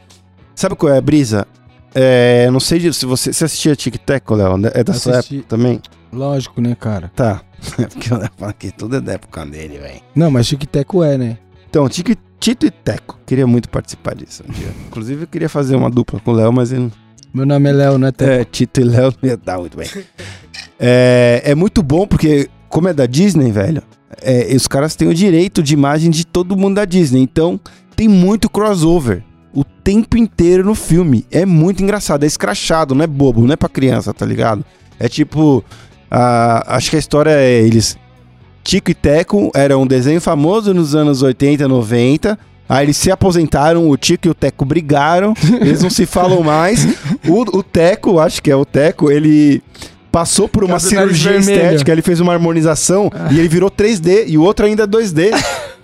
S2: Sabe qual é a brisa? É, não sei de- se você, você assistia Tic Tac, Léo. né? É da sua
S1: Assisti.
S2: época também?
S1: Lógico, né, cara?
S2: Tá. É porque eu falo que tudo é da época dele, velho.
S1: Não, mas Chiquiteco é, né?
S2: Então, Tico, Tito e Teco. Queria muito participar disso um dia. Inclusive, eu queria fazer uma dupla com o Léo, mas ele não.
S1: Meu nome é Léo, né, Teco?
S2: É, Tito e Léo não ia dar muito bem. É, é muito bom porque, como é da Disney, velho, é, os caras têm o direito de imagem de todo mundo da Disney. Então, tem muito crossover o tempo inteiro no filme. É muito engraçado, é escrachado, não é bobo, não é pra criança, tá ligado? É tipo. a- acho que a história é eles. Tico e Teco era um desenho famoso nos anos 80, 90. Aí eles se aposentaram, o Tico e o Teco brigaram, eles não se falam mais. O, o Teco, acho que é o Teco, ele passou por uma
S1: Caso do nariz
S2: cirurgia
S1: vermelho. Ah.
S2: estética, ele fez uma harmonização e ele virou 3D e o outro ainda é 2D.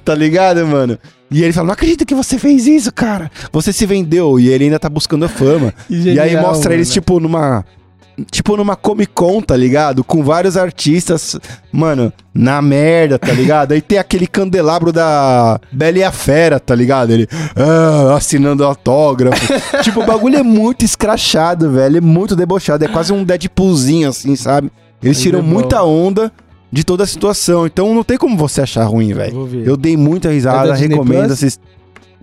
S2: Tá ligado, mano? E ele fala: Não acredito que você fez isso, cara. Você se vendeu e ele ainda tá buscando a fama. e aí mostra eles, tipo, numa. Tipo, numa Comic Con, tá ligado? Com vários artistas, mano, na merda, tá ligado? Aí tem aquele candelabro da Bela e a Fera, tá ligado? Ele ah, assinando autógrafo. tipo, o bagulho é muito escrachado, velho. É muito debochado. É quase um Deadpoolzinho, assim, sabe? Eles
S1: Aí
S2: tiram
S1: é bom.
S2: muita onda de toda a situação. Então não tem como você achar ruim, velho.
S1: Vou ver.
S2: Eu dei muita risada,
S1: É da Disney
S2: recomendo
S1: Plus?
S2: assistir.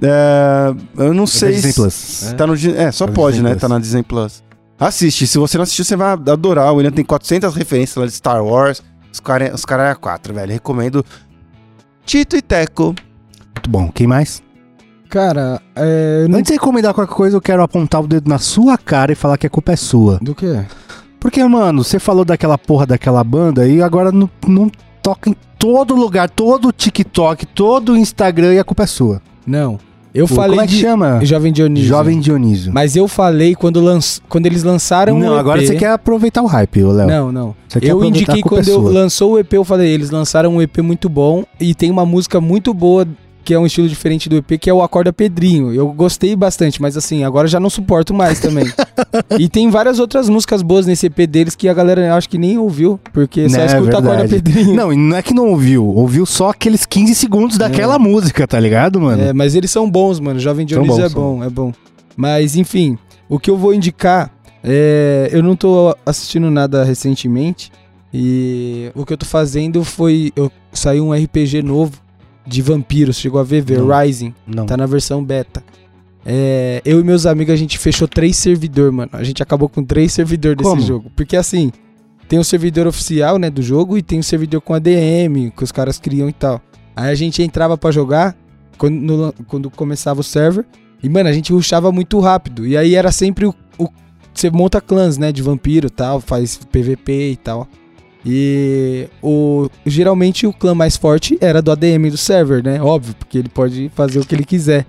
S2: É, eu não sei
S3: Disney
S2: se
S3: Plus.
S2: tá no Di- é, só
S3: É da
S2: pode,
S3: Disney
S2: né?
S3: Plus.
S2: Tá na Disney Plus. Assiste, se você não assistiu, você vai adorar. O William tem 400 referências lá de Star Wars, os caras os cara é 4, velho. Recomendo Tito e Teco.
S3: Muito bom. Quem mais?
S1: Cara, é... eu não-
S3: Antes de recomendar qualquer coisa, eu quero apontar o dedo na sua cara e falar que a culpa é sua.
S1: Do que?
S3: Porque, mano, você falou daquela porra daquela banda e agora não, não toca em todo lugar, todo TikTok, todo Instagram e a culpa é sua.
S1: Não. Eu
S3: Pô,
S1: falei
S3: Como é que
S1: de
S3: chama?
S1: Jovem Dionísio.
S3: Jovem Dionísio.
S1: Mas eu falei quando, lanç... quando eles lançaram o
S3: Não,
S1: EP.
S3: agora você quer aproveitar o hype, ô, Léo.
S1: Não, não.
S3: Você quer
S1: um Eu
S3: aproveitar
S1: indiquei
S3: a culpa
S1: quando
S3: é
S1: eu
S3: sua.
S1: lançou o EP, eu falei, eles lançaram um EP muito bom e tem uma música muito boa que é um estilo diferente do EP, que é o Acorda Pedrinho. Eu gostei bastante, mas assim, agora já não suporto mais também. e tem várias outras músicas boas nesse EP deles que a galera eu acho que nem ouviu, porque é só
S3: Né,
S1: escuta Acorda
S3: verdade.
S1: Pedrinho.
S3: Não, e não é que não ouviu, ouviu só aqueles 15 segundos daquela música, tá ligado, mano?
S1: É, mas eles são bons, mano. Jovem
S3: São
S1: Dionísio
S3: bons,
S1: é
S3: são
S1: bom, é bom. Mas, enfim, o que eu vou indicar é. Eu não tô assistindo nada recentemente. E o que eu tô fazendo foi. Eu saí um RPG novo de vampiros. Chegou a ver, ver
S3: Não.
S1: Rising.
S3: Não.
S1: Tá na versão beta. É, eu e meus amigos, a gente fechou três servidor, mano. A gente acabou com três servidor desse
S3: Como?
S1: jogo. Porque assim, tem o servidor oficial, né, do jogo e tem o servidor com ADM, que os caras criam e tal. Aí a gente entrava pra jogar quando, no lan- quando começava o server. E, mano, a gente rushava muito rápido. E aí era sempre o. o- você monta clãs, né? De vampiro e tal, faz PVP e tal. E o, geralmente o clã mais forte era do ADM do server, né? Óbvio, porque ele pode fazer o que ele quiser.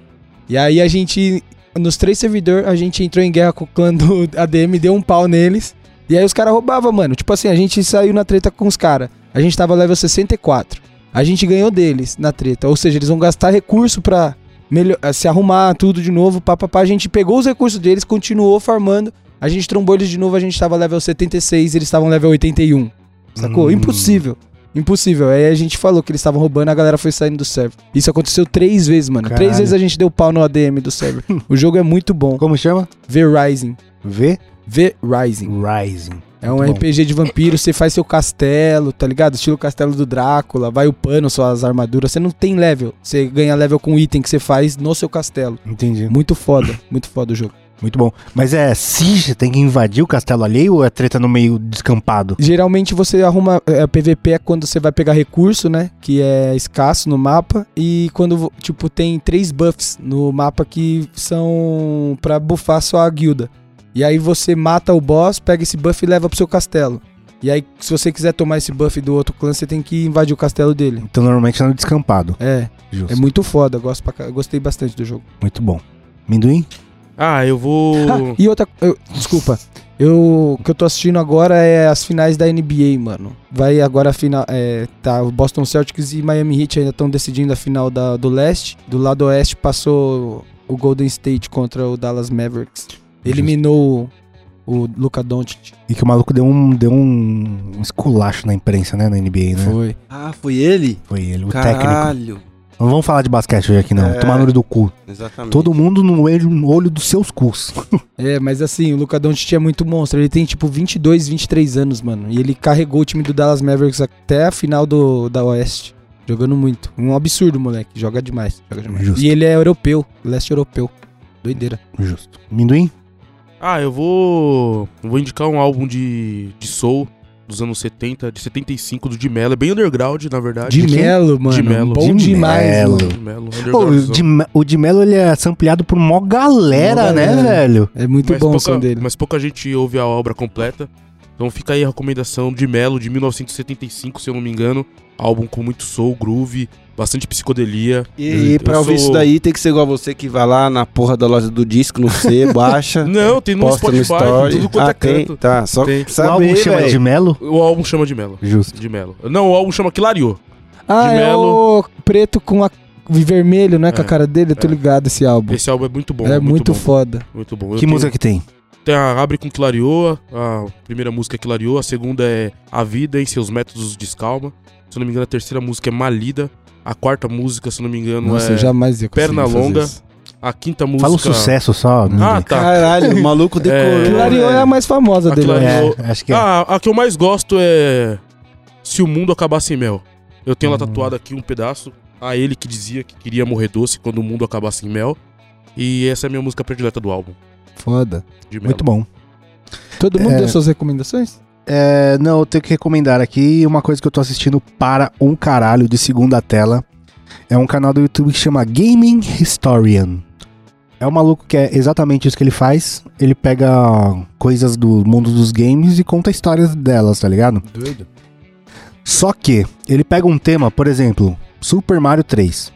S1: E aí a gente. Nos três servidores, a gente entrou em guerra com o clã do ADM, deu um pau neles. E aí os caras roubavam, mano. Tipo assim, a gente saiu na treta com os caras. A gente tava level 64. A gente ganhou deles na treta. Ou seja, eles vão gastar recurso pra melho- eh, se arrumar tudo de novo. Papapá. A gente pegou os recursos deles, continuou farmando. A gente trombou eles de novo, a gente tava level 76, eles estavam level 81. Sacou?
S3: Hum.
S1: Impossível. Impossível. Aí a gente falou que eles estavam roubando, a galera foi saindo do server. Isso aconteceu três vezes, mano. Três
S3: Caralho.
S1: vezes a gente deu pau no ADM do server. o jogo é muito bom.
S3: Como chama?
S1: V-Rising.
S3: V
S1: V-Rising.
S3: Rising.
S1: É um
S3: Muito bom.
S1: RPG de vampiro, você faz seu castelo, tá ligado? Estilo castelo do Drácula, vai upando suas armaduras. Você não tem level, você ganha level com item que você faz no seu castelo.
S3: Entendi.
S1: Muito foda, muito foda o jogo.
S3: Muito bom. Mas é siege, tem que invadir o castelo alheio ou é treta no meio descampado?
S1: Geralmente você arruma. é, PVP é quando você vai pegar recurso, né? Que é escasso no mapa. E quando, tipo, tem três buffs no mapa que são pra buffar sua guilda. E aí você mata o boss, pega esse buff e leva pro seu castelo. E aí, se você quiser tomar esse buff do outro clã, você tem que invadir o castelo dele.
S3: Então normalmente é no descampado.
S1: É,
S3: Justo.
S1: é muito foda. Gosto pra ca- gostei bastante do jogo.
S3: Muito bom. Minduim?
S4: Ah, eu vou.
S1: Ah, e outra. eu- desculpa. Eu, o que eu tô assistindo agora é as finais da NBA, mano. Vai agora a final. É, tá, o Boston Celtics e Miami Heat ainda estão decidindo a final da, do leste. Do lado oeste passou o Golden State contra o Dallas Mavericks. Eliminou o, o Luka Doncic.
S3: E que o maluco deu um, deu um esculacho na imprensa, né? Na NBA, né?
S1: Foi.
S2: Ah, foi ele?
S3: Foi ele, o técnico.
S2: Caralho.
S3: Não vamos falar de basquete hoje aqui, não.
S2: É.
S3: Tomar no olho do cu.
S2: Exatamente.
S3: Todo mundo no olho, no olho dos seus cus.
S1: É, mas assim, o Luka Doncic é muito monstro. Ele tem tipo 22, 23 anos, mano. E ele carregou o time do Dallas Mavericks até a final do, da Oeste. Jogando muito. Um absurdo, moleque. Joga demais. Joga demais.
S3: Justo.
S1: E ele é europeu, leste europeu. Doideira.
S3: Justo. Minduim?
S4: Ah, eu vou. eu Vou indicar um álbum de, de soul dos anos 70, de 75, do Di Mello. É bem underground, na verdade.
S1: De Melo, mano.
S4: Melo.
S1: Bom
S3: De
S1: demais,
S3: Melo.
S1: mano.
S4: Di Mello,
S3: Pô, o
S4: undergroundzão.
S3: de, o de Melo ele é sampleado por mó galera,
S1: Mó
S3: né,
S1: galera.
S3: velho?
S1: É muito
S4: mas
S1: bom
S4: pouca,
S1: o som dele.
S4: Mas pouca gente ouve a obra completa. Então fica aí a recomendação de Melo, de 1975, se eu não me engano. Álbum com muito soul, groove, bastante psicodelia.
S2: E, e pra
S4: Eu
S2: ouvir
S4: sou-
S2: isso daí, tem que ser igual você que vai lá na porra da loja do disco, no C, baixa,
S4: Não, tem no
S2: É, posta no
S4: Spotify,
S2: story.
S4: tudo quanto
S2: ah,
S4: é
S2: tem,
S4: canto.
S2: tá. Só
S4: Tem.
S2: saber,
S3: o álbum chama
S2: véi.
S3: de Melo?
S4: O álbum chama de Melo.
S3: Justo.
S4: De Melo. Não, o álbum chama Clareou.
S1: Ah,
S4: de
S1: é
S4: Melo.
S1: o preto com a e vermelho, né? Com a
S4: É,
S1: cara dele. Eu tô
S4: é.
S1: ligado esse álbum.
S4: Esse álbum é muito bom.
S1: é muito,
S4: bom,
S1: foda.
S4: Muito bom. Eu
S3: Que
S4: tenho-
S3: música que tem?
S4: Tem a Abre com Clareou, a primeira música é Clareou, a segunda é A Vida em Seus Métodos Descalma. Se eu não me engano, a terceira música é Malida. A quarta música, se eu não me engano,
S1: Nossa,
S4: é.
S1: eu jamais ia conseguir
S4: Perna
S1: fazer
S4: longa.
S1: isso.
S4: A quinta música.
S3: Fala o sucesso né, só.
S4: Ah,
S3: Minduim.
S4: tá.
S2: Caralho, o maluco decorou.
S4: É.
S1: Clarion é a mais famosa
S4: A
S1: dele.
S4: Clarion-
S1: né?
S3: É, acho que é.
S4: Ah, a que eu mais gosto é Se o Mundo Acabar Sem Mel. Eu tenho lá
S3: Hum.
S4: tatuado aqui um pedaço a ele que dizia que queria morrer doce quando o mundo acabar sem mel. E essa é a minha música predileta do álbum.
S1: Foda.
S4: De mel.
S3: Muito bom.
S1: Todo mundo
S3: É.
S1: deu suas recomendações?
S3: É, não, eu tenho que recomendar aqui uma coisa que eu tô assistindo para um caralho de segunda tela. É um canal do YouTube que chama Gaming Historian. É um maluco que é exatamente isso que ele faz. Ele pega coisas do mundo dos games e conta histórias delas, tá ligado?
S1: Doido.
S3: Só que ele pega um tema, por exemplo, Super Mario 3.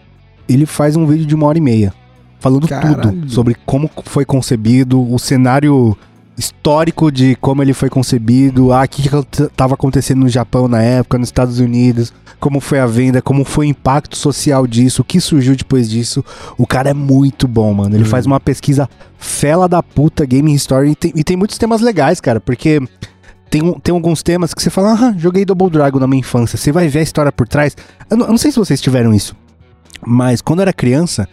S3: Ele faz um vídeo de uma hora e meia, falando
S1: Caralho.
S3: tudo sobre como foi concebido, o cenário histórico de como ele foi concebido, ah, o que estava acontecendo no Japão na época, nos Estados Unidos, como foi a venda, como foi o impacto social disso, o que surgiu depois disso. O cara é muito bom, mano. Ele faz uma pesquisa fela da puta, Game History, e tem, e tem muitos temas legais, cara, porque tem, um- tem alguns temas que você fala, ah, joguei Double Dragon na minha infância. Você vai ver a história por trás. Eu não, eu não sei se vocês tiveram isso, mas quando eu era criança,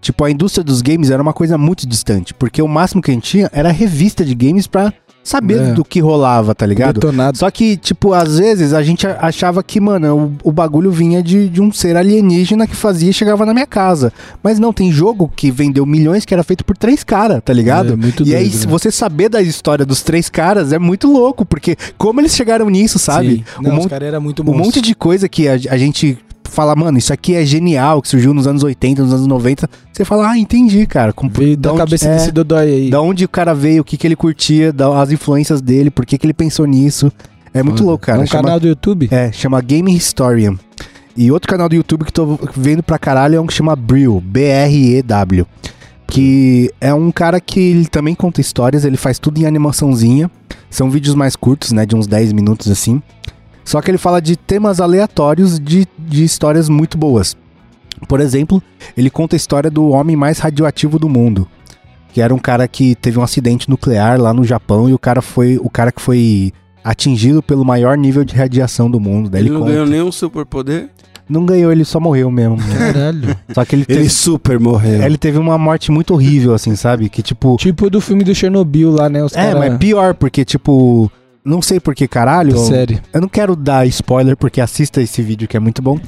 S3: tipo, a indústria dos games era uma coisa muito distante, porque o máximo que a gente tinha era revista de games pra saber
S1: É.
S3: do que rolava, tá ligado?
S1: Detonado.
S3: Só que, tipo, às vezes a gente a- achava que, mano, o, o bagulho vinha de, de um ser alienígena que fazia e chegava na minha casa. Mas não, tem jogo que vendeu milhões que era feito por três caras, tá ligado?
S1: É, muito
S3: e aí,
S1: doido,
S3: se
S1: né?
S3: você saber da história dos três caras, é muito louco, porque como eles chegaram nisso, sabe?
S1: Sim. Não,
S3: um, mon-
S1: os caras eram muito
S3: um
S1: monstro.
S3: monte de coisa que a, a gente fala, mano, isso aqui é genial, que surgiu nos anos 80, nos anos 90. Você fala, ah, entendi, cara. Com,
S1: Veio
S3: da
S1: da
S3: onde-
S1: cabeça
S3: é.
S1: desse dodói aí.
S3: da onde o cara veio, o que, que ele curtia, da- as influências dele, por que, que ele pensou nisso. É muito
S1: Foda.
S3: louco, cara.
S1: É um
S3: Chama-
S1: canal do YouTube?
S3: é, chama Game Historian. E outro canal do YouTube que tô vendo pra caralho é um que chama Brew, B-R-E-W. Que é um cara que ele também conta histórias, ele faz tudo em animaçãozinha. São vídeos mais curtos, né? De uns 10 minutos assim. Só que ele fala de temas aleatórios de, de histórias muito boas. Por exemplo, ele conta a história do homem mais radioativo do mundo. Que era um cara que teve um acidente nuclear lá no Japão e o cara foi. O cara que foi atingido pelo maior nível de radiação do mundo. Daí
S2: Ele
S3: ele,
S2: não
S3: conta.
S2: ganhou nenhum superpoder.
S3: Não ganhou, ele só morreu mesmo.
S1: Caralho.
S3: Só que ele
S2: Ele
S3: teve,
S2: super morreu.
S3: ele teve uma morte muito horrível, assim, sabe? Que tipo.
S1: tipo do filme do Chernobyl lá, né? Os
S3: É, Tá
S1: cara...
S3: mas pior, porque tipo. Não sei por que caralho.
S1: Série.
S3: Eu não quero dar spoiler porque assista esse vídeo que é muito bom.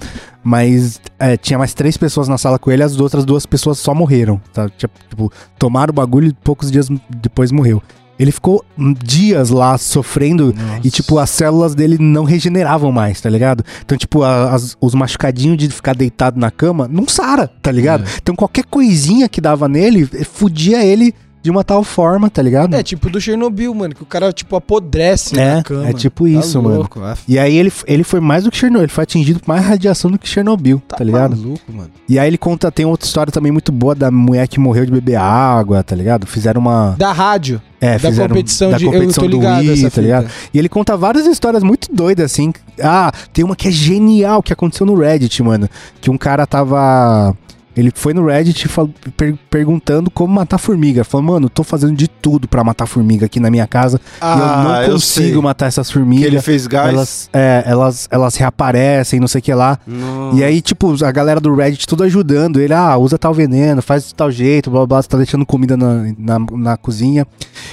S3: Mas é, tinha mais três pessoas na sala com ele, as outras duas pessoas só morreram. Tá? Tinha, Tipo, tomaram o bagulho e poucos dias depois morreu. Ele ficou hum, dias lá sofrendo e, tipo, as células dele não regeneravam mais, tá ligado? Então, tipo, a- as- os machucadinhos de ficar deitado na cama não sara, tá ligado?
S1: É.
S3: Então, qualquer coisinha que dava nele, eh, fudia ele de uma tal forma, tá ligado?
S1: É tipo do Chernobyl, mano, que o cara, tipo, apodrece
S3: É,
S1: na cama. Tá
S3: é tipo isso, mano.
S1: mano. Ah,
S3: E aí ele, ele foi mais do que Chernobyl, ele foi atingido por mais radiação do que Chernobyl, tá, ligado?
S1: maluco, mano.
S3: E aí ele conta, tem outra história também muito boa da mulher que morreu de beber água, tá ligado? Fizeram uma...
S1: Da rádio.
S3: É,
S1: da
S3: fizeram
S1: competição
S3: da
S1: de.
S3: competição
S1: eu tô ligado
S3: do Wii,
S1: essa
S3: tá ligado? E ele conta várias histórias muito doidas, assim. Ah, tem uma que é genial, que aconteceu no Reddit, mano. Que um cara tava. Ele foi no Reddit fal- per- perguntando como matar formiga. Falou, mano, tô fazendo de tudo pra matar formiga aqui na minha casa.
S1: Ah,
S3: e eu não consigo matar essas
S2: Ah, Que ele
S3: formigas.
S2: fez gás.
S3: Elas, é, elas, elas reaparecem, não sei o que lá.
S2: Nossa.
S3: E aí, tipo, a galera do Reddit tudo ajudando ele. Ah, usa tal veneno, faz de tal jeito, blá blá, blá, você tá deixando comida na, na, na cozinha.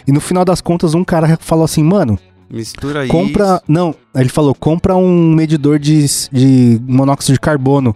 S3: E no final das contas, um cara falou assim, mano,
S2: Mistura isso.
S3: compra. Não, ele falou: compra um medidor de, de monóxido de carbono.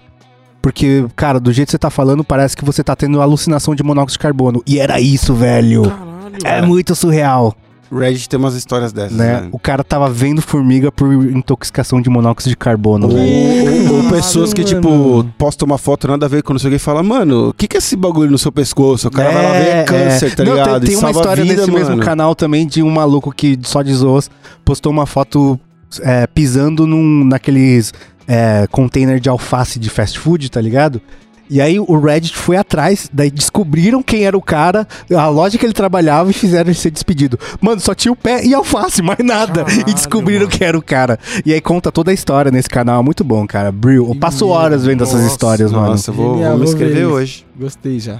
S3: Porque, cara, do jeito que você tá falando, parece que você tá tendo alucinação de monóxido de carbono. E era isso, velho.
S4: Caralho.
S3: É muito surreal,
S2: Reddit tem umas histórias dessas,
S3: né?
S2: é- né?
S3: O cara tava vendo formiga por intoxicação de monóxido de carbono,
S2: Ou,
S3: velho.
S2: ou- ou pessoas que, tipo, postam uma foto nada a ver com não sei o que e falam, mano, o que, que é esse bagulho no seu pescoço? O cara vai lá ver é câncer, tá
S3: Não, tem-
S2: ligado?
S3: Tem,
S2: e
S3: uma
S2: salva a
S3: história
S2: vida,
S3: nesse
S2: mano.
S3: mesmo canal também de um maluco que só de zoas postou uma foto é, pisando num, naqueles é, container de alface de fast food, tá ligado? E aí o Reddit foi atrás, daí descobriram quem era o cara, a loja que ele trabalhava e fizeram ele ser despedido. Mano, só tinha o pé e alface, mais nada. e
S4: Caralho,
S3: descobriram
S4: mano.
S3: quem era o cara. E aí conta toda a história nesse canal, é muito bom, cara. Brill, eu passo horas vendo essas
S4: Nossa,
S3: histórias, mano.
S2: Nossa, eu vou,
S1: Genial,
S2: vou
S1: vou
S2: me
S1: ver
S2: inscrever
S1: isso.
S2: hoje.
S1: Gostei já.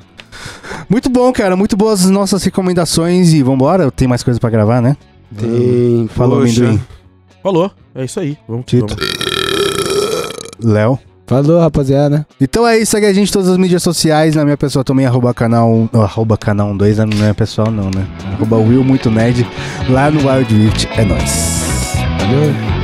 S3: Muito bom, cara. Muito boas as nossas recomendações. E vambora, tem mais coisa pra gravar, né? Hum,
S2: Tem,
S3: Falou,
S2: poxa.
S3: amendoim.
S4: Falou. É isso aí. Vamos
S3: Tito.
S4: vamos.
S3: Léo.
S1: Falou, rapaziada.
S3: Então é isso, segue a gente em todas as mídias sociais. Na minha pessoa também, arroba canal. não, Arroba canal 2, não é pessoal, não, né? Arroba Will Muito Nerd. Lá no Wild Rift. É nóis.
S1: Valeu.